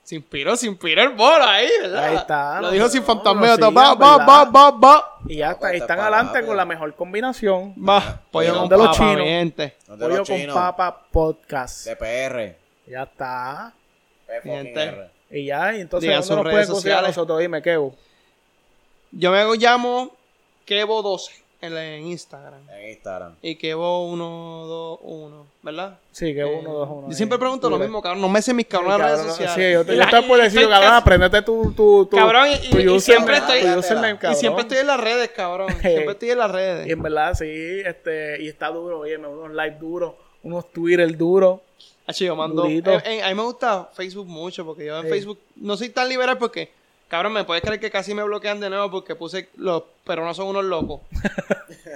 Speaker 3: Se inspiró, se inspiró el bola ahí, ¿verdad?
Speaker 1: Ahí está,
Speaker 3: Lo
Speaker 1: no,
Speaker 3: dijo sin
Speaker 1: no,
Speaker 3: fantasmeo.
Speaker 1: no,
Speaker 3: todo,
Speaker 1: sí,
Speaker 3: va,
Speaker 1: es
Speaker 3: va,
Speaker 1: verdad.
Speaker 3: va, va, va.
Speaker 1: Y ya está.
Speaker 2: Aguanta,
Speaker 1: Y están
Speaker 2: palabra.
Speaker 1: adelante con la mejor combinación.
Speaker 3: Va, pollo
Speaker 2: Pollo
Speaker 3: con
Speaker 1: de los
Speaker 3: papa,
Speaker 1: chinos.
Speaker 3: mi gente.
Speaker 2: No te
Speaker 1: Pollo
Speaker 2: los
Speaker 1: con
Speaker 2: chinos,
Speaker 1: Papa Podcast.
Speaker 2: De PR.
Speaker 1: Ya está.
Speaker 2: Pues
Speaker 5: P fucking
Speaker 3: Gente.
Speaker 5: R.
Speaker 1: Y ya, y entonces,
Speaker 3: Digan
Speaker 1: ¿dónde
Speaker 3: sus
Speaker 1: nos
Speaker 3: redes
Speaker 1: pueden conseguir a
Speaker 3: sociales.
Speaker 1: nosotros? Dime, Kevo.
Speaker 3: Yo me llamo Kevo12 en, en Instagram.
Speaker 2: En Instagram.
Speaker 3: Y Kevo121, ¿verdad?
Speaker 1: Sí, que uno,
Speaker 3: Eh,
Speaker 1: dos, uno.
Speaker 3: Yo
Speaker 1: ahí.
Speaker 3: siempre pregunto lo
Speaker 1: Dime.
Speaker 3: mismo, cabrón. No me sé mis cabronas
Speaker 1: Cabrón,
Speaker 3: redes
Speaker 1: no-
Speaker 3: sociales.
Speaker 1: Sí, yo te,
Speaker 3: Y
Speaker 1: yo
Speaker 3: la-
Speaker 1: te puedo decir,
Speaker 3: estoy
Speaker 1: cabrón,
Speaker 3: cas-
Speaker 1: aprendete tu, tu, tu,
Speaker 3: Cabrón, y-
Speaker 1: tu
Speaker 3: y- y
Speaker 1: username,
Speaker 3: siempre estoy-
Speaker 1: tu username,
Speaker 3: Y
Speaker 1: cabrón.
Speaker 3: siempre estoy en las redes, cabrón. Siempre estoy en las redes.
Speaker 1: Y en verdad, sí, este, y está duro, oye, me unos live duros, unos Twitter duros.
Speaker 3: Hacho, yo mando.
Speaker 1: Durito.
Speaker 3: eh, eh, a mí me gusta Facebook mucho porque yo en
Speaker 1: Sí.
Speaker 3: Facebook no soy tan liberal porque, cabrón, me puedes creer que casi me bloquean de nuevo porque puse los pero no son unos locos.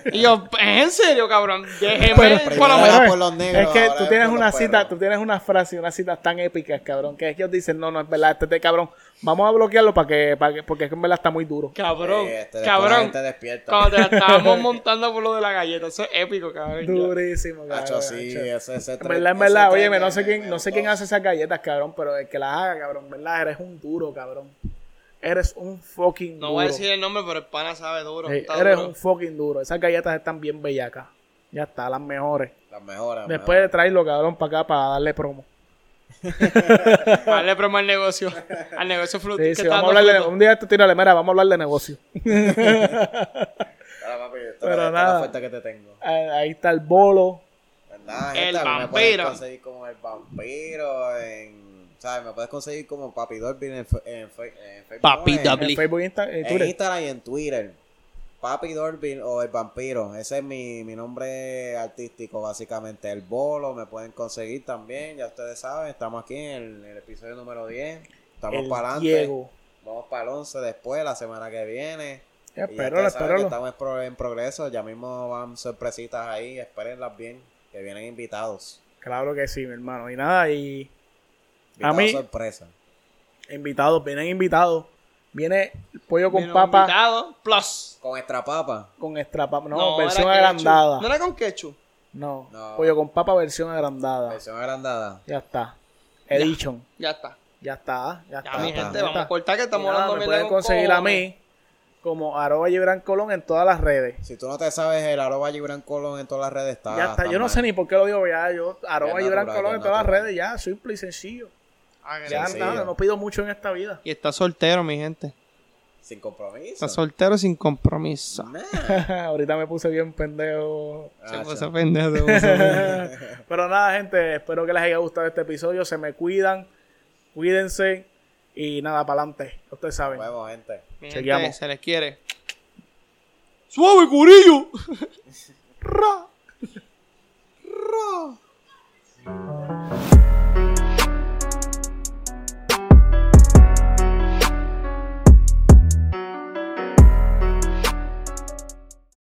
Speaker 3: y yo, en serio, cabrón, déjeme
Speaker 1: Pero-
Speaker 3: por lo
Speaker 2: Ahora
Speaker 3: menos.
Speaker 1: Cabrón,
Speaker 2: por los negros,
Speaker 1: es que
Speaker 2: ahora
Speaker 1: tú
Speaker 2: es
Speaker 1: tienes
Speaker 2: por
Speaker 1: una
Speaker 2: los
Speaker 1: cita,
Speaker 2: perros.
Speaker 1: tú tienes una frase, una cita tan épica, cabrón, que ellos dicen, no, no, es verdad, este, este cabrón, vamos a bloquearlo para que, para que, porque es que en verdad está muy duro.
Speaker 3: Cabrón,
Speaker 2: Eh, este, después La
Speaker 3: cabrón.
Speaker 2: gente despierta.
Speaker 3: Cuando te la estábamos montando por lo de la galleta, eso es épico, cabrón. ya.
Speaker 1: Durísimo, cabrón.
Speaker 2: Hacho, sí,
Speaker 1: hacho.
Speaker 2: ese, ese
Speaker 1: En
Speaker 2: tren-
Speaker 1: verdad, en
Speaker 2: ese
Speaker 1: verdad,
Speaker 2: tren
Speaker 1: oye, no
Speaker 2: me-
Speaker 1: sé
Speaker 2: me
Speaker 3: eh,
Speaker 1: quién, no sé
Speaker 2: gustó.
Speaker 3: oh.
Speaker 1: quién hace esas galletas, cabrón, pero el que las haga, cabrón, en verdad, eres un duro, cabrón. Eres un fucking duro.
Speaker 3: No voy a decir el nombre, pero el pana sabe duro.
Speaker 1: Sí,
Speaker 3: está
Speaker 1: eres
Speaker 3: duro.
Speaker 1: un fucking duro. Esas galletas están bien bellacas. Ya está, las mejores.
Speaker 2: Las mejoras.
Speaker 1: Después de traerlo, cabrón, para acá para darle promo.
Speaker 3: Para darle promo al negocio, al negocio fruto.
Speaker 1: Sí, sí, vamos a hablar de- un día esto tírale, mira, vamos a hablar de negocio.
Speaker 2: mejoras. Ahora, papi, esta-
Speaker 1: Pero
Speaker 2: esta es
Speaker 1: nada.
Speaker 2: la oferta que te tengo.
Speaker 1: Ah, Ahí está el bolo.
Speaker 2: Pues nada,
Speaker 3: El
Speaker 2: gente, me puedes
Speaker 3: vampiro.
Speaker 2: conseguir como el vampiro en... ¿Sabes? Me puedes conseguir como Papi Dolby en, fe- en fe- en Facebook.
Speaker 3: Papi
Speaker 2: no, en-
Speaker 3: Dolby.
Speaker 1: En Facebook, Insta, eh,
Speaker 2: En
Speaker 1: Twitter.
Speaker 2: Instagram y en Twitter. Papi Dorbin o el vampiro. Ese es mi, mi nombre artístico, básicamente. El bolo me pueden conseguir también. Ya ustedes saben, estamos aquí en el, el episodio número 10. Estamos
Speaker 1: el
Speaker 2: para adelante.
Speaker 1: Diego.
Speaker 2: Vamos para el 11 después, la semana que viene. Y ya
Speaker 1: Espéralo,
Speaker 2: ustedes saben que
Speaker 1: espéralo.
Speaker 2: Estamos en, pro- en progreso. Ya mismo van sorpresitas ahí. Espérenlas bien, que vienen invitados.
Speaker 1: Claro que sí, mi hermano. Y nada, y A
Speaker 2: Invitados
Speaker 1: mí-
Speaker 2: sorpresa.
Speaker 1: invitados, vienen invitados. Viene el pollo con
Speaker 3: Menos
Speaker 1: papa,
Speaker 3: invitado, plus.
Speaker 2: Con extra papa.
Speaker 1: con extra papa. No,
Speaker 3: era
Speaker 1: versión
Speaker 3: ketchup.
Speaker 1: agrandada.
Speaker 3: No era con ketchup.
Speaker 1: No,
Speaker 2: No.
Speaker 1: pollo con papa, versión agrandada.
Speaker 2: Versión agrandada.
Speaker 1: Ya está. Edition.
Speaker 3: Ya está.
Speaker 1: Ya está, ya,
Speaker 3: Ya,
Speaker 1: está.
Speaker 3: mi
Speaker 1: ya
Speaker 3: gente,
Speaker 1: está.
Speaker 3: vamos a cortar que estamos
Speaker 1: Y nada,
Speaker 3: hablando
Speaker 1: Me
Speaker 3: mierda
Speaker 1: pueden
Speaker 3: con
Speaker 1: conseguir a
Speaker 3: cojones.
Speaker 1: mí como arroba Gibran Colón en todas las redes.
Speaker 2: Si tú no te sabes el arroba Gibran Colón en todas las redes, está.
Speaker 1: ya está, yo no
Speaker 2: mal.
Speaker 1: sé ni por qué lo digo ya. Yo arroba
Speaker 2: natural,
Speaker 1: Gibran
Speaker 2: ya
Speaker 1: Colón en
Speaker 2: es
Speaker 1: todas las
Speaker 2: natural.
Speaker 1: redes, ya, simple y sencillo. Ya
Speaker 2: Sencillo.
Speaker 1: nada, no pido mucho en esta vida.
Speaker 3: Ah, Y está soltero, mi gente.
Speaker 2: Sin compromiso.
Speaker 3: Está soltero sin compromiso.
Speaker 2: Nah.
Speaker 1: Ahorita me puse bien pendejo.
Speaker 3: Se
Speaker 2: Ah,
Speaker 3: puso pendejo, se puso pendejo.
Speaker 1: Pero nada, gente, espero que les haya gustado este episodio. Se me cuidan, cuídense. Y nada, para adelante. Ustedes saben.
Speaker 4: Nos vemos, gente.
Speaker 3: Mi
Speaker 1: Chequeamos.
Speaker 3: gente, se les quiere. ¡Suave, curillo! Ra.